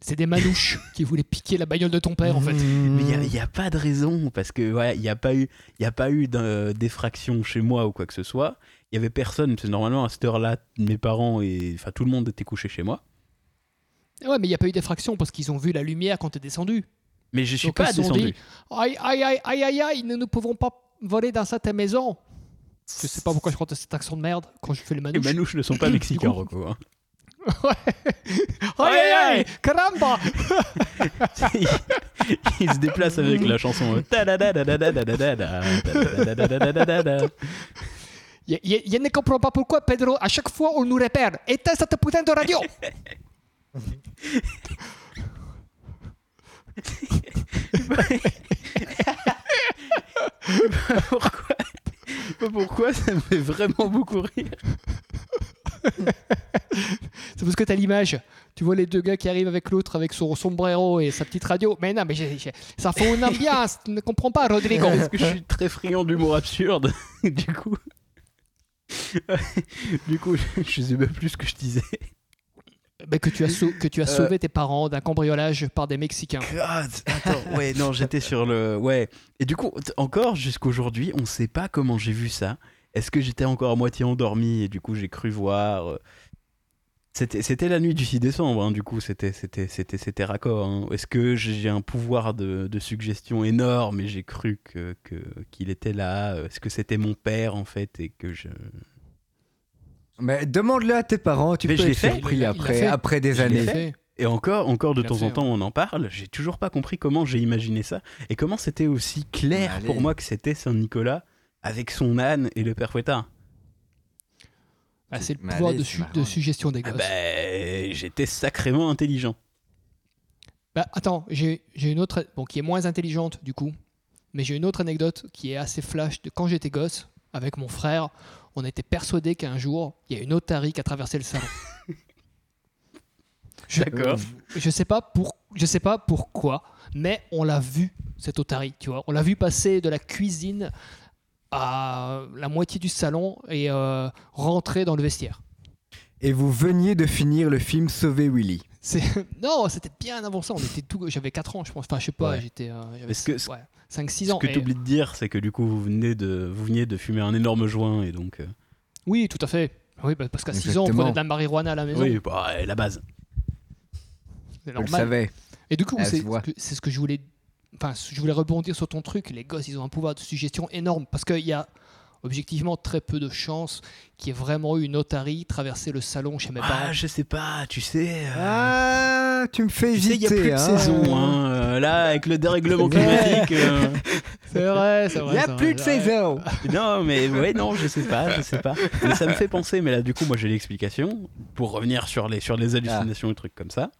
S2: C'est des manouches qui voulaient piquer la bagnole de ton père, en fait.
S3: Mais
S2: Mmh.
S3: il n'y a, pas de raison, parce que voilà, il n'y a pas eu, il y a pas eu d'in- d'effraction chez moi ou quoi que ce soit. Il n'y avait personne, parce que normalement à cette heure-là, mes parents et enfin tout le monde était couché chez moi.
S2: Ah Ouais, mais il n'y a pas eu d'effraction parce qu'ils ont vu la lumière quand t'es descendu.
S3: Mais je suis
S2: Donc,
S3: pas
S2: ils se sont
S3: descendu.
S2: dit, Aïe, aïe, aïe, aïe, aïe, aïe, nous ne pouvons pas voler dans cette maison. Je sais pas pourquoi je prends cet accent de merde quand je fais les
S3: Les
S2: manouches.
S3: manouches ne sont pas mexicains,
S2: Du coup-
S3: Rocco. hein.
S2: Aïe, aïe, aïe, caramba
S3: ils, ils se déplacent avec la chanson. euh, tadadadadadadadada, tadadadadadadadada.
S2: Je je- je ne comprends pas pourquoi, Pedro, à chaque fois, on nous repère. Éteins cette putain de radio
S3: pourquoi Pourquoi ça me fait vraiment beaucoup rire
S2: C'est parce que t'as l'image. Tu vois les deux gars qui arrivent avec l'autre, avec son sombrero et sa petite radio. Mais non, mais j'ai- j'ai- ça fait une ambiance. tu ne comprends pas, Rodrigo.
S3: Parce que je suis très friand d'humour absurde. du coup. du coup, je, je sais même plus ce que je disais.
S2: Mais que tu as, sau- que tu as
S3: Euh.
S2: sauvé tes parents d'un cambriolage par des Mexicains.
S3: God, attends, ouais, non, j'étais sur le. Ouais. Et du coup, t- encore jusqu'aujourd'hui, on sait pas comment j'ai vu ça. Est-ce que j'étais encore à moitié endormi et du coup j'ai cru voir. euh, C'était c'était la nuit du 6 décembre, hein, du coup, c'était c'était- c'était- c'était raccord. hein. Est-ce que j'ai un pouvoir de, de suggestion énorme et j'ai cru qu'il que, qu'il était là euh, Est-ce que c'était mon père en fait et que je.
S5: Mais demande-le à tes parents, tu
S3: Mais je
S5: peux
S3: l'ai
S5: être
S3: fait.
S2: Il
S5: surpris
S2: l'a- il l'a
S5: après,
S2: fait.
S5: après des
S3: Je l'ai
S5: années.
S3: fait. Et encore, encore de
S2: Bien
S3: temps en
S2: sûr.
S3: temps, on en parle. J'ai toujours pas compris comment j'ai imaginé ça et comment c'était aussi clair
S5: Allez.
S3: pour moi que c'était Saint Nicolas avec son âne et le père Fouettard.
S2: Ah, c'est le
S5: Mais
S2: pouvoir
S5: allez,
S2: de,
S5: c'est
S2: su- de
S5: marrant.
S2: suggestion des gosses.
S3: Ah ben, j'étais sacrément intelligent.
S2: Bah, attends, j'ai j'ai une autre, bon, qui est moins intelligente du coup, mais j'ai une autre anecdote qui est assez flash de quand j'étais gosse, avec mon frère, on était persuadé qu'un jour, il y a une otarie qui a traversé le salon. je,
S3: D'accord.
S2: je sais pas pour, je sais pas pourquoi, mais on l'a vu cette otarie, tu vois, on l'a vu passer de la cuisine à la moitié du salon et euh, rentrer dans le vestiaire.
S5: Et vous veniez de finir le film Sauver Willy.
S2: C'est... Non, c'était bien avant ça. On était tout... J'avais 4 ans, je pense. Enfin, je sais pas,
S3: Ouais.
S2: j'étais. euh, j'avais
S3: Parce que-
S2: cin- ouais, 5-6
S3: Ce
S2: ans.
S3: que
S2: Et-
S3: tu oublies de dire, c'est que du coup, vous venez de, vous veniez de fumer un énorme joint et donc. euh,
S2: Oui, tout à fait. Oui, bah, parce qu'à 6 ans, on
S5: Exactement.
S2: prenait de la marijuana à la maison.
S3: Oui, bah, euh, la base.
S2: C'est
S5: Je le
S2: normal.
S5: savais.
S2: Et du coup,
S5: Elle
S2: c'est
S5: se voit.
S2: c'est ce que je voulais. Enfin, je voulais rebondir sur ton truc. Les gosses, ils ont un pouvoir de suggestion énorme parce qu'il y a objectivement très peu de chances qu'il y ait vraiment eu une otarie traverser le salon chez mes parents.
S3: Ah, je sais pas, tu sais. euh,
S5: Ah, tu me fais
S3: tu sais,
S5: hésiter.
S3: il y a plus de
S5: hein.
S3: saison. hein, euh, là, avec le dérèglement
S5: Ouais.
S3: climatique. euh,
S2: C'est vrai, c'est
S5: Il
S2: vrai.
S5: n'y a
S2: c'est
S5: plus
S2: vrai.
S5: de saison.
S3: Non, mais ouais, non, je sais pas, je sais pas. Mais ça me fait penser, mais là, du coup, moi, j'ai l'explication. Pour revenir sur les, sur les hallucinations et trucs comme ça.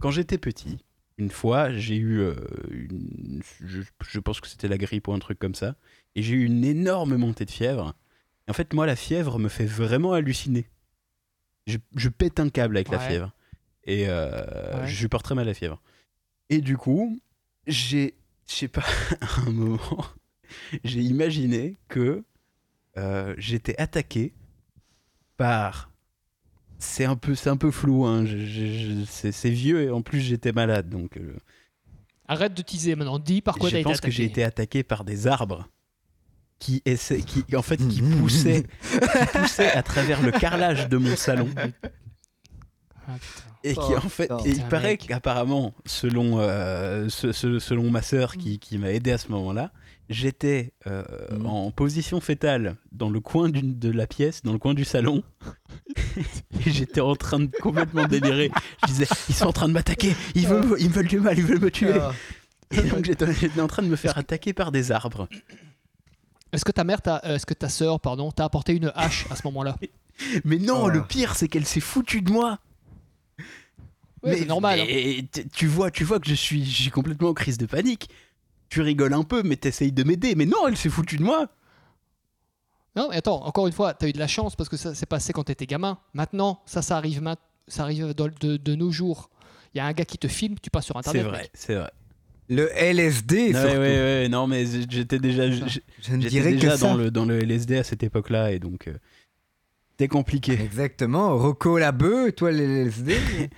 S3: Quand j'étais petit, une fois, j'ai eu. euh, une- je, je pense que c'était la grippe ou un truc comme ça. Et j'ai eu une énorme montée de fièvre. Et en fait, moi, la fièvre me fait vraiment halluciner. Je, je pète un câble avec la
S2: Ouais.
S3: fièvre. Et euh,
S2: Ouais.
S3: je supporte très mal la fièvre. Et du coup, j'ai. Je sais pas, à un moment, j'ai imaginé que euh, j'étais attaqué par. C'est un peu, c'est un peu flou. Hein. je- je- je- c'est, c'est vieux et en plus j'étais malade, donc euh,
S2: Arrête de teaser maintenant. Dis par quoi
S3: je
S2: t'as été
S3: pense que j'ai
S2: attaqué.
S3: été attaqué par des arbres qui essaient, qui en fait qui poussaient, qui poussaient à travers le carrelage de mon salon
S2: Ah, putain.
S3: et qui en fait,
S5: Oh, putain.
S3: et il
S2: Putain,
S3: paraît
S2: mec.
S3: qu'apparemment, selon euh, ce- ce- selon ma sœur qui, qui m'a aidé à ce moment-là, j'étais euh,
S5: Mm.
S3: en position fétale dans le coin d'une- de la pièce, dans le coin du salon. Et j'étais en train de complètement délirer. Je disais, ils sont en train de m'attaquer, ils veulent, me- ils me veulent du mal, ils veulent me tuer.
S2: Ah.
S3: Et donc j'étais j'étais en train de me faire attaquer par des arbres.
S2: Est-ce que ta mère, t'a- euh, est-ce que ta sœur, pardon, t'a apporté une hache à ce moment-là
S3: Mais non,
S5: Oh.
S3: le pire, c'est qu'elle s'est foutue de moi.
S2: Ouais,
S3: Mais-
S2: C'est normal. hein.
S3: mais t- tu vois, tu vois que je suis, je suis complètement en crise de panique. Tu rigoles un peu, mais t'essayes de m'aider. Mais non, elle s'est foutue de moi.
S2: Non, mais attends, encore une fois, t'as eu de la chance parce que ça s'est passé quand t'étais gamin. Maintenant, ça, ça arrive, ma- ça arrive dans- de, de nos jours. Il y a un gars qui te filme, tu passes sur
S3: C'est
S2: Internet.
S3: vrai, c'est vrai.
S5: Le LSD,
S3: Non,
S5: surtout.
S3: Ah ouais, ouais, non, mais j- j'étais déjà, j- j-
S5: Je ne
S3: j'étais
S5: dirais que
S3: déjà
S5: ça.
S3: dans le dans le LSD à cette époque-là, et donc euh, c'était compliqué.
S5: Exactement. Rocco la bœuf, toi le LSD.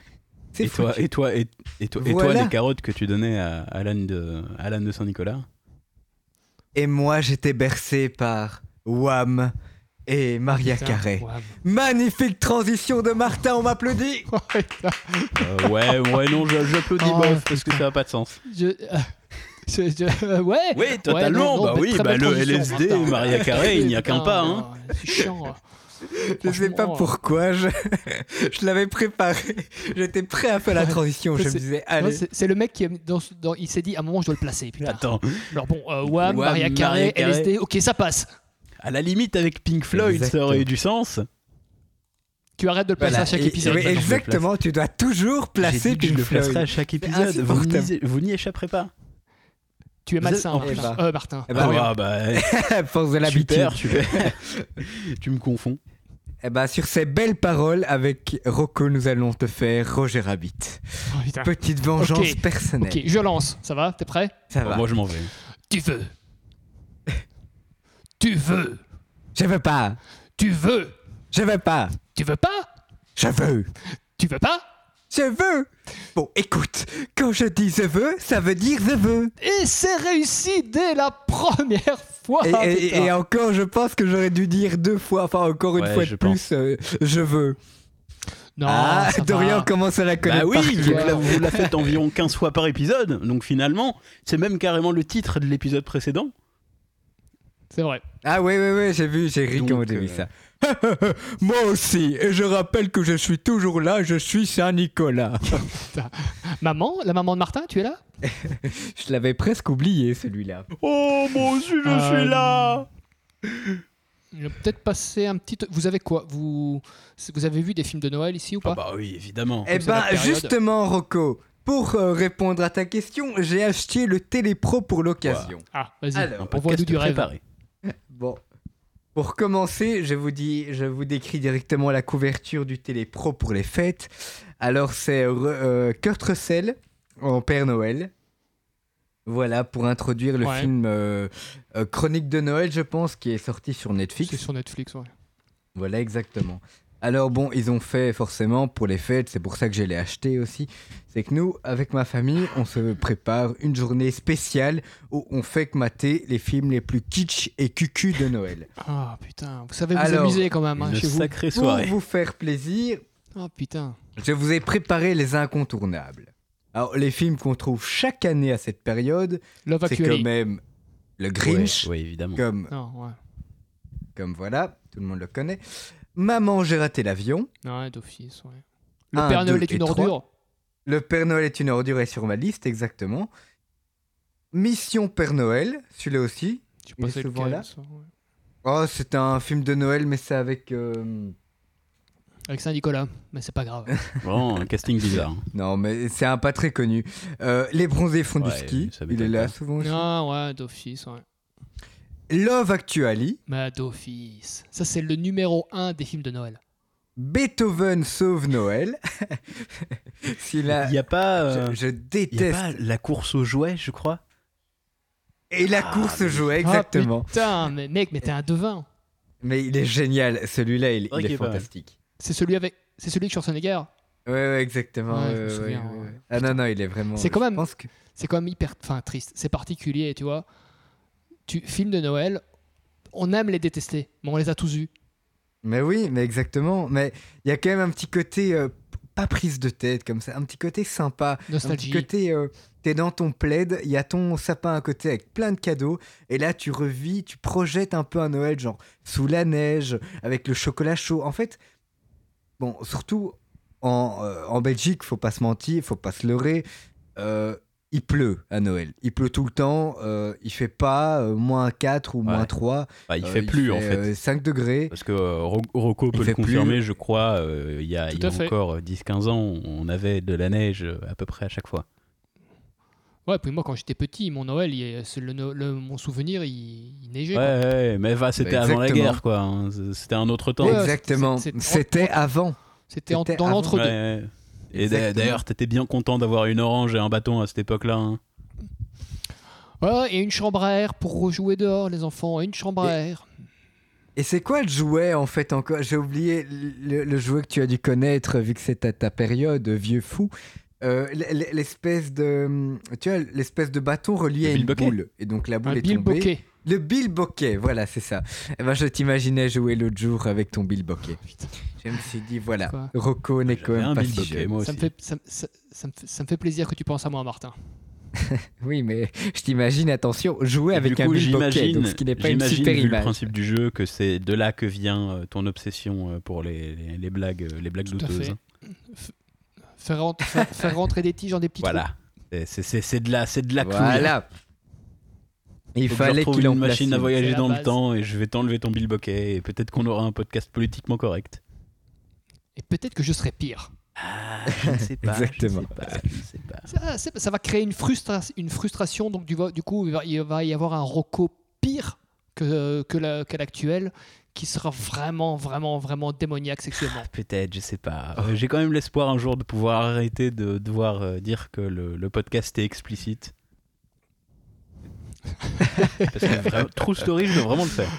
S5: C'est
S3: Et
S5: fou.
S3: toi, et toi, et, et toi, et
S5: Voilà.
S3: toi, les carottes que tu donnais à Alan de Alan de Saint-Nicolas.
S5: Et moi, j'étais bercé par Wham et Maria
S2: Putain,
S5: Carré.
S2: ouais.
S5: Magnifique transition de Martin, on m'applaudit.
S3: Euh, ouais, ouais, non, je- j'applaudis
S2: Oh,
S3: bof parce que ça n'a pas de sens.
S2: Je, euh, je- je- euh, ouais.
S3: Oui,
S2: totalement,
S3: totalement.
S2: non, non, bah
S3: bah
S2: mais oui,
S3: oui,
S2: très bah,
S3: bah
S2: belle le
S3: le
S2: transition, LSD,
S3: LSD,
S2: Martin.
S3: Maria Carré, il n'y a
S2: Putain,
S3: qu'un pas, hein.
S2: non, C'est chiant.
S5: Je sais pas
S2: Franchement, euh.
S5: pourquoi, je, je l'avais préparé. J'étais prêt à faire la transition. Je me
S2: C'est-
S5: disais,
S2: euh, non,
S5: allez.
S2: c'est c'est le mec qui aime- dans, dans- il s'est dit à un moment je dois le placer. Putain.
S3: Attends,
S2: Alors bon, euh, Wham,
S3: Wham,
S2: Maria Carré,
S3: Mariah Carey.
S2: LSD, ok, ça passe.
S3: à la limite avec Pink Floyd, ça aurait eu du sens.
S2: Tu arrêtes de le placer
S5: Voilà.
S2: à chaque
S5: Et-
S2: épisode.
S5: oui,
S2: maintenant.
S5: exactement, tu dois toujours placer
S3: J'ai dit que je
S5: Pink
S3: le placerai à
S5: Floyd.
S3: chaque
S5: C'est
S3: épisode. Vous
S5: insupportable.
S3: n'y- Vous n'y échapperez pas.
S2: Tu es
S3: Vous êtes-
S2: malsain,
S3: en
S5: plus.
S2: Martin.
S5: Eh ben.
S2: Euh, Martin.
S5: Eh ben, oui.
S3: Ah bah,
S5: À force de l'habitude.
S3: super, super. tu me confonds.
S5: Eh ben, sur ces belles paroles, avec Rocco, nous allons te faire Roger Rabbit.
S2: Oh, putain.
S5: Petite vengeance
S2: Ok.
S5: personnelle.
S2: Ok, je lance. Ça va T'es prêt
S5: Ça
S3: Bon,
S5: va.
S3: moi je m'en vais.
S2: Tu veux. tu veux.
S5: Je veux pas.
S2: Tu veux.
S5: Je veux pas.
S2: Tu veux pas
S5: Je veux.
S2: Tu veux pas
S5: Je veux. Bon, écoute, quand je dis je veux, ça veut dire je veux.
S2: Et c'est réussi dès la première fois.
S5: Et, et-
S2: Oh, putain.
S5: et encore, je pense que j'aurais dû dire deux fois, enfin encore une
S3: Ouais,
S5: fois de
S3: je
S5: plus, euh, je veux.
S2: non,
S5: ah,
S2: ça va.
S5: Dorian commence à la
S3: Bah
S5: connaître.
S3: oui,
S5: par
S3: vu
S5: cœur.
S3: que là, vous la faites environ 15 fois par épisode. Donc finalement, c'est même carrément le titre de l'épisode précédent.
S2: C'est vrai.
S5: Ah oui, oui, oui, j'ai vu, j'ai ri
S3: Donc,
S5: quand j'ai vu
S3: euh,
S5: ça. Moi aussi, et je rappelle que je suis toujours là, je suis Saint-Nicolas.
S2: Maman, la maman de Martin, tu es là
S5: je l'avais presque oublié celui-là.
S3: Oh, moi aussi, je
S2: Euh,
S3: suis là
S2: Il a peut-être passé un petit. Vous avez quoi vous... vous avez vu des films de Noël ici ou pas
S3: Ah bah oui, évidemment.
S5: Eh
S2: Comme c'est la
S5: ben,
S2: période.
S5: justement, Rocco, pour euh, répondre à ta question, j'ai acheté le télépro pour l'occasion.
S2: Ah, vas-y.
S5: Alors,
S2: on voit
S3: Podcast
S2: nous du rêve.
S3: préparé.
S5: Bon. Pour commencer, je vous, dis, je vous décris directement la couverture du télépro pour les fêtes. Alors, c'est Re- euh, Kurt Russell en Père Noël. Voilà, pour introduire le
S2: Ouais.
S5: film euh, euh, Chronique de Noël, je pense, qui est sorti sur
S2: C'est
S5: Netflix.
S2: sur Netflix, ouais.
S5: Voilà, exactement. Alors bon, ils ont fait forcément pour les fêtes, c'est pour ça que je l'ai acheté aussi. C'est que nous, avec ma famille, on se prépare une journée spéciale où on fait que mater les films les plus kitsch et cucu de Noël.
S2: Ah putain, vous savez vous
S5: Alors,
S2: amuser quand même hein,
S3: Une
S2: chez vous.
S3: sacrée
S5: Pour
S3: soirée.
S5: vous faire plaisir,
S2: Ah putain.
S5: je vous ai préparé les incontournables. Alors les films qu'on trouve chaque année à cette période,
S2: Love
S5: c'est quand
S2: Actually.
S5: même le Grinch,
S3: Oui, évidemment.
S5: comme
S2: Non, ouais.
S5: comme voilà, tout le monde le connaît. Maman, j'ai raté l'avion.
S2: Ouais, d'office, ouais. Le
S5: Un,
S2: Père Noël
S5: deux
S2: est
S5: et
S2: une
S5: trois.
S2: ordure.
S5: Le Père Noël est une ordure est sur ma liste, exactement. Mission Père Noël, celui-là aussi.
S2: Je sais
S5: Il
S2: pas
S5: est
S2: c'est
S5: souvent
S2: lequel,
S5: là.
S2: ça, ouais.
S5: Oh, c'est un film de Noël, mais c'est avec. euh,
S2: Avec Saint-Nicolas, mais c'est pas grave.
S3: Vraiment, un casting bizarre. hein.
S5: Non, mais c'est un pas très connu. Euh, Les bronzés font
S3: Ouais,
S5: du ski.
S3: ça
S5: Il
S3: m'étonne
S5: est là
S3: pas.
S5: souvent aussi.
S2: non, ouais, d'office, ouais.
S5: Love Actually.
S2: Mais d'office. Ça, c'est le numéro 1 des films de Noël.
S5: Beethoven sauve Noël. S'il a-
S3: Il n'y a pas. euh,
S5: Je,
S3: il
S5: je
S3: y a
S5: déteste.
S3: pas la course aux jouets, je crois.
S5: Et la
S3: Ah,
S5: course
S3: mais-
S5: au jouet, exactement.
S2: Ah, putain, mais mec, mais t'es un devin.
S5: mais il est génial. Celui-là, il,
S3: vrai
S5: il
S3: qu'il
S5: est
S3: est pas mal.
S5: fantastique.
S2: C'est celui avec. C'est celui avec Schwarzenegger.
S5: Ouais, ouais, exactement.
S2: Ouais, je
S5: ouais,
S2: me
S5: ouais,
S2: souviens,
S5: ouais,
S2: ouais.
S5: ouais. Ah non, non, il est vraiment.
S2: C'est quand
S5: je
S2: même-
S5: pense que-
S2: C'est quand même hyper. Enfin, triste. C'est particulier, tu vois. Tu, film de Noël, on aime les détester, mais on les a tous eus.
S5: Mais oui, mais exactement. Mais il y a quand même un petit côté, euh, p- pas prise de tête comme ça, un petit côté sympa. Un petit
S2: Nostalgie.
S5: côté, euh, t'es dans ton plaid, il y a ton sapin à côté avec plein de cadeaux. Et là, tu revis, tu projettes un peu un Noël, genre sous la neige, avec le chocolat chaud. En fait, bon, surtout en, euh, en Belgique, faut pas se mentir, faut pas se leurrer. euh, il pleut à Noël. Il pleut tout le temps. euh, il fait pas euh, moins 4 ou moins
S3: Ouais.
S5: 3.
S3: Bah, il
S5: euh,
S3: fait plus, en fait.
S5: 5 degrés.
S3: Parce que euh, Ro- Rocco
S5: Il
S3: peut
S5: fait
S3: le
S5: plus.
S3: confirmer, je crois, euh, il y a, il y
S2: Tout à
S3: a
S2: fait.
S3: encore euh, 10-15 ans, on avait de la neige euh, à peu près à chaque fois.
S2: Ouais, puis moi, quand j'étais petit, mon Noël, il est- c'est le no- le- mon souvenir, il, il neigeait.
S3: Ouais,
S2: quoi.
S3: ouais, mais va, c'était avant la
S5: Mm. Bah, exactement.
S3: guerre, quoi. hein. C- C'était un autre temps.
S2: Ouais,
S3: Ouais,
S5: Exactement.
S2: c'est- c'est-
S5: C'était avant.
S2: C'était en-
S5: C'était
S2: dans
S5: avant.
S2: l'entre-deux.
S3: ouais. Et d'a-
S5: Exactement.
S3: d'ailleurs, t'étais bien content d'avoir une orange et un bâton à cette époque-là. hein.
S2: Ouais, et une chambre à air pour rejouer dehors, les enfants. Et une chambre à air.
S5: Et c'est quoi le jouet en fait encore J'ai oublié le, le jouet que tu as dû connaître vu que c'est à ta période, vieux fou. Euh, l- l- l'espèce de tu vois l'espèce de bâton relié
S3: Le
S5: à une
S3: bilboquet.
S5: boule et donc la boule
S2: Un
S5: est
S2: Bill
S5: tombée
S2: Bokeh.
S5: le bilboquet voilà c'est ça Eh ben, je t'imaginais jouer l'autre jour avec ton bilboquet
S2: Oh, Putain.
S5: je me suis dit voilà
S2: Quoi
S5: Rocco n'est quand
S3: J'avais
S5: même
S3: un
S5: pas si
S3: bilboquet,
S5: jeune.
S3: moi
S2: Ça
S3: aussi.
S2: me, fait, ça, me- ça- ça me fait- ça me fait plaisir que tu penses à moi, Martin.
S5: oui mais je t'imagine attention jouer
S3: Et
S5: avec
S3: du
S5: un
S3: coup,
S5: bilboquet
S3: j'imagine,
S5: donc ce qui n'est pas une
S3: j'imagine,
S5: super
S3: vu le
S5: image
S3: principe du jeu, que c'est de là que vient euh, ton obsession euh, pour les, les, les blagues, euh, les blagues
S2: Tout à
S3: douteuses.
S2: fait.
S3: hein.
S2: F- Faire, rent- faire- faire rentrer des tiges dans des petits trous.
S3: Voilà. C'est- C'est c'est de la, c'est de la clouille.
S5: voilà
S3: Faut que
S5: il
S3: je
S5: fallait
S3: retrouve
S5: qu'il en
S3: une
S5: place
S3: machine à
S5: une.
S2: C'est
S3: voyager
S2: la
S3: dans
S2: base.
S3: le temps et je vais t'enlever ton bilboquet et peut-être qu'on aura un podcast politiquement correct.
S2: Et peut-être que je serai pire.
S3: je ne sais
S5: pas, je ne Exactement. sais
S2: Ça, c'est- ça va créer une, frustra- une frustration. Donc, du, vo- du coup, il va, il va y avoir un Rocco pire que, que la- que l'actuel qui sera vraiment, vraiment, vraiment démoniaque sexuellement.
S3: Ah, Peut-être, je sais
S5: Oh.
S3: pas. Euh, J'ai quand même l'espoir un jour de pouvoir arrêter de devoir euh, dire que le, le podcast est explicite. Parce que vraiment, True Story, je veux vraiment le faire.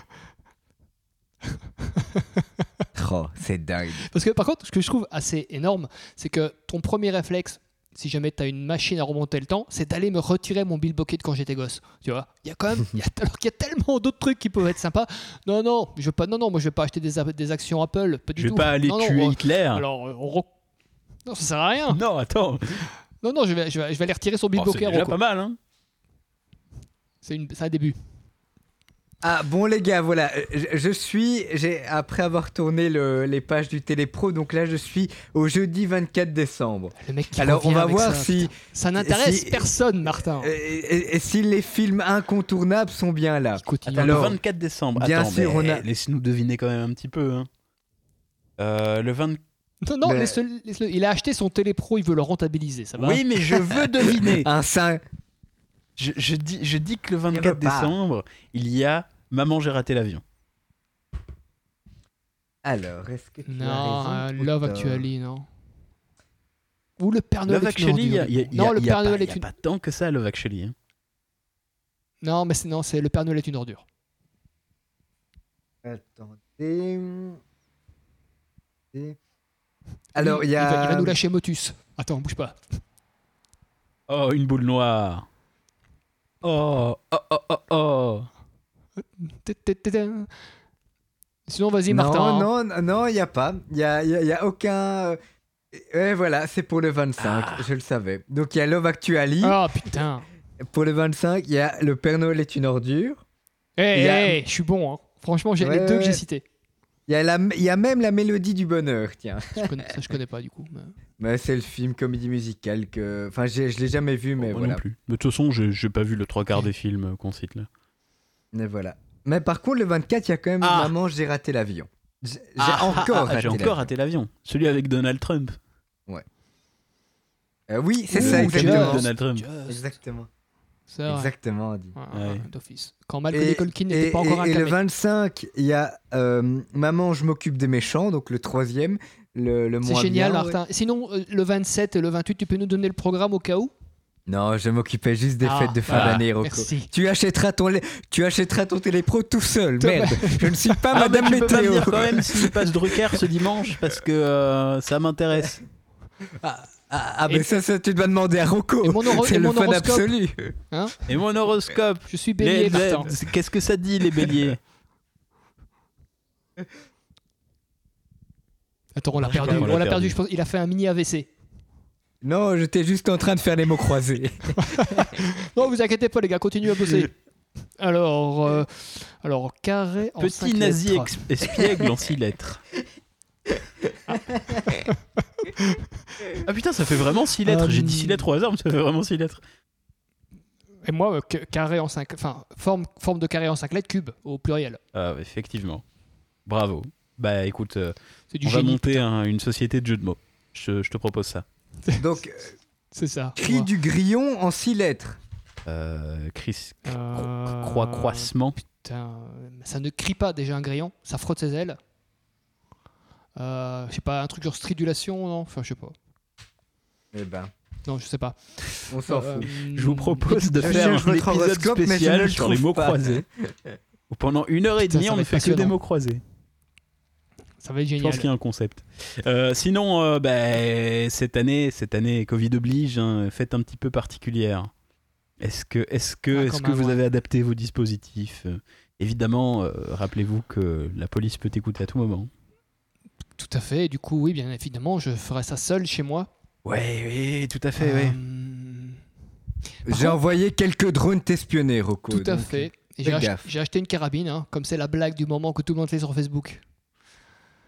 S5: Oh, c'est dingue.
S2: Parce que, par contre, ce que je trouve assez énorme, c'est que ton premier réflexe, si jamais tu as une machine à remonter le temps, c'est d'aller me retirer mon Bill Bucket quand j'étais gosse. Tu vois Il y a quand même, il y a, alors qu'il y a tellement d'autres trucs qui peuvent être sympas. Non, non, je veux pas, non, non, moi je vais pas acheter des, a- des actions Apple, pas du
S3: Je vais
S2: tout.
S3: pas aller
S2: Non, non,
S3: tuer
S2: on-
S3: Hitler.
S2: alors, euh, on re- non, ça sert à rien.
S3: Non, attends.
S2: Non, non, je vais, je vais, je vais aller retirer son Bill
S3: Bon, c'est
S2: Bucket.
S3: déjà
S2: Rocco.
S3: pas mal, hein.
S2: C'est une- c'est un début.
S5: Ah bon les gars, voilà, euh, je, je suis, j'ai après avoir tourné le- les pages du Télépro, donc là je suis au jeudi 24 décembre.
S2: Le mec qui
S5: Alors on
S2: revient
S5: va
S2: avec
S5: voir
S2: ça,
S5: si,
S2: putain. Ça n'intéresse
S5: si-
S2: personne, Martin.
S5: euh, et- et si les films incontournables sont bien là.
S2: Il continue.
S5: Alors-
S3: le 24 décembre.
S5: bien
S3: Attends,
S5: sûr,
S3: mais
S5: on a-
S3: Laisse-nous deviner quand même un petit peu. hein. Euh, le 24.
S2: non, non,
S5: mais-
S2: laisse-le- laisse-le. il a acheté son télépro, il veut le rentabiliser, ça va
S3: Oui, mais je veux deviner.
S5: Un saint.
S3: Je, je dis, je dis que le
S5: Il
S3: 24
S5: veut pas.
S3: décembre, il y a Maman, j'ai raté l'avion.
S5: Alors, est-ce que tu
S2: Non,
S5: as
S2: euh,
S5: raison ou
S2: Love
S5: tort
S2: Actually, non. Ou le Père Noël
S3: Love
S2: est une
S3: Actually, il y a,
S2: ordure.
S3: il y a- il y a-
S2: Non, le
S3: il y a
S2: Père
S3: pas-
S2: Noël
S3: il y a
S2: est une.
S3: pas tant que ça, Love Actually. hein.
S2: Non, mais c'est non, c'est le Père Noël est une ordure.
S5: Attendez. Et- Alors, il y
S2: Il va, il va
S5: a.
S2: nous lâcher Motus. Attends, bouge pas.
S3: Oh, une boule noire. Oh, oh, oh, oh, oh.
S2: Tétététin. Sinon, vas-y,
S5: non,
S2: Martin. hein.
S5: non, non, non, il n'y a pas. Il n'y a, il y a- il y a aucun. Ouais, voilà, c'est pour le 25,
S3: Ah.
S5: je le savais. Donc, il y a Love Actually.
S2: Ah putain.
S5: Pour le 25, il y a Le Père Noël est une ordure.
S2: Hé,
S5: Il y a-
S2: hé, Eh, je suis bon. hein. Franchement, j'ai
S5: Ouais,
S2: les deux que
S5: ouais.
S2: j'ai cités.
S5: Il y, a la- il y a même La Mélodie du Bonheur, tiens.
S2: Je connais, ça, je connais pas du coup. mais-
S5: Mais c'est le film comédie musicale que. Enfin, j'ai- je l'ai jamais vu, mais
S3: Moi
S5: voilà.
S3: non plus. Mais de toute façon, j'ai j'ai pas vu le trois quarts des films qu'on cite là.
S5: Mais voilà. Mais par contre, le 24, il y a quand même
S3: Ah.
S5: Maman, j'ai raté l'avion. J'ai j'ai
S3: Ah, ah,
S5: encore
S3: ah, ah,
S5: raté
S3: J'ai
S5: l'avion.
S3: encore raté l'avion. Celui avec Donald Trump.
S5: Euh, oui, c'est
S2: Ouh,
S5: ça,
S2: tu
S5: exactement.
S2: vois.
S3: Donald Trump.
S5: Exactement.
S2: Ça, ouais.
S5: Exactement, dit.
S2: Ouais, ouais,
S3: Ouais.
S2: D'office. Quand Malcolm Colkin
S5: et-
S2: n'était pas encore
S5: et- et
S2: acclamé.
S5: le 25, il y a euh, Maman, je m'occupe des méchants, donc le troisième, le, le
S2: C'est
S5: moins
S2: génial,
S5: bien, ouais.
S2: Martin. Sinon, euh, le 27 et le 28, tu peux nous donner le programme au cas où
S5: Non, je m'occupais juste des
S2: Ah,
S5: fêtes de fin
S3: ah,
S5: d'année, Rocco.
S2: Merci.
S5: Tu achèteras ton, lait- tu achèteras ton télépro tout
S2: Toi-
S5: seul, merde. Je ne suis pas
S3: Ah, mais
S5: Madame
S3: tu peux pas
S5: Météo.
S3: venir quand même s'il passe Drucker ce dimanche parce que euh, ça m'intéresse.
S5: Ah, ah,
S2: Et-
S5: ben ça, ça, tu dois demander à
S2: Et
S5: Rocco.
S2: mon horo- et
S5: C'est le
S2: mon
S5: fan
S2: horoscope
S5: absolu.
S3: Et mon horoscope.
S2: Je suis bélier,
S3: Les- les-
S2: Martin.
S3: Qu'est-ce que ça dit les béliers
S2: Attends, on l'a
S3: Je sais pas,
S2: perdu. On l'a perdu. Je pense, il a fait un mini AVC.
S5: Non, j'étais juste en train de faire les mots croisés.
S2: Non, vous inquiétez pas, les gars, continuez à bosser. Alors, euh, alors carré en
S3: Petit
S2: cinq
S3: nazi
S2: lettres.
S3: ex- espiègle en six lettres. Ah putain, ça fait vraiment six lettres. J'ai dit six
S2: Hum.
S3: lettres au hasard, mais ça fait vraiment six lettres.
S2: Et moi, euh, ca- carré en 5. Enfin, forme, forme de carré en 5 lettres, cube, au pluriel.
S3: Ah, effectivement. Bravo. Bah écoute, euh,
S2: C'est du
S3: on va
S2: génie.
S3: monter un- une société de jeux de mots. Je, je te propose ça.
S5: Donc, euh,
S2: C'est ça.
S5: cri du grillon en six lettres.
S3: Euh, Chris,
S2: Euh,
S3: croix croissement.
S2: Putain, euh, ça ne crie pas déjà un grillon, ça frotte ses ailes. Euh, je sais pas, un truc genre stridulation, non Enfin, je sais pas.
S5: Eh ben,
S2: Non, je sais pas.
S5: on s'en
S2: Euh,
S5: fout.
S3: Je vous propose de
S5: Je
S3: faire
S5: cherche
S3: un
S5: votre
S3: épisode
S5: horoscope, mais je ne
S3: spécial
S5: le
S3: sur les
S5: trouve
S3: mots
S5: pas.
S3: croisés. Où Pendant une heure et
S2: Putain,
S3: demie,
S2: ça
S3: on
S2: va
S3: ne
S2: être
S3: fait que des
S2: passionnant.
S3: mots croisés.
S2: Ça va être
S3: Je
S2: génial.
S3: pense qu'il y a un concept. Euh, sinon, euh, bah, cette année, cette année Covid oblige, hein, fête un petit peu particulière. Est-ce que, est-ce que,
S2: Ah, quand
S3: est-ce que
S2: même,
S3: vous
S2: ouais.
S3: avez adapté vos dispositifs Euh, Évidemment, euh, rappelez-vous que la police peut écouter à tout moment.
S2: Tout à fait. Et du coup, oui, bien évidemment, je ferai ça seul chez moi.
S3: Ouais, oui, tout à
S5: Eh
S2: Euh, Par
S5: J'ai
S2: contre-
S5: envoyé quelques drones t'espionner, Rocco.
S2: Tout à
S5: donc,
S2: fait. Et
S5: fais
S2: J'ai ach-
S5: gaffe.
S2: j'ai acheté une carabine, hein, comme c'est la blague du moment que tout le monde fait sur Facebook.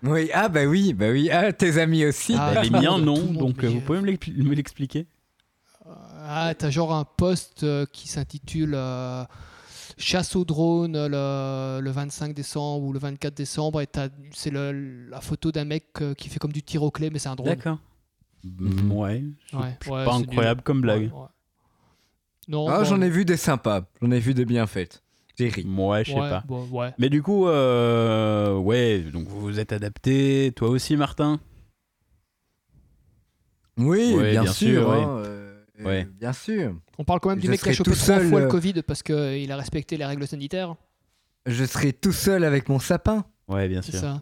S5: Oui, ah bah oui, bah oui, ah tes amis aussi. Bah,
S2: Ah,
S3: Bah, les
S2: tout le
S3: miens,
S2: monde, tout
S3: non,
S2: le monde,
S3: donc
S2: mais,
S3: euh, vous
S2: euh,
S3: pouvez me l'expli- me l'expliquer
S2: Ah, t'as genre un post euh, qui s'intitule euh, Chasse aux drones le, le 25 décembre ou le 24 décembre et t'as- c'est le- la photo d'un mec euh, qui fait comme du tir au clé mais c'est un drone.
S3: D'accord. Mm, Ouais,
S2: Mm-hmm. Ouais, ouais, c'est
S3: pas
S2: nul.
S3: incroyable comme blague.
S2: Ouais, ouais. Non,
S5: Ah,
S2: bon,
S5: j'en ai vu des sympas, j'en ai vu des bien faites. J'ai ri.
S3: Ouais, je sais
S2: ouais,
S3: pas.
S2: bon, ouais.
S3: Mais du coup, euh, ouais, donc vous vous êtes adapté, toi aussi, Martin
S5: Oui,
S3: Ouais,
S5: bien,
S3: bien
S5: sûr.
S3: sûr, oui.
S5: hein, euh, euh,
S3: Ouais.
S5: Bien sûr.
S2: On parle quand même du
S5: Je
S2: mec qui a
S5: serai
S2: chopé
S5: tout
S2: trois
S5: seul,
S2: fois le
S5: euh,
S2: Covid parce qu'il a respecté les règles sanitaires.
S5: Je serai tout seul avec mon sapin.
S3: Ouais, bien
S2: C'est
S3: sûr.
S2: ça.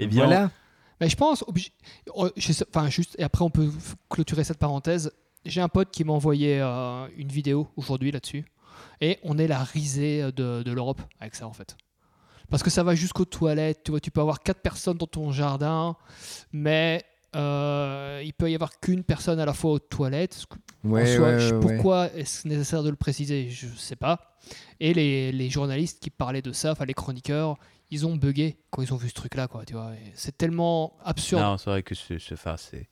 S3: Eh bien,
S5: Voilà.
S2: Mais je pense, oblig- euh, je sais- enfin juste, et après on peut f- clôturer cette parenthèse. J'ai un pote qui m'a envoyé euh, une vidéo aujourd'hui là-dessus, et on est la risée euh, de, de l'Europe avec ça en fait. Parce que ça va jusqu'aux toilettes, tu vois, tu peux avoir quatre personnes dans ton jardin, mais euh, il peut y avoir qu'une personne à la fois aux toilettes. ce que- en
S5: Ouais,
S2: soi,
S5: ouais,
S2: je-
S5: ouais, ouais.
S2: pourquoi est-ce nécessaire de le préciser Je sais pas. Et les, les journalistes qui parlaient de ça, enfin les chroniqueurs, ils ont bugué quand ils ont vu ce truc-là, quoi. Tu vois, Et c'est tellement absurde.
S3: non, c'est vrai que ce, ce enfin, c'est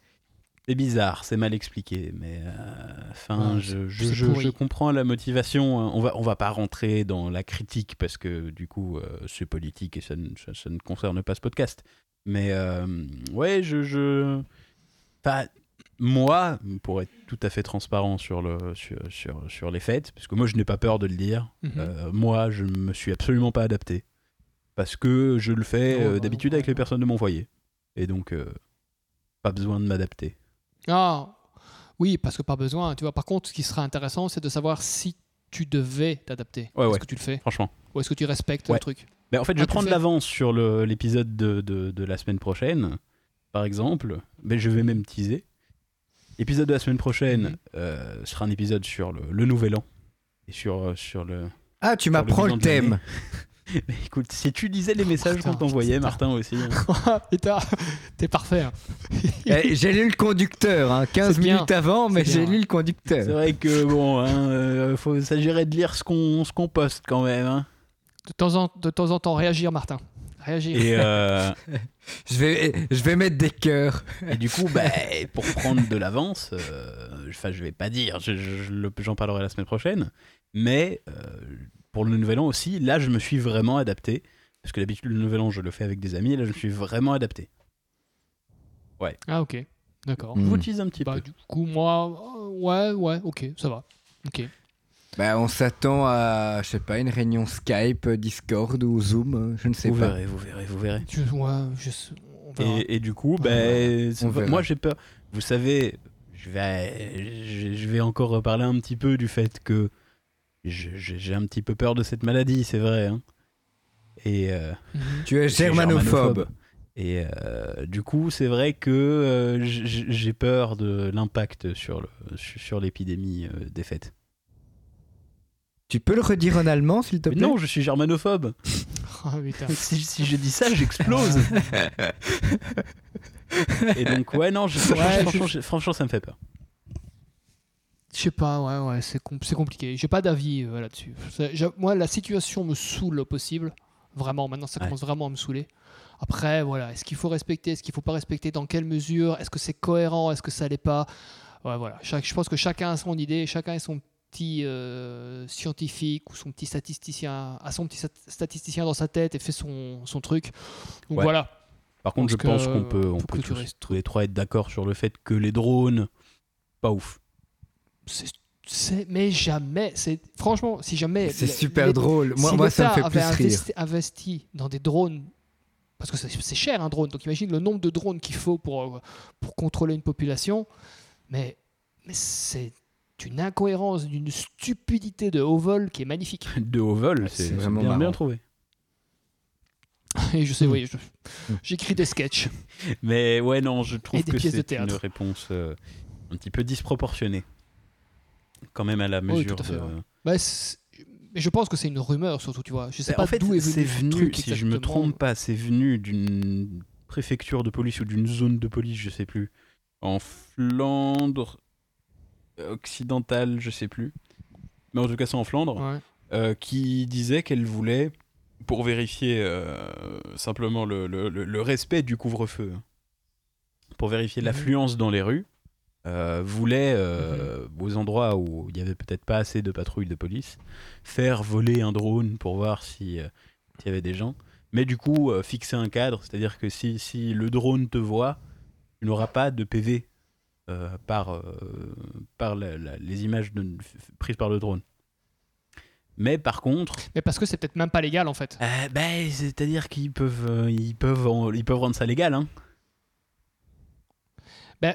S3: c'est bizarre, c'est mal expliqué, mais euh, enfin,
S2: Ouais,
S3: je, je,
S2: c'est
S3: je-
S2: pourri.
S3: je comprends la motivation. hein. On va, on va pas rentrer dans la critique parce que du coup, euh, c'est politique et ça, ne- ça- ça ne concerne pas ce podcast. Mais euh, ouais, je, je, enfin, moi, pour être tout à fait transparent sur le, sur, sur, sur les fêtes, parce que moi, je n'ai pas peur de le dire.
S2: Mhm.
S3: Euh, moi, je me suis absolument pas adapté. Parce que je le fais
S2: Ouais,
S3: euh,
S2: ouais,
S3: d'habitude
S2: bah ouais,
S3: avec les
S2: ouais.
S3: personnes de mon foyer. Et donc, euh, pas besoin de m'adapter.
S2: Ah, oui, parce que pas besoin. Tu vois, par contre, ce qui sera intéressant, c'est de savoir si tu devais t'adapter.
S3: Ouais,
S2: est-ce
S3: ouais.
S2: que tu le fais
S3: Franchement.
S2: Ou est-ce que tu respectes
S3: Ouais.
S2: le truc
S3: Mais en fait,
S2: Ah,
S3: je
S2: tu
S3: prends de
S2: fais
S3: l'avance sur le- l'épisode de, de- de la semaine prochaine. par exemple, mais je vais même teaser. L'épisode de la semaine prochaine
S2: Mhm.
S3: euh, sera un épisode sur le, le nouvel an et sur, euh, sur le.
S5: Ah, tu
S3: sur
S5: m'apprends
S3: bilan
S5: le
S3: de l'année.
S5: thème.
S3: Mais écoute, si tu lisais les messages qu'on
S2: Oh, putain,
S3: t'envoyait,
S2: putain.
S3: Martin aussi. hein.
S2: Ah, Putain, t'es parfait. hein.
S5: Eh, j'ai lu le conducteur, hein, 15
S2: C'est bien.
S5: minutes avant, mais
S2: C'est
S5: j'ai
S2: bien.
S5: lu le
S3: C'est
S5: conducteur.
S3: vrai que bon, hein, euh, faut s'agirait de lire ce qu'on ce qu'on poste quand même. hein.
S2: De temps en, de temps, en temps, réagir, Martin. Réagir.
S3: Et, euh,
S5: Je vais, je vais mettre des cœurs.
S3: et du coup, bah, pour prendre de l'avance, euh, enfin, je vais pas dire, je- je- je le- j'en parlerai la semaine prochaine, mais euh, pour le Nouvel An aussi, là, je me suis vraiment adapté. Parce que d'habitude, le Nouvel An, je le fais avec des amis, et là, je me suis vraiment adapté.
S2: Ah, ok. D'accord.
S5: Mm.
S3: Je vous tease un petit
S2: Bah,
S3: peu.
S2: du coup, moi, euh, ouais, ouais, ok, ça va. Ok.
S5: Bah, on s'attend à, je sais pas, une réunion Skype, euh, Discord ou Zoom, euh, je ne sais
S3: Vous
S5: pas.
S3: verrez, vous verrez, vous verrez.
S2: Je, ouais, je sais- on verra.
S3: Et, et du coup, ben, c'est
S5: on
S3: pas-
S5: verra.
S3: moi j'ai peur. Vous savez, je vais, je je vais encore reparler un petit peu du fait que je- je- j'ai un petit peu peur de cette maladie, c'est vrai. hein. Et euh,
S2: Mhm.
S5: Tu es
S3: je suis
S5: germanophobe.
S3: Et euh, du coup, c'est vrai que euh, j- j- j'ai peur de l'impact sur le- sur l'épidémie euh, des fêtes.
S5: Tu peux le redire en allemand, s'il te
S3: Mais
S5: plaît
S3: non, je suis germanophobe.
S2: Ah, putain.
S3: si, si je dis ça, j'explose. Et donc, ouais, non, je-
S2: Ouais,
S3: franchement,
S2: je-
S3: je- franchement, ça me fait peur.
S2: Je sais pas, ouais, ouais, c'est com- c'est compliqué. J'ai pas d'avis euh, là-dessus. C'est- j'a- Moi, la situation me saoule au possible. Vraiment, maintenant, ça
S3: Ouais.
S2: commence vraiment à me saouler. Après, voilà, est-ce qu'il faut respecter, est-ce qu'il faut pas respecter, dans quelle mesure, est-ce que c'est cohérent, est-ce que ça l'est pas Ouais, voilà. Chaque, je pense que chacun a son idée, chacun a son petit euh, scientifique ou son petit statisticien, a son petit stat- statisticien dans sa tête et fait son, son truc. Donc
S3: Ouais.
S2: voilà.
S3: Par contre, je
S2: Parce
S3: pense
S2: que, euh,
S3: qu'on peut, on
S2: faut
S3: peut
S2: que tu
S3: tous,
S2: restes-
S3: tous les trois être d'accord sur le fait que les drones, pas ouf.
S2: C'est- c'est- mais jamais, c'est franchement, si jamais.
S5: C'est
S2: les-
S5: super
S2: les-
S5: drôle. Moi,
S2: si
S5: moi ça me
S2: l'État
S5: fait plus
S2: avait
S5: rire.
S2: investi, investi dans des drones, parce que c'est c'est cher un drone, donc imagine le nombre de drones qu'il faut pour, euh, pour contrôler une population, mais, mais c'est une incohérence, d'une stupidité de haut vol qui est magnifique.
S3: De haut vol,
S5: c'est
S3: Ah, c'est
S5: vraiment
S3: bien,
S5: marrant.
S3: bien trouvé.
S2: Et je sais, oui, je- j'écris des sketchs.
S3: Mais ouais, non, je trouve
S2: Et des
S3: que
S2: pièces de
S3: c'est une
S2: théâtre.
S3: réponse euh, un petit peu disproportionnée. Quand même à la
S2: Oui,
S3: mesure
S2: tout à fait,
S3: de-
S2: ouais. Bah, c'est- mais je pense que c'est une rumeur surtout, tu vois. Je sais
S3: Bah,
S2: pas
S3: en fait,
S2: d'où est venu
S3: c'est
S2: ce
S3: venu,
S2: truc
S3: si je me
S2: exactement.
S3: trompe pas, c'est venu d'une préfecture de police ou d'une zone de police, je sais plus, en Flandre occidentale, je sais plus. Mais en tout cas, c'est en Flandre.
S2: Ouais.
S3: euh, qui disait qu'elle voulait, pour vérifier euh, simplement le, le- le- le respect du couvre-feu, hein, pour vérifier
S2: Mhm.
S3: l'affluence dans les rues, euh, voulait, euh, aux endroits où il n'y avait peut-être pas assez de patrouilles de police, faire voler un drone pour voir si, euh, s'il y avait des gens. Mais du coup, euh, fixer un cadre, c'est-à-dire que si, si le drone te voit, tu n'auras pas de PV euh, par, euh, par la- la- les images de- prises par le drone. Mais par contre,
S2: Mais parce que c'est peut-être même pas légal en fait.
S3: euh, ben, c'est-à-dire qu'ils peuvent, euh, ils peuvent, en- ils peuvent rendre ça légal. Hein.
S2: Ben,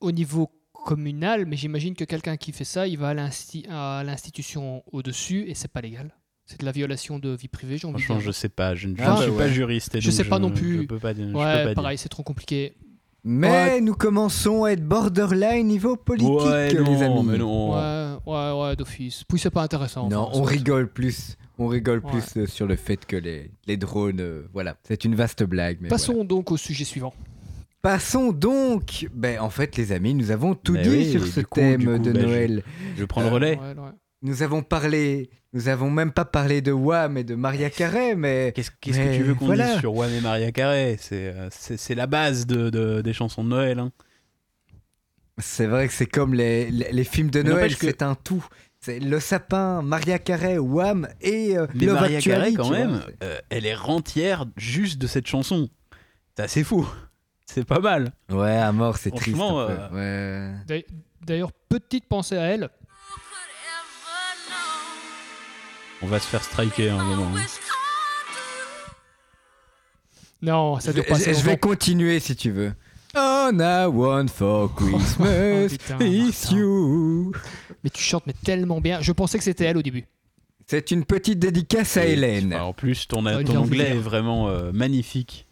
S2: au niveau communal, mais j'imagine que quelqu'un qui fait ça, il va à l'insti- à l'institution au-dessus et c'est pas légal. C'est de la violation de vie privée, j'ai envie de
S3: Franchement,
S2: dire.
S3: je sais pas. Je ne je
S5: Ah,
S3: ne suis
S5: bah
S3: pas
S5: ouais.
S3: juriste. et
S2: Je
S3: donc
S2: sais pas non
S3: ne-
S2: plus.
S3: Je peux pas dire. je peux
S2: Ouais,
S3: pas
S2: pareil, c'est trop compliqué.
S5: Mais
S2: Ouais.
S5: nous commençons à être borderline niveau
S3: dire.
S5: politique,
S3: Ouais, non,
S5: les amis.
S3: mais
S2: Ouais,
S3: non.
S2: ouais, ouais, d'office. Puis c'est pas intéressant.
S5: Non,
S2: enfin,
S5: on
S2: c'est-
S5: rigole plus. On rigole
S2: Ouais.
S5: plus euh, sur le fait que les, les drones. euh, voilà, c'est une vaste blague. Mais
S2: Passons
S5: voilà.
S2: donc au sujet suivant.
S5: Passons donc. Ben, en fait, les amis, nous avons tout
S3: Ben
S5: dit
S3: oui,
S5: sur
S3: du
S5: ce
S3: coup-
S5: thème
S3: du coup,
S5: de
S3: ben, je-
S5: Noël.
S3: Je prends le
S5: Euh,
S3: relais.
S2: Ouais, ouais.
S5: Nous avons parlé. Nous avons même pas parlé de Wham et de
S3: Ben
S5: Maria Carey, mais.
S3: Qu'est-ce qu'est-ce que
S5: Mais
S3: tu veux qu'on
S5: voilà.
S3: dise sur Wham et Maria Carey C'est euh, c'est- c'est la base de, de- des chansons de Noël. hein.
S5: C'est vrai que c'est comme les, les, les films de
S3: Mais
S5: Noël,
S3: n'empêche que-
S5: c'est un tout. C'est le sapin, Maria Carey, Wham et euh,
S3: Mais
S5: Love
S3: Maria
S5: Actually,
S3: Carey,
S5: tu
S3: quand
S5: vois.
S3: même, euh, elle est rentière juste de cette chanson. C'est assez fou. C'est pas mal.
S5: Ouais, à mort, c'est triste.
S3: Franchement, euh,
S5: un peu. Ouais.
S2: D'ailleurs- D'ailleurs, petite pensée à elle.
S3: On va se faire striker à un moment. hein.
S2: Non, ça
S5: je,
S2: dure pas
S5: je-
S2: assez
S5: je vais
S2: longtemps.
S5: continuer si tu veux. On a one for
S2: Oh,
S5: Christmas
S2: putain,
S5: is
S2: Martin.
S5: you.
S2: Mais tu chantes mais tellement bien. Je pensais que c'était elle au début.
S5: C'est une petite dédicace à
S3: Et-
S5: Hélène.
S2: Ah,
S3: enfin, en plus, ton,
S2: Ouais,
S3: ton
S2: bien
S3: anglais
S2: ouvert.
S3: est vraiment euh, magnifique.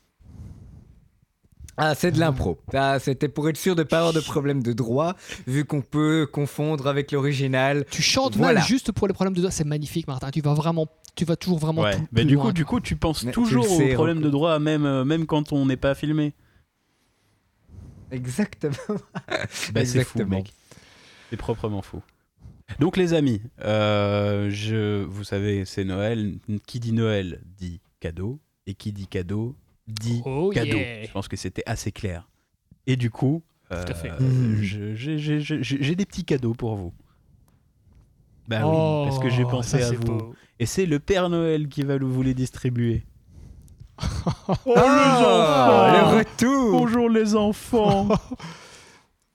S5: Ah, c'est de l'impro. Ah, C'était pour être sûr de pas avoir de problème de droit, vu qu'on peut confondre avec l'original.
S2: Tu chantes
S5: Voilà.
S2: mal juste pour les problèmes de droit. C'est magnifique, Martin. Tu vas vraiment, tu vas toujours vraiment
S3: Ouais.
S2: tout-
S3: Mais
S2: plus
S3: du
S2: loin.
S3: coup, du coup, tu penses
S5: Mais tu
S3: toujours
S5: le
S3: aux
S5: sais,
S3: problèmes
S5: Rocco.
S3: de droit, même, euh, même quand on n'est pas filmé.
S5: Exactement.
S3: Bah, c'est fou,
S5: Exactement.
S3: mec. C'est proprement fou. Donc, les amis, euh, je, vous savez, c'est Noël. Qui dit Noël dit cadeau. Et qui dit cadeau dit
S2: Oh
S3: cadeau.
S2: yeah.
S3: Je pense que c'était assez clair. Et du coup,
S2: à fait.
S3: euh, je- j'ai- j'ai j'ai- j'ai des petits cadeaux pour vous. Bah
S2: Oh,
S3: oui, parce que j'ai pensé
S2: ça,
S3: à
S2: c'est
S3: vous.
S2: beau.
S3: Et c'est le Père Noël qui va le- vous les distribuer.
S2: Oh,
S5: Ah,
S3: enfants.
S5: le retour
S3: Bonjour les enfants.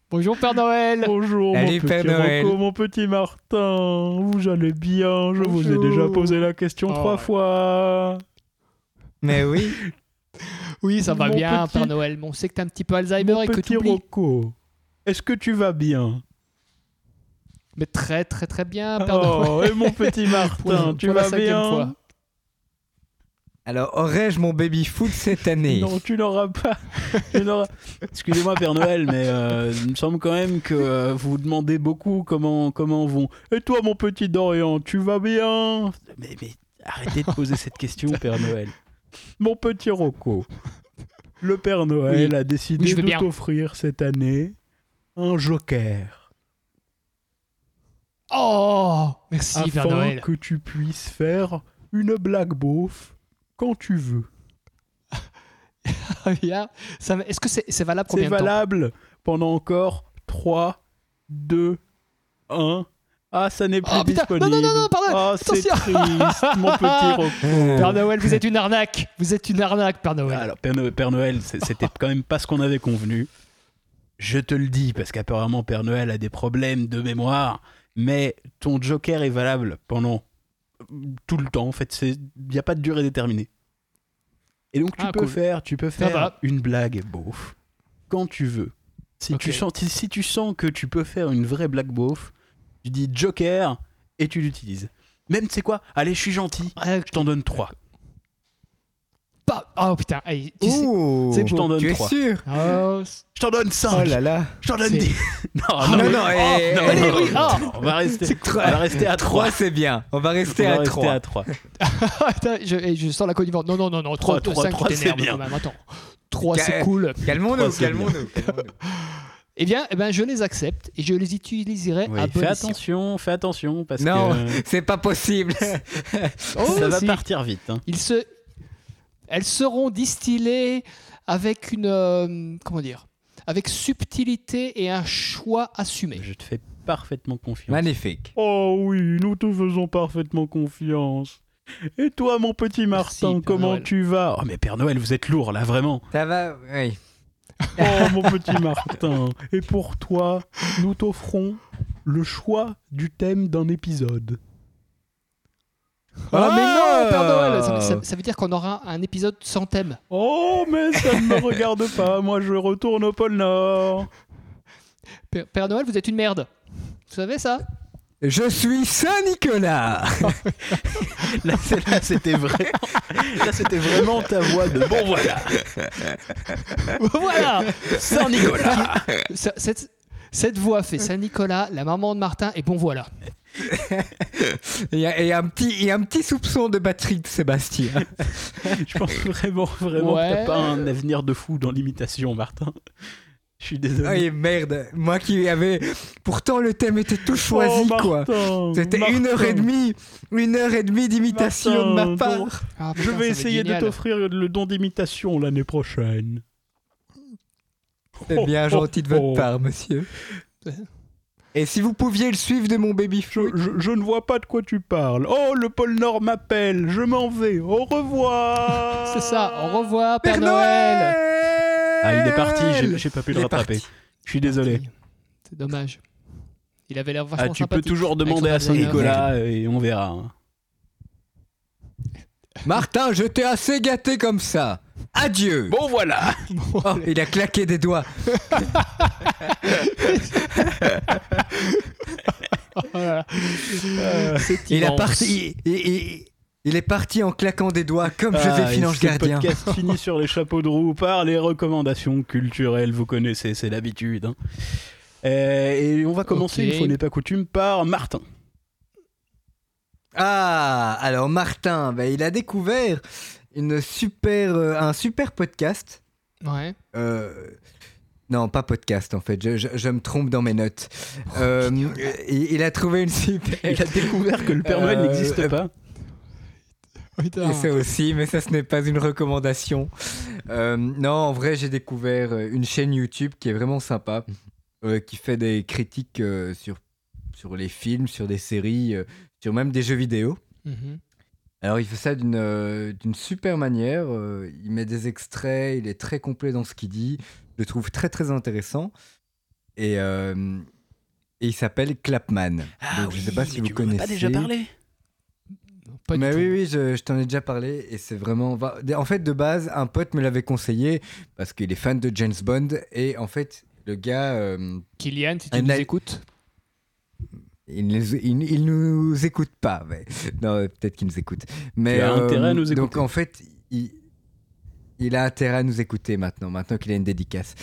S2: Bonjour Père Noël.
S3: Bonjour
S5: Allez,
S3: mon petit
S5: Père Noël.
S3: Rocco, mon petit Martin. Vous allez bien Je vous ai
S2: Bonjour.
S3: déjà posé la question
S2: Oh.
S3: trois fois.
S5: Mais oui,
S2: Oui, ça va
S3: Mon
S2: bien,
S3: petit-
S2: Père Noël. Mais on sait que t'as un petit peu Alzheimer et que
S3: petit
S2: tu oublies.
S3: Rocco, est-ce que tu vas bien
S2: Mais très très très bien, Père Noël.
S3: Oh, et mon petit
S2: Pour-
S3: Martin,
S2: pour
S3: tu
S2: la
S3: vas
S2: cinquième
S3: bien
S2: fois.
S5: alors aurais-je mon baby foot cette année
S3: Non, tu n'auras pas. tu n'auras- Excusez-moi, Père Noël, mais euh, il me semble quand même que euh, vous demandez beaucoup comment, comment vont. Et toi, mon petit Dorian, tu vas bien mais, mais arrêtez de poser cette question, Père Noël. Mon petit Rocco, le Père Noël a décidé
S2: Oui, je vais
S3: de
S2: bien.
S3: t'offrir cette année un joker.
S2: Oh, merci Père
S3: afin
S2: Noël.
S3: que tu puisses faire une blague beauf quand tu veux.
S2: Très bien. Ça va- Est-ce que c'est c'est valable
S3: C'est
S2: combien de temps
S3: valable pendant encore 3, 2, 1. Ah, ça n'est plus
S2: Oh, putain. Non, non,
S3: disponible.
S2: non, non, pardon.
S3: Ah, c'est
S2: Attention.
S3: triste, mon petit Rocco.
S5: Hmm.
S2: Père Noël, vous êtes une arnaque. Vous êtes une arnaque, Père Noël.
S3: Alors, Père Noël, Père Noël, c'est- c'était quand même pas ce qu'on avait convenu. Je te le dis, parce qu'apparemment Père Noël a des problèmes de mémoire, mais ton joker est valable pendant euh, tout le temps, en fait. Il n'y a pas de durée déterminée. Et donc, tu
S2: Ah,
S3: peux
S2: cool.
S3: faire, tu peux
S2: Ça
S3: faire
S2: va.
S3: une blague beauf quand tu veux. Si, tu
S2: Ok.
S3: sens, si, si tu sens que tu peux faire une vraie blague beauf, tu dis joker et tu l'utilises. Même, tu sais quoi Allez, je suis gentil,
S2: Ah,
S3: je t'en donne trois.
S2: pas- Oh putain. Hey, tu sais-
S5: Ouh,
S3: c'est- je t'en donne
S5: tu es
S3: trois.
S5: sûr
S2: Oh, c'est-
S3: Je t'en donne cinq.
S5: Oh là là
S3: J'en donne
S2: C'est-
S3: 10. Non, non,
S5: Non,
S3: mais-
S5: non,
S2: Oh,
S5: eh,
S3: non,
S5: eh,
S3: non,
S5: eh,
S3: non,
S5: oui,
S3: non,
S2: ah.
S3: non, on va rester,
S5: C'est
S3: on
S5: trois.
S3: va rester à 3.
S5: Trois, c'est bien. On va rester à
S3: rester
S5: trois.
S3: à 3.
S2: Ah, putain, je, hey, je sens la connivence. Non, non, non, non.
S3: Trois,
S2: 3,
S3: trois,
S2: 5,
S3: trois,
S2: tu
S3: c'est
S2: t'énerves
S3: bien.
S2: quand même. Attends. 3,
S5: Ca-
S2: c'est cool.
S5: Calmons-nous,
S3: c'est bien.
S5: calmons-nous. calmons-nous.
S2: Eh bien, eh bien, je les accepte et je les utiliserai à bon
S3: fais
S2: escient.
S3: attention, fais attention parce
S5: Non,
S3: que euh,
S5: c'est pas possible.
S2: Oh,
S3: ça va
S2: si.
S3: partir vite. hein.
S2: Ils se... Elles seront distillées avec une... euh, comment dire Avec subtilité et un choix assumé.
S3: Je te fais parfaitement confiance.
S5: Magnifique.
S3: Oh oui, nous te faisons parfaitement confiance. Et toi, mon petit
S2: Merci, Père Noël.
S3: tu vas Oh, mais Père Noël, vous êtes lourd là, vraiment.
S5: Ça va Oui.
S3: Oh, mon petit Martin. Et pour toi, nous t'offrons le choix du thème d'un épisode.
S2: Ah, mais non, Père Noël
S5: Ah.
S2: ça, ça- ça veut dire qu'on aura un épisode sans thème.
S3: Oh, mais ça ne me regarde pas, moi je retourne au pôle Nord.
S2: Père, Père Noël, vous êtes une merde. Vous savez ça
S5: Je suis Saint-Nicolas.
S3: Là, c'est- là, c'était vrai. Là, c'était vraiment ta voix de bon voilà.
S2: Voilà
S3: Saint Nicolas.
S2: Ça- cette, cette voix fait Saint-Nicolas, la maman de Martin, et bon voilà.
S5: Il y a, et un petit, il y a un petit soupçon de batterie de Sébastien.
S3: Je pense vraiment, vraiment que t'as
S2: Ouais.
S3: pas un avenir de fou dans l'imitation, Martin. Je suis désolé.
S5: Oui, merde. Moi qui avais. Pourtant, le thème était tout
S3: Oh,
S5: choisi, quoi.
S3: Martin,
S5: C'était une heure
S3: Martin,
S5: et demie. Une heure et demie d'imitation de ma
S3: Martin, ton-
S5: part.
S2: Ah, putain,
S3: Je
S2: ça
S3: vais
S2: va être
S3: essayer de
S2: génial.
S3: t'offrir le don d'imitation l'année prochaine.
S5: C'est bien
S3: Oh,
S5: gentil de
S3: oh,
S5: votre
S3: oh.
S5: part, monsieur. Et si vous pouviez le suivre de mon baby
S3: Je, je- je ne vois pas de quoi tu parles. Oh, le pôle Nord m'appelle. Je m'en vais. Au revoir.
S2: C'est ça, au revoir Père, Noël,
S3: Ah, il est parti. J'ai- J'ai pas pu
S5: Il
S3: le
S5: est
S3: rattraper.
S5: parti.
S3: Je suis désolé.
S2: C'est dommage. Il avait l'air vachement
S3: Ah, tu peux
S2: sympathique.
S3: toujours
S2: Avec
S3: demander
S2: son
S3: à
S2: Alzheimer.
S3: Saint-Nicolas et on verra. hein.
S5: Martin, je t'ai assez gâté comme ça. Adieu.
S3: Bon voilà
S5: Oh, il a claqué des doigts.
S2: Oh là là. C'est
S5: Il a
S2: immense.
S5: parti. Il, il- il- Il est parti en claquant des doigts comme
S3: Ah, et
S5: Joséphine Ange
S3: ce
S5: Gardien.
S3: podcast finit sur les chapeaux de roue par les recommandations culturelles. Vous connaissez, c'est l'habitude. hein. Euh, Et on va commencer,
S2: Ok.
S3: une fois n'est pas coutume, par Martin.
S5: Ah, alors Martin, bah, il a découvert une super, euh, un super podcast.
S2: Ouais.
S5: Euh, non, pas podcast en fait, je, je- je me trompe dans mes notes. Euh, il, il a trouvé une super.
S3: Il a découvert que le Père Noël
S5: Euh,
S3: n'existe
S5: euh,
S3: pas.
S2: Putain.
S5: Et ça aussi, mais ça ce n'est pas une recommandation. Euh, non, en vrai, j'ai découvert euh, une chaîne YouTube qui est vraiment sympa, euh, qui fait des critiques euh, sur, sur les films, sur des séries, euh, sur même des jeux vidéo.
S2: Mhm.
S5: Alors il fait ça d'une euh, d'une super manière, euh, il met des extraits, il est très complet dans ce qu'il dit, je le trouve très très intéressant. Et, euh, et il s'appelle Clapman.
S3: Ah
S5: Donc, je ne sais pas si vous connaissez.
S2: Non, pas du
S5: Mais
S2: tout.
S5: oui, oui, je, je t'en ai déjà parlé et c'est vraiment. va- En fait, de base, un pote me l'avait conseillé parce qu'il est fan de James Bond et en fait, le gars, euh,
S2: Kylian, si tu
S5: Un
S2: nous
S5: live-
S2: écoutes.
S5: il, nous- il- il nous écoute pas. Mais... Non, euh, peut-être qu'il nous écoute. Mais, euh,
S3: Tu as intérêt à nous
S5: Donc
S3: écouter.
S5: en fait, il, il a intérêt à nous écouter maintenant, maintenant qu'il a une dédicace.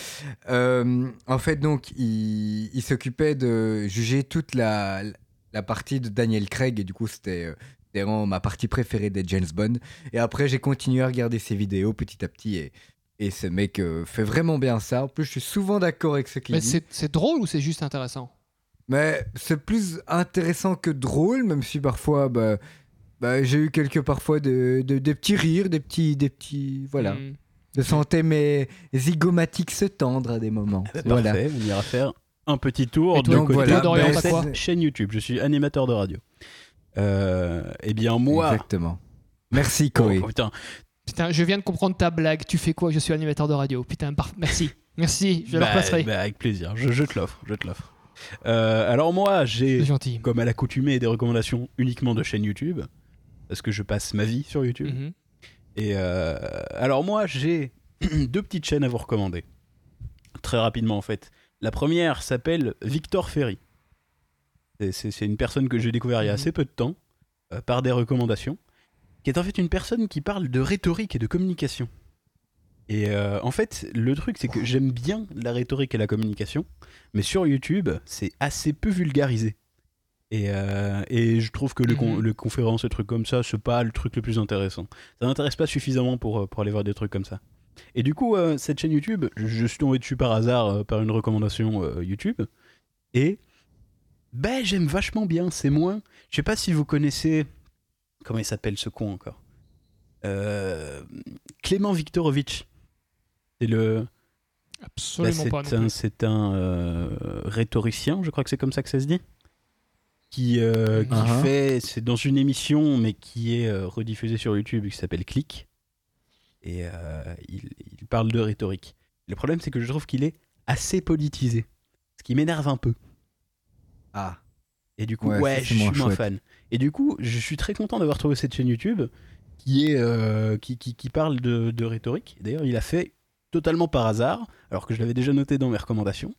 S5: Euh, en fait, donc, il, il s'occupait de juger toute la, la partie de Daniel Craig et du coup, c'était. euh, c'était vraiment ma partie préférée des James Bond. Et après, j'ai continué à regarder ses vidéos petit à petit. Et, et ce mec euh, fait vraiment bien ça. En plus, je suis souvent d'accord avec ce qu'il
S2: Mais
S5: dit.
S2: c'est c'est drôle ou c'est juste intéressant
S5: Mais c'est plus intéressant que drôle, même si parfois, bah, bah, j'ai eu quelques parfois de, de- des petits rires, des petits, des petits, voilà.
S3: Mm.
S2: Mhm.
S5: Je sentais mes zygomatiques se tendre à des moments. voilà.
S3: Ah bah, Parfait, on ira faire un petit
S2: Et
S3: tour
S2: toi,
S3: de
S5: donc
S3: côté
S5: voilà,
S3: de
S5: Dorian,
S3: la
S5: t'as
S3: chaîne-
S5: quoi
S3: chaîne YouTube. Je suis animateur de radio. Euh, eh bien, moi.
S5: Exactement. Merci
S3: Oh,
S5: Koé.
S3: putain.
S2: Putain, je viens de comprendre ta blague. Tu fais quoi Je suis animateur de radio. Putain, par- merci. Merci, je la
S3: Bah,
S2: repasserai.
S3: bah, avec plaisir. Je, je te l'offre. Je te l'offre. Euh, alors, moi, j'ai.
S2: C'est gentil.
S3: comme à l'accoutumée, des recommandations uniquement de chaîne YouTube, parce que je passe ma vie sur YouTube.
S2: Mhm.
S3: Et euh, alors moi, j'ai deux petites chaînes à vous recommander, très rapidement en fait. La première s'appelle Victor Ferry. Et C'est c'est une personne que j'ai découvert il y a
S2: Mhm.
S3: assez peu de temps, euh, par des recommandations, qui est en fait une personne qui parle de rhétorique et de communication. Et euh, en fait, le truc, c'est que j'aime bien la rhétorique et la communication, mais sur YouTube, c'est assez peu vulgarisé. Et, euh, et je trouve que le, con-
S2: Mhm.
S3: le conférence et trucs comme ça, c'est pas le truc le plus intéressant. Ça m'intéresse pas suffisamment pour, euh, pour aller voir des trucs comme ça. Et du coup, euh, cette chaîne YouTube, je- je suis tombé dessus par hasard euh, par une recommandation euh, YouTube. Et ben, j'aime vachement bien, c'est moins. Je sais pas si vous connaissez. Comment il s'appelle ce con encore Euh, Clément Viktorovitch. C'est le. Là,
S2: Absolument pas. non
S3: Bah, c'est
S2: plus.
S3: un, c'est un, euh, rhétoricien, je crois que c'est comme ça que ça se dit, qui, euh, qui
S5: Mhm.
S3: fait, c'est dans une émission, mais qui est euh, rediffusée sur YouTube, qui s'appelle Click, et euh, il, il parle de rhétorique. Le problème, c'est que je trouve qu'il est assez politisé, ce qui m'énerve un peu.
S5: Ah.
S3: Et du coup, ouais,
S5: Ouais,
S3: je
S5: ça, c'est
S3: suis
S5: moins
S3: moins
S5: chouette.
S3: fan. Et du coup, je suis très content d'avoir trouvé cette chaîne YouTube qui, est, euh, qui, qui, qui parle de, de rhétorique. D'ailleurs, il a fait totalement par hasard, alors que je l'avais déjà noté dans mes recommandations,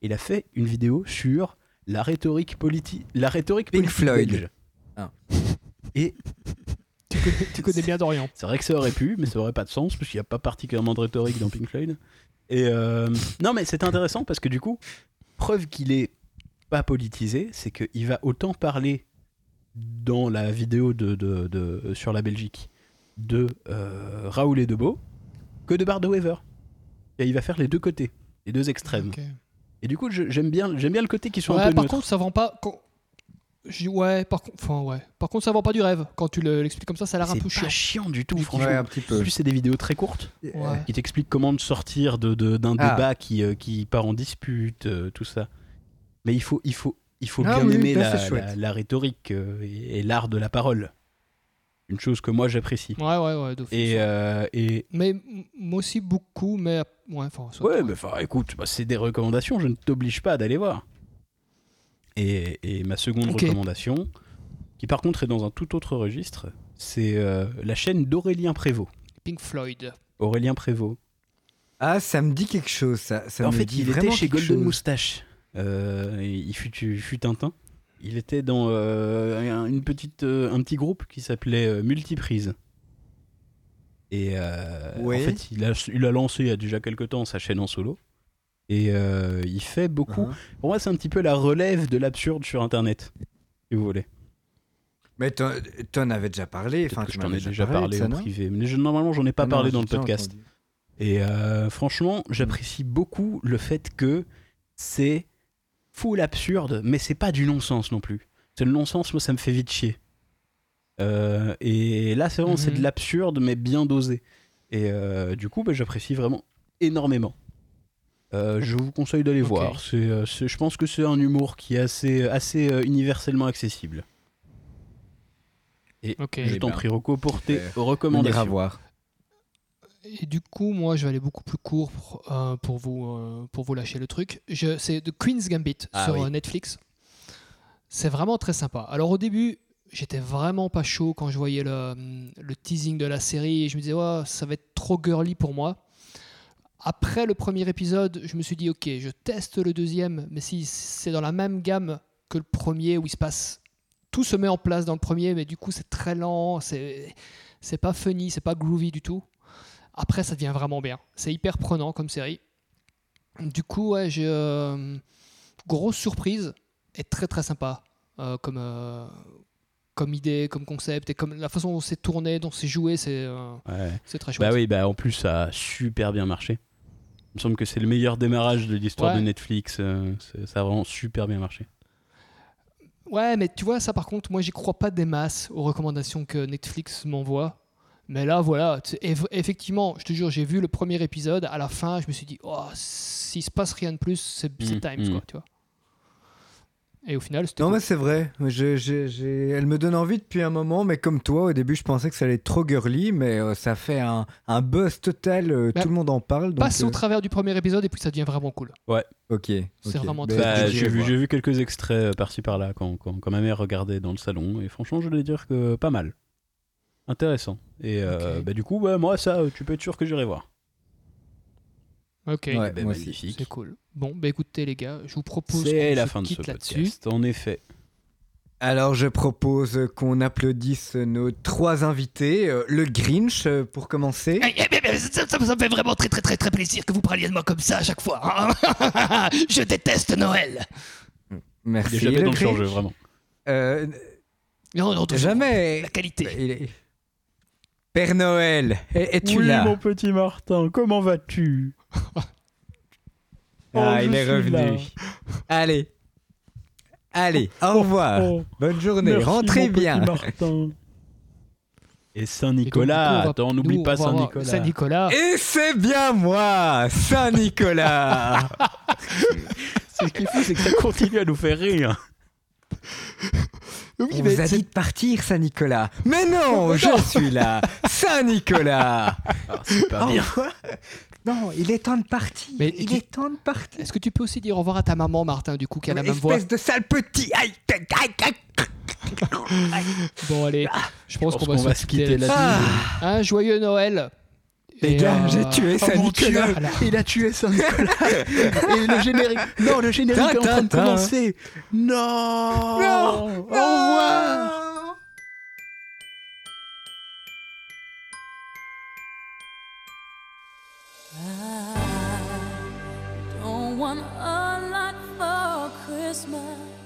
S3: il a fait une vidéo sur la rhétorique politique. La rhétorique
S5: Pink
S3: politique
S5: Floyd.
S3: belge.
S5: Ah.
S3: Et
S2: Tu connais, tu connais bien Dorian.
S3: c'est vrai que ça aurait pu, mais ça aurait pas de sens, parce qu'il n'y a pas particulièrement de rhétorique dans Pink Floyd. Et euh, non, mais c'est intéressant parce que du coup, preuve qu'il est pas politisé, c'est qu'il va autant parler dans la vidéo de, de- de- sur la Belgique de euh, Raoul et Debo que de Bart de Wever. Et il va faire les deux côtés, les deux extrêmes.
S2: Ok.
S3: Et du coup, je- j'aime bien, j'aime bien le côté qui soit
S2: Ouais,
S3: un peu
S2: par
S3: neutre.
S2: contre, ça vend pas. quand- Je dis ouais, par contre, enfin ouais. Par contre, ça vend pas du rêve. Quand tu le- l'expliques comme ça, ça a l'air un
S3: c'est
S2: peu chiant.
S3: pas chiant du tout,
S2: Ouais,
S3: franchement.
S5: Ouais, un petit
S3: En
S5: peu. Euh,
S3: plus, c'est des vidéos très courtes.
S2: Ouais.
S3: qui t'explique comment sortir de, de- d'un
S5: Ah.
S3: débat qui, euh, qui part en dispute, euh, tout ça. Mais il faut, il faut, il faut
S5: Ah
S3: bien
S5: oui,
S3: aimer
S5: là,
S3: la,
S5: c'est chouette.
S3: la- la rhétorique euh, et, et l'art de la parole. Une chose que moi j'apprécie.
S2: Ouais, ouais, ouais. d'office.
S3: Et, euh, et
S2: Mais m- moi aussi beaucoup, mais ouais, enfin. soit-
S3: ouais, mais enfin, écoute, bah, c'est des recommandations, je ne t'oblige pas d'aller voir. Et, et ma seconde
S2: Ok.
S3: recommandation, qui par contre est dans un tout autre registre, c'est euh, la chaîne d'Aurélien Prévost.
S2: Pink Floyd.
S3: Aurélien Prévost.
S5: Ah, ça me dit quelque chose. Ça, ça
S3: en
S5: me
S3: fait,
S5: dit
S3: il était
S5: vraiment
S3: chez
S5: quelque
S3: Golden
S5: chose.
S3: Moustache. Euh, il fut, il fut un temps. Il était dans euh, un- une petite, euh, un petit groupe qui s'appelait euh, Multiprise. Et euh,
S5: Oui.
S3: en fait, il a, il a lancé il y a déjà quelques temps sa chaîne en solo. Et euh, il fait beaucoup.
S5: Hein.
S3: Pour moi, c'est un petit peu la relève de l'absurde sur Internet, si vous voulez.
S5: Mais t'en- t'en avais déjà parlé. Enfin,
S3: Peut-être que
S5: tu
S3: je t'en
S5: m'avais
S3: ai déjà parlé,
S5: de ça,
S3: en
S5: non
S3: privé. Mais je- normalement, j'en ai pas
S5: Ah non,
S3: parlé
S5: j'ai
S3: dans le
S5: déjà
S3: podcast.
S5: entendu.
S3: Et euh, franchement, j'apprécie beaucoup le fait que c'est full absurde, mais c'est pas du non-sens non plus. C'est le non-sens, moi, ça me fait vite chier. Euh, et là, c'est vraiment c'est
S2: Mhm.
S3: de l'absurde, mais bien dosé. Et euh, du coup, bah, j'apprécie vraiment énormément. Euh, je vous conseille d'aller
S2: Ok.
S3: voir. C'est, euh, c'est- je pense que c'est un humour qui est assez, assez euh, universellement accessible. Et
S2: Ok.
S3: je
S5: Eh
S3: t'en
S5: ben,
S3: prie, Rocco, pour tes
S5: euh, On ira
S3: recommandations.
S5: voir.
S2: Et du coup, moi, je vais aller beaucoup plus court pour, euh, pour vous, euh, pour vous lâcher le truc. Je- C'est The Queen's Gambit
S3: Ah
S2: sur
S3: oui.
S2: euh, Netflix. C'est vraiment très sympa. Alors au début, j'étais vraiment pas chaud quand je voyais le, mm, le teasing de la série et je me disais, ouais, ça va être trop girly pour moi. Après le premier épisode, je me suis dit, ok, je teste le deuxième, mais si c'est dans la même gamme que le premier où il se passe... Tout se met en place dans le premier, mais du coup c'est très lent, c'est c'est pas funny, c'est pas groovy du tout. Après, ça devient vraiment bien. C'est hyper prenant comme série. Du coup, ouais, j'ai. euh, grosse surprise et très très sympa euh, comme, euh, comme idée, comme concept et comme la façon dont c'est tourné, dont c'est joué, c'est euh,
S3: Ouais.
S2: c'est très chouette.
S3: Bah oui, bah en plus ça a super bien marché. Il me semble que c'est le meilleur démarrage de l'histoire
S2: Ouais.
S3: de Netflix. euh, c'est- ça a vraiment super bien marché.
S2: Ouais, mais tu vois, ça par contre, moi j'y crois pas des masses aux recommandations que Netflix m'envoie. Mais là, voilà, tu- eff- effectivement, je te jure, j'ai vu le premier épisode, à la fin, je me suis dit, oh, s'il se passe rien de plus, c'est c'est
S3: Mm,
S2: Times,
S3: mm.
S2: quoi, tu vois. Et au final, c'était.
S5: Non,
S2: cool.
S5: mais c'est vrai. Je- je- j'ai- Elle me donne envie depuis un moment, mais comme toi, au début, je pensais que ça allait être trop girly, mais euh, ça fait un, un buzz total. euh,
S2: Bah,
S5: tout le monde en parle. Donc,
S2: Passe
S5: euh,
S2: au travers du premier épisode et puis ça devient vraiment cool.
S5: Ok.
S2: C'est
S5: ok.
S2: vraiment
S5: Ben,
S2: très-
S3: Bah,
S2: j'ai
S5: je-
S3: j'ai
S5: j'irai
S3: vu,
S5: voir.
S3: j'ai vu quelques extraits euh, par-ci par-là quand, quand, quand ma mère regardait dans le salon. Et franchement, je vais dire que pas mal. Intéressant. Et euh,
S2: Ok.
S3: bah, du coup, ouais, moi, ça, euh, tu peux être sûr que j'irai voir.
S2: Ok.
S5: Ouais,
S3: Bah,
S5: moi aussi.
S3: magnifique.
S2: C'est cool. Bon, bah écoutez les gars, je vous propose
S3: C'est
S2: qu'on
S3: la
S2: se
S3: fin de ce
S2: quitte là-dessus.
S3: podcast. En effet.
S5: Alors, je propose qu'on applaudisse nos trois invités. Euh, Le Grinch, euh, pour commencer.
S2: Eh, eh, eh, eh, Ça, ça- ça me fait vraiment très très très très plaisir que vous parliez de moi comme ça à chaque fois. hein. je déteste Noël.
S3: Il
S5: Merci.
S3: est jamais
S5: le
S3: dans le
S5: Grinch.
S3: surjeu, vraiment.
S5: Euh,
S2: Non, non, toujours. Bah,
S5: jamais.
S2: La qualité.
S5: Il est- Père Noël, es- es-tu là
S3: petit Martin, comment vas-tu
S5: Ah,
S3: Oh,
S5: il
S3: je
S5: est
S3: suis
S5: revenu.
S3: là.
S5: Allez. Allez, au revoir. Bonne journée. Rentrez bien.
S3: Et Saint-Nicolas, attends, n'oublie pas Saint-Nicolas.
S2: Saint-Nicolas.
S5: Et c'est bien moi, Saint-Nicolas.
S3: Ce qui est fou, c'est que ça continue à nous faire rire.
S5: On vous a dit de partir, Saint-Nicolas. Mais non, je suis là, Saint-Nicolas.
S3: c'est pas
S5: Au
S3: bien.
S5: revoir. Non, il est temps de partir.
S2: Mais
S5: il
S2: tu-
S5: est temps de partir.
S2: Est-ce que tu peux aussi dire au revoir à ta maman, Martin, du coup, qui a la même voix
S5: Espèce de sale petit. Aïe, aïe, aïe, aïe.
S2: Bon, allez, je pense qu'on va, se quitter là.
S5: Ah,
S2: Un joyeux Noël.
S5: les
S2: Et,
S5: gars,
S2: euh,
S5: j'ai tué Saint-Nicolas.
S2: voilà.
S3: Il a tué Saint-Nicolas. Et le générique. Non, le générique
S5: est en train de commencer.
S3: Non, Au
S1: I don't want a lot for Christmas.